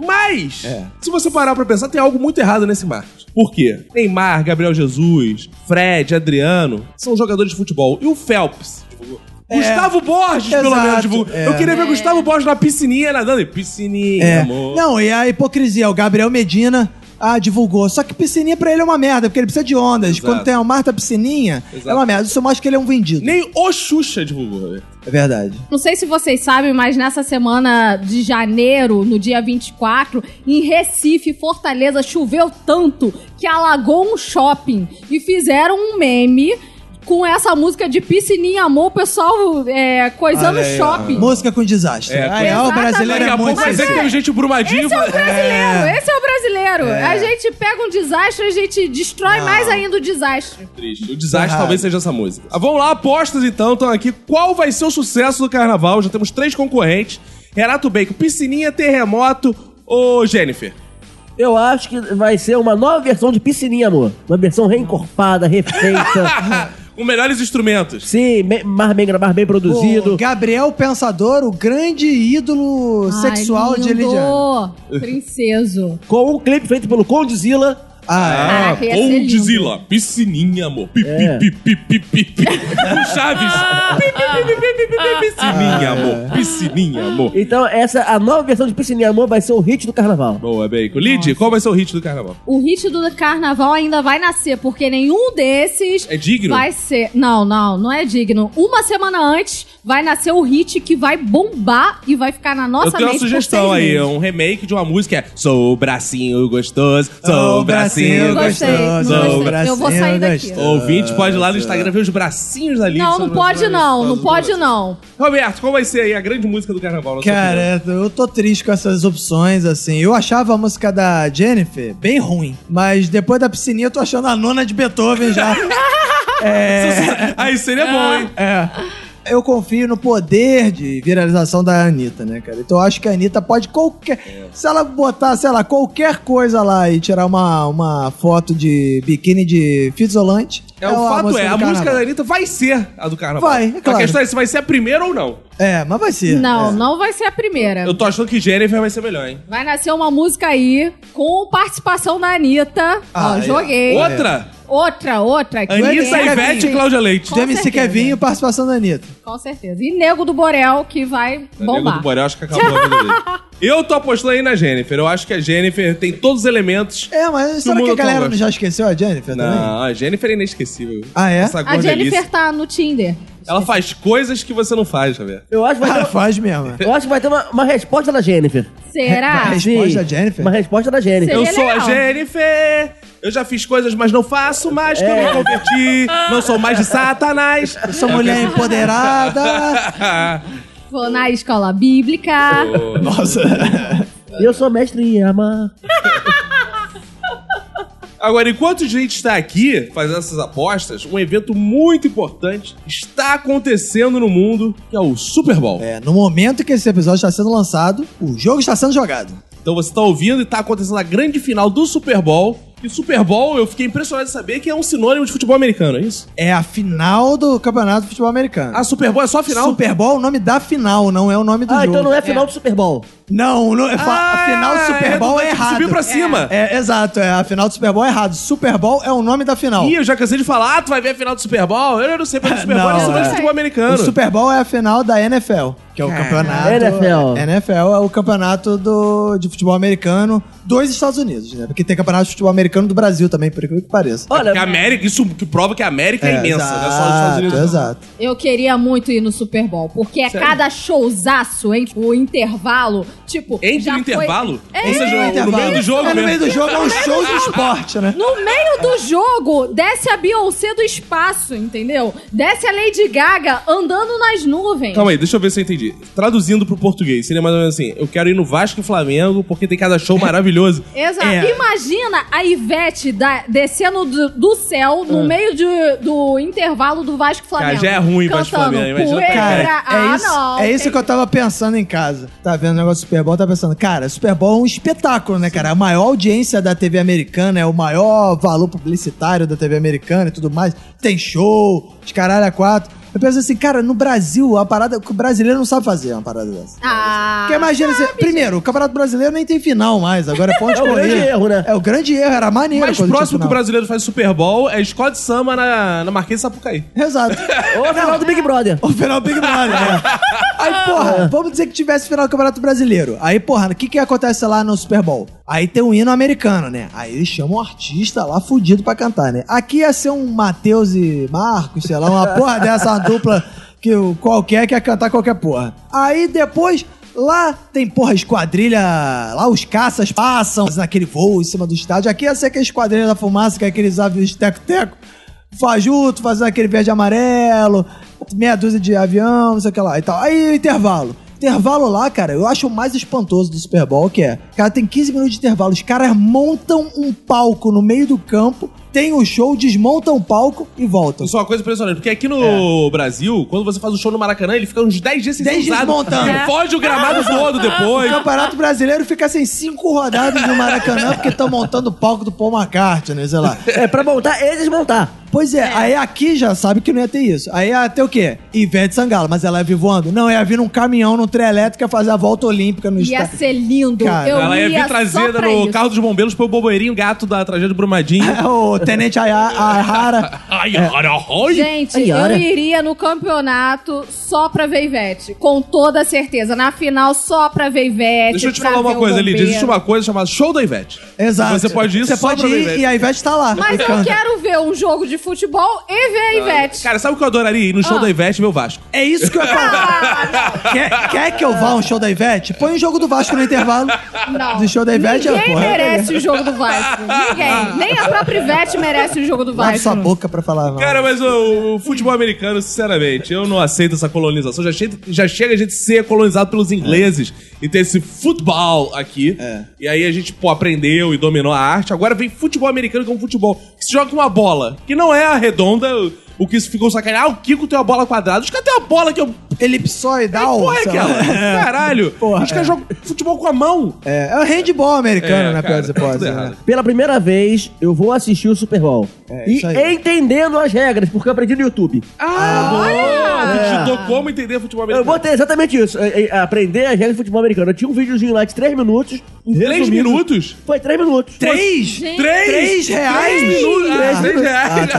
[SPEAKER 2] Mas,
[SPEAKER 3] É.
[SPEAKER 2] se você parar pra pensar, tem algo muito errado nesse marketing. Por quê? Neymar, Gabriel Jesus, Fred, Adriano são jogadores de futebol. E o Phelps divulgou. Gustavo Borges, pelo
[SPEAKER 3] É. Exato,
[SPEAKER 2] menos, divulgou.
[SPEAKER 3] é.
[SPEAKER 2] Eu queria ver Gustavo Borges na piscininha nadando. E Piscininha,
[SPEAKER 3] É.
[SPEAKER 2] amor.
[SPEAKER 3] Não, e a hipocrisia, o Gabriel Medina. Ah, divulgou. Só que piscininha pra ele é uma merda, porque ele precisa de ondas.
[SPEAKER 2] Exato.
[SPEAKER 3] Quando tem a Marta Piscininha,
[SPEAKER 2] Exato.
[SPEAKER 3] é uma merda. Isso mostra que ele é um vendido.
[SPEAKER 2] Nem o Xuxa divulgou. né?
[SPEAKER 3] É verdade.
[SPEAKER 4] Não sei se vocês sabem, mas nessa semana de janeiro, no dia 24, em Recife, Fortaleza, choveu tanto que alagou um shopping e fizeram um meme com essa música de Piscininha Amor, o pessoal é, coisando
[SPEAKER 3] Olha
[SPEAKER 4] o
[SPEAKER 3] aí, ó.
[SPEAKER 4] shopping.
[SPEAKER 3] Música com desastre.
[SPEAKER 2] É,
[SPEAKER 3] ah, é, o
[SPEAKER 4] Exatamente.
[SPEAKER 3] brasileiro
[SPEAKER 2] Daqui
[SPEAKER 3] é
[SPEAKER 2] a pouco
[SPEAKER 3] muito
[SPEAKER 2] vai ver que tem gente brumadinho.
[SPEAKER 4] Esse é o brasileiro,
[SPEAKER 3] É.
[SPEAKER 4] esse é o brasileiro.
[SPEAKER 3] É.
[SPEAKER 4] A gente pega um desastre, a gente destrói
[SPEAKER 2] Não.
[SPEAKER 4] mais ainda o desastre.
[SPEAKER 2] Triste. O desastre
[SPEAKER 3] Errado.
[SPEAKER 2] talvez seja essa música. Ah, vamos lá, apostas então. Estão aqui. Qual vai ser o sucesso do carnaval? Já temos três concorrentes: Renato Bacon, Piscininha, Terremoto ou Jennifer?
[SPEAKER 5] Eu acho que vai ser uma nova versão de Piscininha, amor. Uma versão reencorpada, refeita.
[SPEAKER 2] Com melhores instrumentos.
[SPEAKER 5] Sim, me- mais bem, mais bem produzido.
[SPEAKER 3] O Gabriel Pensador, o grande ídolo sexual
[SPEAKER 4] Ai,
[SPEAKER 3] de
[SPEAKER 4] lindo.
[SPEAKER 3] Lidiane.
[SPEAKER 4] Princeso.
[SPEAKER 5] Com um clipe feito pelo Condizila.
[SPEAKER 3] Ah,
[SPEAKER 4] Caraca, ia ser lindo.
[SPEAKER 2] Condzilla, piscininha, amor. Pi,
[SPEAKER 5] É.
[SPEAKER 2] pi, pi, pi, pi, pi, pi. Com Chaves.
[SPEAKER 4] Ah,
[SPEAKER 2] Pi, pi, pi, pi, pi, pi, pi, Piscininha, amor. Piscininha, amor.
[SPEAKER 5] Então, essa, a nova versão de Piscininha, amor, vai ser o hit do carnaval.
[SPEAKER 2] Boa, Bacon. Lid, qual vai ser o hit do carnaval?
[SPEAKER 4] O hit do carnaval ainda vai nascer, porque nenhum desses
[SPEAKER 2] É digno?
[SPEAKER 4] vai ser. Não, não, não é digno. Uma semana antes vai nascer o hit que vai bombar e vai ficar na nossa
[SPEAKER 2] Eu tenho uma
[SPEAKER 4] mente por
[SPEAKER 2] sugestão
[SPEAKER 4] seis
[SPEAKER 2] aí,
[SPEAKER 4] meses.
[SPEAKER 2] é um remake de uma música é Sou o bracinho gostoso,
[SPEAKER 3] Oh,
[SPEAKER 2] sou o bracinho
[SPEAKER 3] Eu
[SPEAKER 2] gostoso.
[SPEAKER 4] Gostei,
[SPEAKER 3] gostoso,
[SPEAKER 4] não gostei.
[SPEAKER 3] bracinho
[SPEAKER 4] Eu vou sair daqui.
[SPEAKER 3] gostoso.
[SPEAKER 2] Ouvinte pode ir lá no Instagram ver os bracinhos da Lid.
[SPEAKER 4] Não, não pode não,
[SPEAKER 2] um
[SPEAKER 4] não pode
[SPEAKER 2] não.
[SPEAKER 4] não.
[SPEAKER 2] Roberto, qual vai ser aí a grande música do carnaval? na sua opinião?
[SPEAKER 3] Cara, eu tô triste com essas opções, assim. Eu achava a música da Jennifer bem ruim. Mas depois da piscininha, eu tô achando a nona de Beethoven já.
[SPEAKER 2] aí seria bom, hein?
[SPEAKER 3] É. Eu confio no poder de viralização da Anitta, né, cara? Então eu acho que a Anitta pode qualquer.
[SPEAKER 2] É.
[SPEAKER 3] Se ela botar, sei lá, qualquer coisa lá e tirar uma, uma foto de biquíni de fita isolante.
[SPEAKER 2] É, o
[SPEAKER 3] uma
[SPEAKER 2] fato é,
[SPEAKER 3] do
[SPEAKER 2] a
[SPEAKER 3] carnaval.
[SPEAKER 2] música da Anitta vai ser a do carnaval.
[SPEAKER 3] Vai, é
[SPEAKER 2] A
[SPEAKER 3] claro.
[SPEAKER 2] questão é se vai ser a primeira ou não.
[SPEAKER 3] É, mas vai ser.
[SPEAKER 4] Não,
[SPEAKER 3] É.
[SPEAKER 4] não vai ser a primeira.
[SPEAKER 2] Eu tô achando que Jennifer vai ser melhor, hein?
[SPEAKER 4] Vai nascer uma música aí com participação da Anitta.
[SPEAKER 3] Ah,
[SPEAKER 4] Ó,
[SPEAKER 3] é.
[SPEAKER 4] joguei.
[SPEAKER 2] Outra?
[SPEAKER 4] Outra, outra. que
[SPEAKER 2] Anitta,
[SPEAKER 4] tem-
[SPEAKER 2] Ivete e Cláudia Leite.
[SPEAKER 3] Do MC
[SPEAKER 4] certeza.
[SPEAKER 3] Kevinho, participação da Anitta.
[SPEAKER 4] Com certeza. E Nego do Borel, que vai
[SPEAKER 2] Nego do
[SPEAKER 4] bombar.
[SPEAKER 2] Borel, acho que acabou a vida dele. Eu tô apostando aí na Jennifer. Eu acho que a Jennifer tem todos os elementos.
[SPEAKER 3] É, mas será que a
[SPEAKER 2] mundo
[SPEAKER 3] galera
[SPEAKER 2] todo.
[SPEAKER 3] não já esqueceu a Jennifer também?
[SPEAKER 2] Não, a Jennifer é inesquecível.
[SPEAKER 3] Ah, é?
[SPEAKER 2] Essa
[SPEAKER 4] A Jennifer
[SPEAKER 2] gordelice.
[SPEAKER 4] tá no Tinder.
[SPEAKER 2] Ela faz coisas que você não faz, Javier.
[SPEAKER 5] Eu acho que vai
[SPEAKER 3] Ah,
[SPEAKER 5] ter,
[SPEAKER 3] faz mesmo.
[SPEAKER 5] eu acho que vai ter uma, uma resposta da Jennifer.
[SPEAKER 4] Será?
[SPEAKER 3] Vai. Resposta da Jennifer?
[SPEAKER 5] Uma resposta da Jennifer.
[SPEAKER 2] Eu
[SPEAKER 4] Seria
[SPEAKER 2] sou a
[SPEAKER 4] legal.
[SPEAKER 2] Jennifer. Eu já fiz coisas, mas não faço mais, que eu
[SPEAKER 3] É.
[SPEAKER 2] me converti. não sou mais de Satanás.
[SPEAKER 3] Eu sou mulher empoderada.
[SPEAKER 4] Vou na escola bíblica.
[SPEAKER 2] Oh.
[SPEAKER 3] Nossa.
[SPEAKER 5] Eu sou mestre em amar.
[SPEAKER 2] Agora, enquanto a gente está aqui fazendo essas apostas, um evento muito importante está acontecendo no mundo, que é o Super Bowl.
[SPEAKER 3] É, no momento que esse episódio está sendo lançado, o jogo está sendo jogado.
[SPEAKER 2] Então você tá ouvindo e tá acontecendo a grande final do Super Bowl. E Super Bowl, eu fiquei impressionado de saber que é um sinônimo de futebol americano, é isso?
[SPEAKER 3] É a final do Campeonato de Futebol Americano.
[SPEAKER 2] Ah, Super Bowl é só a final?
[SPEAKER 3] Super Bowl é o nome da final, não é o nome do
[SPEAKER 5] Ah,
[SPEAKER 3] jogo.
[SPEAKER 5] então não é final do Super Bowl.
[SPEAKER 3] Não, não é fa-
[SPEAKER 2] Ah,
[SPEAKER 3] a final do Super Bowl é,
[SPEAKER 2] redundante,
[SPEAKER 3] errado.
[SPEAKER 2] Subiu pra cima.
[SPEAKER 3] É, exato, é a final do Super Bowl é errado. Super Bowl é o nome da final.
[SPEAKER 2] Ih, eu já cansei de falar, ah, tu vai ver a final do Super Bowl? Eu não sei pra que Super Bowl,
[SPEAKER 3] Não,
[SPEAKER 2] eu só vejo
[SPEAKER 3] é.
[SPEAKER 2] futebol
[SPEAKER 3] O
[SPEAKER 2] americano.
[SPEAKER 3] Super Bowl é a final da NFL. que é o
[SPEAKER 11] Cara.
[SPEAKER 3] campeonato.
[SPEAKER 11] NFL.
[SPEAKER 3] NFL é o campeonato do, de futebol americano dos Estados Unidos, né? Porque tem campeonato de futebol americano do Brasil também, por incrível que pareça.
[SPEAKER 5] Olha, é um
[SPEAKER 2] a América, isso que prova que a América é,
[SPEAKER 3] É,
[SPEAKER 2] imensa, não é só os Estados Unidos. não.
[SPEAKER 3] Exato.
[SPEAKER 4] Eu queria muito ir no Super Bowl, porque a cada showzaço, hein, Tipo, o intervalo, tipo.
[SPEAKER 2] Entre
[SPEAKER 4] já
[SPEAKER 2] o
[SPEAKER 4] foi-
[SPEAKER 2] intervalo?
[SPEAKER 4] É,
[SPEAKER 2] Ou seja, no meio do jogo
[SPEAKER 3] É, no
[SPEAKER 2] mesmo.
[SPEAKER 3] meio do jogo é um show de esporte, né?
[SPEAKER 4] No meio do jogo, desce a Beyoncé do espaço, entendeu? Desce a Lady Gaga andando nas nuvens.
[SPEAKER 2] Calma aí, deixa eu ver se eu entendi. Traduzindo pro português, seria mais ou menos assim: eu quero ir no Vasco e Flamengo porque tem cada show maravilhoso.
[SPEAKER 4] Exato.
[SPEAKER 2] É.
[SPEAKER 4] Imagina a Ivete da- descendo do, do céu no
[SPEAKER 2] Ah.
[SPEAKER 4] meio de- do intervalo do Vasco e Flamengo.
[SPEAKER 2] Cara, já é ruim Vasco e
[SPEAKER 4] Cantando
[SPEAKER 2] Flamengo, imagina
[SPEAKER 4] Poeira.
[SPEAKER 3] Cara,
[SPEAKER 4] ah,
[SPEAKER 3] é isso,
[SPEAKER 4] não.
[SPEAKER 3] é isso que eu tava pensando em casa. Tá vendo o negócio do Super Bowl, tá pensando, cara, Super Bowl é um espetáculo, né, cara? A maior audiência da TV americana, é o maior valor publicitário da TV americana e tudo mais. Tem show, os caralho a quatro. Eu penso assim, cara, no Brasil, a parada que o brasileiro não sabe fazer é uma parada dessa.
[SPEAKER 4] Ah,
[SPEAKER 3] Porque imagina, assim, primeiro, o Campeonato Brasileiro nem tem final mais, agora é ponte
[SPEAKER 2] É o grande
[SPEAKER 3] erro, né? É o grande erro, era maneiro.
[SPEAKER 2] Mais
[SPEAKER 3] quando tinha
[SPEAKER 2] próximo que o
[SPEAKER 3] final.
[SPEAKER 2] brasileiro faz Super Bowl é Scott Samba na, na Marquês de Sapucaí.
[SPEAKER 3] Exato.
[SPEAKER 5] Ou o final do Big Brother.
[SPEAKER 3] O final do Big Brother, né? Aí, porra, vamos dizer que tivesse final do Campeonato Brasileiro. Aí, porra, o que que acontece lá no Super Bowl? Aí tem um hino americano, né? Aí eles chamam um artista lá fudido pra cantar, né? Aqui ia ser um Matheus e Marcos, sei lá, uma porra dessa, uma dupla que o qualquer quer cantar qualquer porra. Aí depois... Lá tem, porra, esquadrilha. Lá os caças passam naquele voo em cima do estádio. Aqui ia ser aquela esquadrilha da fumaça, que é aqueles aviões teco-teco. Fajuto fazendo aquele verde e amarelo, meia dúzia de avião, não sei o que lá e tal. Aí intervalo. Intervalo lá, cara, eu acho o mais espantoso do Super Bowl, que é, cara, tem 15 minutos de intervalo, os caras montam um palco no meio do campo, tem o show, desmontam o palco e voltam.
[SPEAKER 2] Isso é uma coisa impressionante, porque aqui no Brasil, quando você faz um show no Maracanã, ele fica uns 10 dias sem
[SPEAKER 3] 10
[SPEAKER 2] ser
[SPEAKER 3] É. dias
[SPEAKER 2] usado.
[SPEAKER 3] montando. É.
[SPEAKER 2] Foge o gramado todo depois.
[SPEAKER 3] O Campeonato Brasileiro fica assim, cinco rodadas no Maracanã, porque estão montando o palco do Paul McCartney, né, sei lá.
[SPEAKER 5] É, pra montar e desmontar.
[SPEAKER 3] Pois é, aí aqui já sabe que não ia ter isso. Aí ia ter o quê? Ivete Sangalo, mas ela ia vir voando? Não, ia vir num caminhão, num trem elétrico, ia fazer a volta olímpica no
[SPEAKER 4] Ia
[SPEAKER 3] estádio.
[SPEAKER 4] ser lindo.
[SPEAKER 3] Cara,
[SPEAKER 4] eu
[SPEAKER 2] Ela ia vir
[SPEAKER 4] só
[SPEAKER 2] trazida
[SPEAKER 4] pra
[SPEAKER 2] no
[SPEAKER 4] isso.
[SPEAKER 2] carro dos bombeiros pelo boboeirinho gato da tragédia do
[SPEAKER 3] É,
[SPEAKER 2] Brumadinho.
[SPEAKER 3] o Tenente Ayara.
[SPEAKER 2] Ayara, oi?
[SPEAKER 4] Gente, eu iria no campeonato só pra ver Ivete. Com toda certeza. Na final, só pra ver Ivete.
[SPEAKER 2] Deixa eu te
[SPEAKER 4] pra
[SPEAKER 2] falar uma
[SPEAKER 4] ver o
[SPEAKER 2] coisa, Lidia.
[SPEAKER 4] bombeiro.
[SPEAKER 2] Existe uma coisa chamada show da Ivete.
[SPEAKER 3] um Exato.
[SPEAKER 2] Você pode ir,
[SPEAKER 3] Você
[SPEAKER 2] só
[SPEAKER 3] pode
[SPEAKER 2] pra ver
[SPEAKER 3] ir
[SPEAKER 2] Ivete.
[SPEAKER 3] e a Ivete tá lá.
[SPEAKER 4] Mas eu quero ver um jogo de futebol e ver a Ivete.
[SPEAKER 2] Cara, sabe o que eu adoraria ir no show
[SPEAKER 4] Ah.
[SPEAKER 2] da Ivete, meu Vasco?
[SPEAKER 3] É isso que eu ia falar. quer, quer que eu vá a um show da Ivete? Põe o jogo do Vasco no intervalo.
[SPEAKER 4] Não.
[SPEAKER 3] Do show da Ivete, é ah,
[SPEAKER 4] Ninguém
[SPEAKER 3] porra.
[SPEAKER 4] merece o jogo do Vasco. Ninguém. Nem a própria Ivete merece o jogo do
[SPEAKER 3] Lave sua
[SPEAKER 4] Vasco.
[SPEAKER 3] boca pra falar. mal.
[SPEAKER 2] Cara, mas o, o futebol americano, sinceramente, eu não aceito essa colonização. Já, che- já chega a gente ser colonizado pelos ingleses e ter esse futebol aqui. E aí a gente, pô, aprendeu e dominou a arte. Agora vem futebol americano que é um futebol que se joga com uma bola, que não é a redonda, o- o que ficou sacanagem. Ah, o Kiko tem uma bola quadrada. Os caras têm uma bola que eu...
[SPEAKER 3] Elipsoidal.
[SPEAKER 2] Porra,
[SPEAKER 3] é
[SPEAKER 2] é
[SPEAKER 3] sei lá.
[SPEAKER 2] aquela. Caralho.
[SPEAKER 3] Porra,
[SPEAKER 2] Os caras
[SPEAKER 3] é.
[SPEAKER 2] jogam futebol com a mão.
[SPEAKER 3] É, é o handball americano,
[SPEAKER 2] É,
[SPEAKER 3] na pior
[SPEAKER 2] cara,
[SPEAKER 3] das hipóteses.
[SPEAKER 2] tudo
[SPEAKER 3] né?
[SPEAKER 2] errado.
[SPEAKER 5] Pela primeira vez, eu vou assistir o Super Bowl.
[SPEAKER 3] É,
[SPEAKER 5] e
[SPEAKER 3] isso aí.
[SPEAKER 5] entendendo as regras, porque eu aprendi no YouTube.
[SPEAKER 2] Ah, então. boa!
[SPEAKER 5] É.
[SPEAKER 2] Te dou como entender futebol
[SPEAKER 5] Eu
[SPEAKER 2] americano.
[SPEAKER 5] vou ter exatamente isso. é, é, Aprender as regras de futebol americano. Eu tinha um videozinho lá de 3 minutos. um
[SPEAKER 2] Três
[SPEAKER 5] resumido.
[SPEAKER 2] minutos?
[SPEAKER 5] Foi 3 minutos.
[SPEAKER 3] Três?
[SPEAKER 2] Três? Três
[SPEAKER 3] reais?
[SPEAKER 2] minutos? Ah,
[SPEAKER 5] Três.
[SPEAKER 2] Três reais.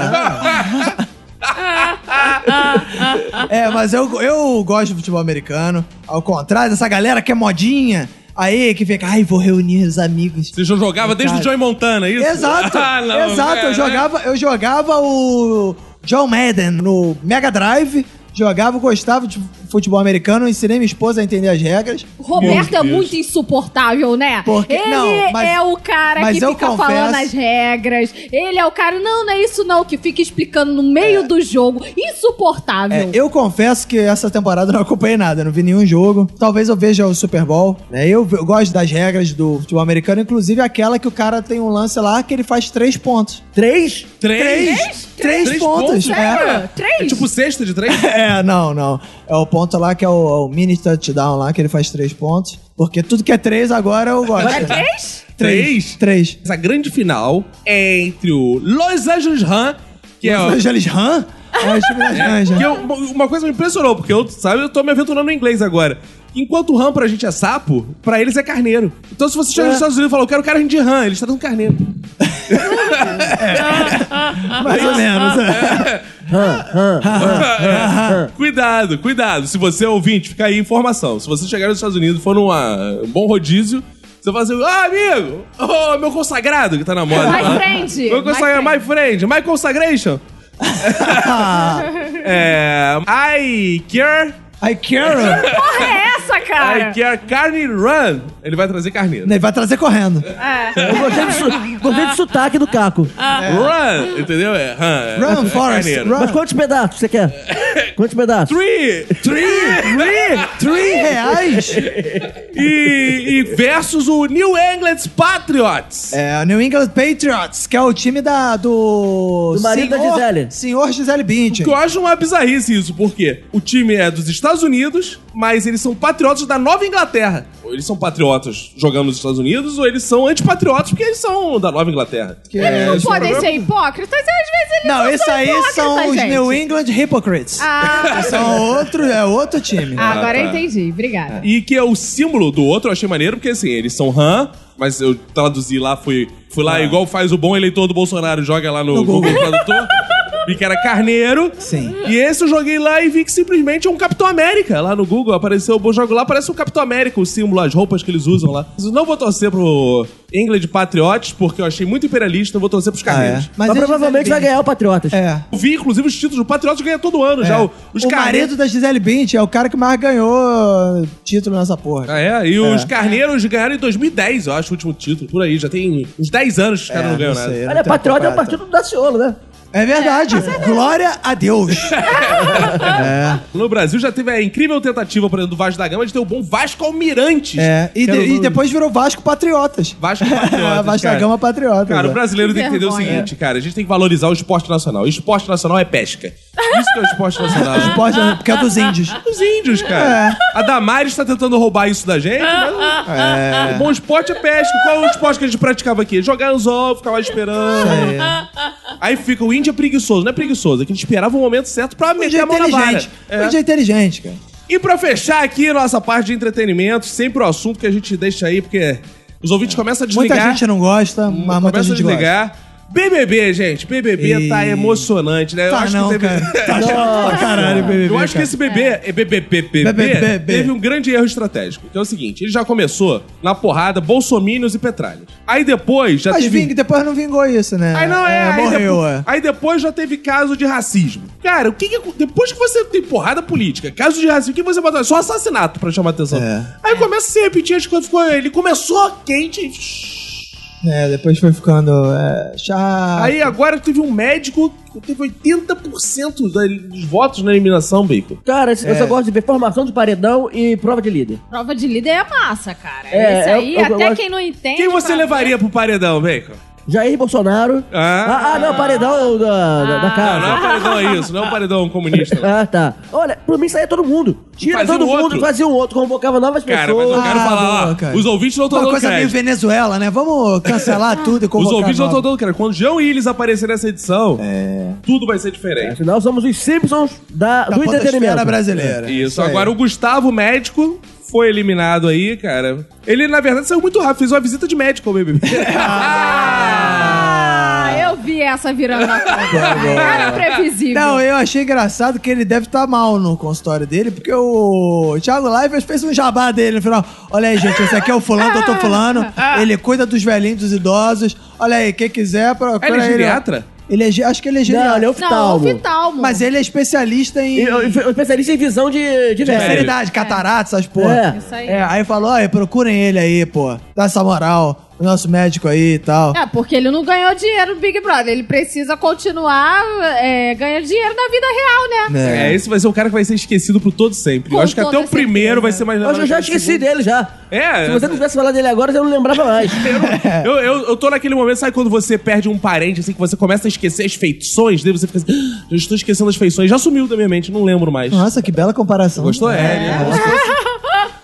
[SPEAKER 3] É, mas eu, eu gosto de futebol americano. Ao contrário dessa galera que é modinha. Aí que fica, ai, vou reunir os amigos.
[SPEAKER 2] Você já jogava desde o Joy Montana, é isso?
[SPEAKER 3] Exato!
[SPEAKER 2] Ah, não,
[SPEAKER 3] exato,
[SPEAKER 2] cara.
[SPEAKER 3] eu jogava, eu jogava o John Madden no Mega Drive. Jogava, gostava de futebol americano, ensinei minha esposa a entender as regras.
[SPEAKER 4] Roberto
[SPEAKER 2] Meu
[SPEAKER 4] é
[SPEAKER 2] Deus.
[SPEAKER 4] muito insuportável, né?
[SPEAKER 3] Porque-
[SPEAKER 4] ele
[SPEAKER 3] não, mas-
[SPEAKER 4] é o cara
[SPEAKER 3] mas
[SPEAKER 4] que
[SPEAKER 3] eu
[SPEAKER 4] fica
[SPEAKER 3] confesso-
[SPEAKER 4] falando as regras. Ele é o cara, não, não é isso não, que fica explicando no meio do jogo. Insuportável.
[SPEAKER 3] É, eu confesso que essa temporada eu não acompanhei nada, não vi nenhum jogo. Talvez eu veja o Super Bowl, né? Eu, eu gosto das regras do futebol americano, inclusive aquela que o cara tem um lance lá que ele faz três pontos.
[SPEAKER 5] 3?
[SPEAKER 2] Três?
[SPEAKER 3] Três, três pontos,
[SPEAKER 4] Sério?
[SPEAKER 3] é.
[SPEAKER 4] Três?
[SPEAKER 2] É tipo sexta de três?
[SPEAKER 3] É, não, não. É o ponto lá que é o, o mini touchdown lá, que ele faz três pontos. Porque tudo que é três agora eu gosto.
[SPEAKER 4] É três?
[SPEAKER 3] Três? Três.
[SPEAKER 2] Essa grande final é entre o Los Angeles Rams, que é o...
[SPEAKER 3] Los Angeles Ram? É o time das Anjas.
[SPEAKER 2] um, Que eu- uma coisa me impressionou, porque eu, sabe, eu tô me aventurando no inglês agora. Enquanto o rã pra gente é sapo, pra eles é carneiro. Então se você chega
[SPEAKER 3] É.
[SPEAKER 2] nos Estados Unidos e falar, eu quero carne de rã, eles tratam carneiro.
[SPEAKER 3] Mais ou menos. é.
[SPEAKER 2] É. cuidado, cuidado. Se você é ouvinte, fica aí a informação. Se você chegar nos Estados Unidos e for numa- um bom rodízio, você fala assim, ah, amigo, ô, meu consagrado que tá na moda.
[SPEAKER 4] My friend,
[SPEAKER 2] Meu consagrado, my friend, my consagration. é, I care...
[SPEAKER 3] I care...
[SPEAKER 12] Que porra é essa, cara?
[SPEAKER 4] Ah.
[SPEAKER 2] I care carne run. Ele vai trazer carneiro.
[SPEAKER 3] Ele né, vai trazer correndo.
[SPEAKER 12] É.
[SPEAKER 5] Eu gostei do, su- gostei do sotaque do Caco.
[SPEAKER 2] Run, entendeu? É, run. é, é carneiro.
[SPEAKER 5] Mas quantos pedaços você quer? Quantos pedaços?
[SPEAKER 2] Three! Three!
[SPEAKER 3] Three! Three reais?
[SPEAKER 2] E, e versus o New England Patriots.
[SPEAKER 3] É, o New England Patriots, que é o time da, do...
[SPEAKER 2] Do marido da Gisele.
[SPEAKER 3] Senhor Gisele Bündchen.
[SPEAKER 2] O que eu acho uma bizarrice isso, porque o time é dos Estados Unidos, mas eles são patriotas da Nova Inglaterra. Ou eles são patriotas jogando nos Estados Unidos, ou eles são antipatriotas porque eles são da Nova Inglaterra.
[SPEAKER 3] Que
[SPEAKER 4] Eles não
[SPEAKER 2] esse é o
[SPEAKER 4] podem
[SPEAKER 2] problema.
[SPEAKER 4] ser hipócritas, às vezes eles
[SPEAKER 3] Não,
[SPEAKER 4] não
[SPEAKER 3] esses
[SPEAKER 4] são
[SPEAKER 3] aí são
[SPEAKER 4] hipócritas,
[SPEAKER 3] os
[SPEAKER 4] gente.
[SPEAKER 3] New England Hypocrites.
[SPEAKER 4] Ah.
[SPEAKER 3] São outro, é outro time.
[SPEAKER 4] Ah, agora
[SPEAKER 2] Ah,
[SPEAKER 4] eu
[SPEAKER 2] tá.
[SPEAKER 4] entendi. Obrigada.
[SPEAKER 2] E que é o símbolo do outro, eu achei maneiro, porque assim, eles são RAM, mas eu traduzi lá, fui, fui lá igual faz o bom eleitor do Bolsonaro, joga lá no, Google Tradutor. E que era carneiro.
[SPEAKER 3] Sim.
[SPEAKER 2] E esse eu joguei lá e vi que simplesmente é um Capitão América. Lá no Google apareceu, eu jogo lá, parece um Capitão América, o símbolo, as roupas que eles usam lá. Mas eu não vou torcer pro England Patriots, porque eu achei muito imperialista, eu vou torcer
[SPEAKER 3] Ah,
[SPEAKER 2] pros carneiros.
[SPEAKER 5] Mas, Ah, provavelmente vai ganhar o Patriotas.
[SPEAKER 3] É.
[SPEAKER 2] Eu vi, inclusive, os títulos do Patriotas ganha todo ano
[SPEAKER 3] É.
[SPEAKER 2] já. o- Os
[SPEAKER 3] o
[SPEAKER 2] carneiros.
[SPEAKER 3] marido da Gisele Bündchen é o cara que mais ganhou título nessa porra.
[SPEAKER 2] Ah, é? E os
[SPEAKER 3] É.
[SPEAKER 2] Carneiros ganharam em 2010, eu acho, o último título, por aí. Já tem uns 10 anos que os caras não ganham nada.
[SPEAKER 3] então,
[SPEAKER 5] Olha, Patriota é o partido do Daciolo, né?
[SPEAKER 3] É verdade. Glória a Deus.
[SPEAKER 2] No Brasil já teve a incrível tentativa, por exemplo, do Vasco da Gama de ter o bom Vasco Almirantes.
[SPEAKER 3] É, e,
[SPEAKER 2] Que
[SPEAKER 3] de-
[SPEAKER 2] era o-
[SPEAKER 3] e depois virou Vasco Patriotas.
[SPEAKER 2] Vasco Patriotas,
[SPEAKER 3] Vasco da
[SPEAKER 2] cara.
[SPEAKER 3] Gama Patriotas.
[SPEAKER 2] Cara, o
[SPEAKER 3] é.
[SPEAKER 2] brasileiro tem que entender o
[SPEAKER 3] vergonha.
[SPEAKER 2] seguinte, cara. A gente tem que valorizar o esporte nacional. O esporte nacional é pesca. Isso que é o esporte nacional.
[SPEAKER 3] Esporte,
[SPEAKER 2] Ah,
[SPEAKER 3] porque é dos índios.
[SPEAKER 2] Dos índios, cara. A Damares tá tentando roubar isso da gente, mas...
[SPEAKER 3] É.
[SPEAKER 2] O bom esporte é pesca. Qual é o esporte que a gente praticava aqui? Jogar anzol, ficar lá esperando.
[SPEAKER 3] Isso
[SPEAKER 2] Aí fica, o índio é preguiçoso. Não é preguiçoso, é que a gente esperava o momento certo pra
[SPEAKER 3] Um
[SPEAKER 2] meter
[SPEAKER 3] dia
[SPEAKER 2] a mão na vara. É.
[SPEAKER 3] inteligente. Um dia inteligente, cara.
[SPEAKER 2] E pra fechar aqui nossa parte de entretenimento, sempre o assunto que a gente deixa aí, porque os ouvintes começam a desligar.
[SPEAKER 3] Muita gente não gosta, mas muita
[SPEAKER 2] começam Hum, a
[SPEAKER 3] gente gosta.
[SPEAKER 2] desligar. BBB, gente, BBB tá emocionante, né?
[SPEAKER 3] Tá não, cara. Tá chato pra caralho, BBB,
[SPEAKER 2] Eu acho que
[SPEAKER 3] cara.
[SPEAKER 2] esse BBB, é. BBB,
[SPEAKER 3] BBB.
[SPEAKER 2] teve um grande erro estratégico. Então é o seguinte, ele já começou na porrada bolsomínios e petralhas. Aí depois já
[SPEAKER 3] Mas
[SPEAKER 2] teve...
[SPEAKER 3] ving- depois não vingou isso, né?
[SPEAKER 2] Aí não é, aí,
[SPEAKER 3] morreu,
[SPEAKER 2] depo-
[SPEAKER 3] é.
[SPEAKER 2] aí depois já teve caso de racismo. Cara, o que que acon- depois que você tem porrada política, caso de racismo, o que você bota? Só assassinato pra chamar atenção.
[SPEAKER 3] É.
[SPEAKER 2] Aí começa a se repetir as coisas, ficou ele começou quente. e-
[SPEAKER 3] É, depois foi ficando é, chato.
[SPEAKER 2] Aí agora teve um médico que teve 80% da- dos votos na eliminação, Bacon.
[SPEAKER 5] Cara, eu
[SPEAKER 2] É.
[SPEAKER 5] só gosto de ver formação de paredão e prova de líder.
[SPEAKER 4] Prova de líder é massa, cara.
[SPEAKER 5] É,
[SPEAKER 4] Isso
[SPEAKER 5] eu-
[SPEAKER 4] aí,
[SPEAKER 5] eu- eu
[SPEAKER 4] até
[SPEAKER 5] acho-
[SPEAKER 4] quem não entende.
[SPEAKER 2] Quem você
[SPEAKER 4] pra-
[SPEAKER 2] levaria pro paredão, Bacon?
[SPEAKER 5] Jair Bolsonaro. Ah, ah, não, paredão da, da, da
[SPEAKER 2] Não,
[SPEAKER 5] casa.
[SPEAKER 2] não é um paredão é isso, não é um paredão comunista.
[SPEAKER 5] Ah, tá. Olha, por mim saía todo mundo. Tira
[SPEAKER 2] Fazia
[SPEAKER 5] todo
[SPEAKER 2] um
[SPEAKER 5] mundo,
[SPEAKER 2] outro.
[SPEAKER 5] fazia um outro, convocava novas
[SPEAKER 2] Cara, mas
[SPEAKER 5] pessoas.
[SPEAKER 2] eu quero falar, ó, os ouvintes não estão
[SPEAKER 3] Uma
[SPEAKER 2] dando
[SPEAKER 3] coisa meio
[SPEAKER 2] crédito.
[SPEAKER 3] Venezuela, né? Vamos cancelar tudo e
[SPEAKER 2] Os
[SPEAKER 3] convocar
[SPEAKER 2] ouvintes não
[SPEAKER 3] nova.
[SPEAKER 2] estão dando crédito. Quando João Willis aparecer nessa edição,
[SPEAKER 5] É.
[SPEAKER 2] tudo vai ser diferente.
[SPEAKER 5] Afinal, somos os Simpsons da, do
[SPEAKER 2] potosfera
[SPEAKER 5] entretenimento. É,
[SPEAKER 3] brasileira.
[SPEAKER 2] Isso. Agora, o Gustavo Médico foi eliminado aí, cara. Ele, na verdade, saiu muito rápido. Fez uma visita de médico ao BBB.
[SPEAKER 4] Ah, eu vi essa virando na cara. Era previsível.
[SPEAKER 3] Não, eu achei engraçado que ele deve estar mal no consultório dele, porque o Thiago Leifert fez um jabá dele no final. Olha aí, gente, esse aqui é o fulano, doutor fulano. Ele cuida dos velhinhos, dos idosos. Olha aí, quem quiser, procura
[SPEAKER 2] Ele é
[SPEAKER 3] ó.
[SPEAKER 2] geriatra?
[SPEAKER 3] Ele é, ge- acho que ele é geriatra.
[SPEAKER 5] Não, ele é oftalmo. Não, oftalmo.
[SPEAKER 3] Mas ele é especialista em...
[SPEAKER 5] E- e- especialista em visão de, de velho.
[SPEAKER 3] Sinceridade, cataratas, essas porra.
[SPEAKER 5] É. Isso aí.
[SPEAKER 3] É, aí falou, aí procurem ele aí, pô. Dá essa moral, o nosso médico aí e tal.
[SPEAKER 4] É, porque ele não ganhou dinheiro no Big Brother. Ele precisa continuar é, ganhando dinheiro na vida real, né?
[SPEAKER 2] É, esse vai ser o cara que vai ser esquecido pro todo sempre. Eu acho que até o primeiro vai ser mais
[SPEAKER 5] Eu já esqueci dele já.
[SPEAKER 2] É.
[SPEAKER 5] Se você não tivesse falado dele agora, eu não lembrava mais.
[SPEAKER 2] Eu, eu, eu tô naquele momento, sabe quando você perde um parente, assim, que você começa a esquecer as feições dele, você fica assim, "Ah, já estou esquecendo as feições, já sumiu da minha mente, não lembro mais.
[SPEAKER 3] Nossa, que bela comparação.
[SPEAKER 2] Gostou? É, né? Como se fosse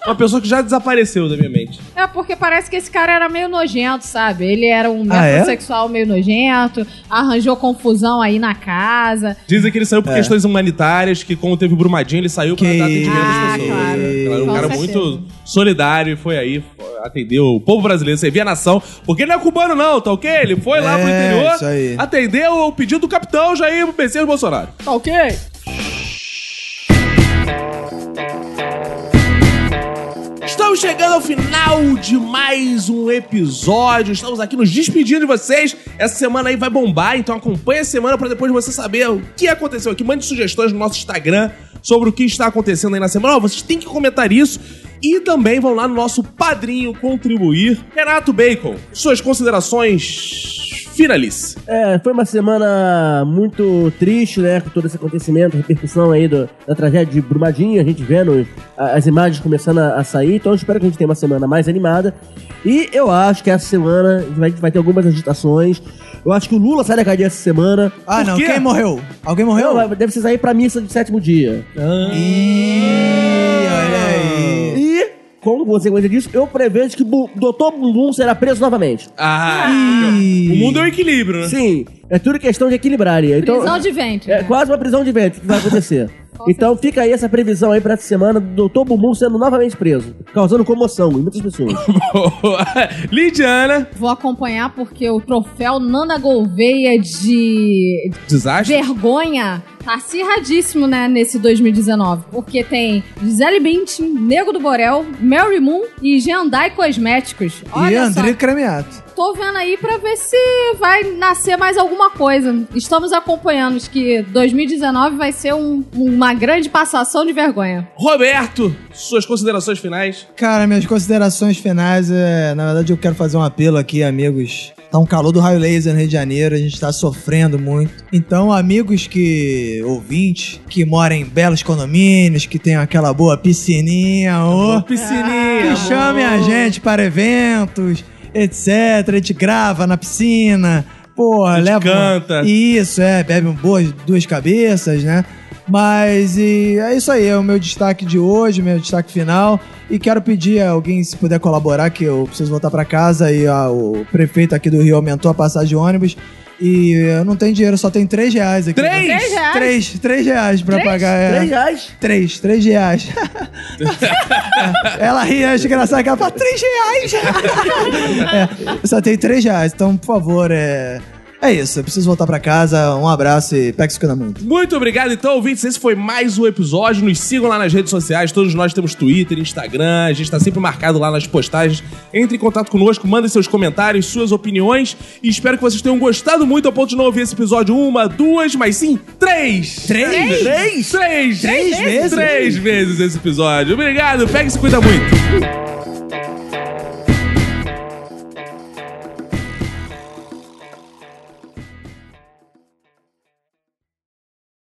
[SPEAKER 2] Uma pessoa que já desapareceu da minha mente.
[SPEAKER 4] É, porque parece que esse cara era meio nojento, sabe? Ele era um
[SPEAKER 2] Ah, é?
[SPEAKER 4] sexual meio nojento, arranjou confusão aí na casa.
[SPEAKER 2] Dizem que ele saiu por
[SPEAKER 3] É. Ah,
[SPEAKER 2] questões humanitárias, que como teve Brumadinho, ele saiu pra dar atendimento às pessoas. né? Pela Era um
[SPEAKER 13] Com
[SPEAKER 2] cara
[SPEAKER 13] certeza.
[SPEAKER 2] muito solidário e foi aí, atendeu o povo brasileiro, servia a nação. Porque ele não é cubano, não, tá ok? Ele foi lá pro
[SPEAKER 3] É,
[SPEAKER 2] interior,
[SPEAKER 3] isso aí.
[SPEAKER 2] atendeu o pedido do capitão Jair Messias Bolsonaro.
[SPEAKER 4] Tá ok?
[SPEAKER 2] Estamos chegando ao final de mais um episódio. Estamos aqui nos despedindo de vocês. Essa semana aí vai bombar, então acompanha a semana para depois você saber o que aconteceu aqui. Mande sugestões no nosso Instagram sobre o que está acontecendo aí na semana. Ó, vocês têm que comentar isso. E também vão lá no nosso padrinho contribuir. Renato Bacon, suas considerações finalice.
[SPEAKER 5] É, foi uma semana muito triste, né? Com todo esse acontecimento, repercussão aí do- da tragédia de Brumadinho, a gente vendo a- as imagens começando a, a sair. Então eu espero que a gente tenha uma semana mais animada. E eu acho que essa semana a gente vai, vai ter algumas agitações. Eu acho que o Lula sai da cadeia essa semana.
[SPEAKER 3] Ah, não. Quem morreu?
[SPEAKER 5] Alguém morreu? deve ser sair pra missa de sétimo dia. E, como consequência disso, eu prevejo que o Dr. Bumbum será preso novamente.
[SPEAKER 2] Ah,
[SPEAKER 5] o
[SPEAKER 2] mundo é o equilíbrio, né?
[SPEAKER 5] Sim, é tudo questão de equilibrar. Então,
[SPEAKER 4] Prisão de ventre. né?
[SPEAKER 5] É quase uma prisão de ventre que vai acontecer. então fica aí essa previsão aí pra essa semana do Dr. Bumbum sendo novamente preso, causando comoção em muitas pessoas.
[SPEAKER 2] Lidiana.
[SPEAKER 4] Vou acompanhar porque o troféu Nanda Gouveia de
[SPEAKER 2] Desastre.
[SPEAKER 4] vergonha tá acirradíssimo, né, nesse 2019. Porque tem Gisele Bündchen, Nego do Borel, Mary Moon e Gendai Cosméticos. Olha
[SPEAKER 3] e
[SPEAKER 4] só.
[SPEAKER 3] André Cremiato.
[SPEAKER 4] Tô vendo aí pra ver se vai nascer mais alguma coisa. Estamos acompanhando que 2019 vai ser um- uma grande passação de vergonha.
[SPEAKER 2] Roberto, suas considerações finais.
[SPEAKER 3] Cara, minhas considerações finais é. Na verdade, eu quero fazer um apelo aqui, amigos. Tá um calor do raio laser no Rio de Janeiro, a gente tá sofrendo muito. Então, amigos que. ouvintes, que moram em belos condomínios, que tem aquela boa piscininha, ô.
[SPEAKER 2] piscininha!
[SPEAKER 3] Que chamem a gente para eventos, etc. A gente grava na piscina, pô, leva.
[SPEAKER 2] canta.
[SPEAKER 3] Isso, é, bebe um boas duas cabeças, né? Mas e é isso aí, é o meu destaque de hoje, meu destaque final. E quero pedir a alguém, se puder colaborar, que eu preciso voltar pra casa e ah, o prefeito aqui do Rio aumentou a passagem de ônibus. E eu não tenho dinheiro, só tem 3 reais aqui.
[SPEAKER 2] Três?
[SPEAKER 3] Né?
[SPEAKER 2] Três reais?
[SPEAKER 3] Três, três reais pra
[SPEAKER 2] Três?
[SPEAKER 3] pagar. É.
[SPEAKER 2] Três
[SPEAKER 5] reais?
[SPEAKER 3] Três, três reais. ela ri, acho engraçado que ela fala, três reais? É, só tem três reais, então, por favor, é... É isso, eu preciso voltar pra casa. Um abraço e pega isso muito.
[SPEAKER 2] Muito obrigado, então, ouvintes. Esse foi mais um episódio. Nos sigam lá nas redes sociais. Todos nós temos Twitter, Instagram. A gente está sempre marcado lá nas postagens. Entre em contato conosco, mandem seus comentários, suas opiniões. E espero que vocês tenham gostado muito ao ponto de não ouvir esse episódio uma, duas, mas sim três.
[SPEAKER 3] Três?
[SPEAKER 2] Três? Três,
[SPEAKER 3] Três vezes?
[SPEAKER 2] Três vezes esse episódio. Obrigado. Pega e se cuida muito.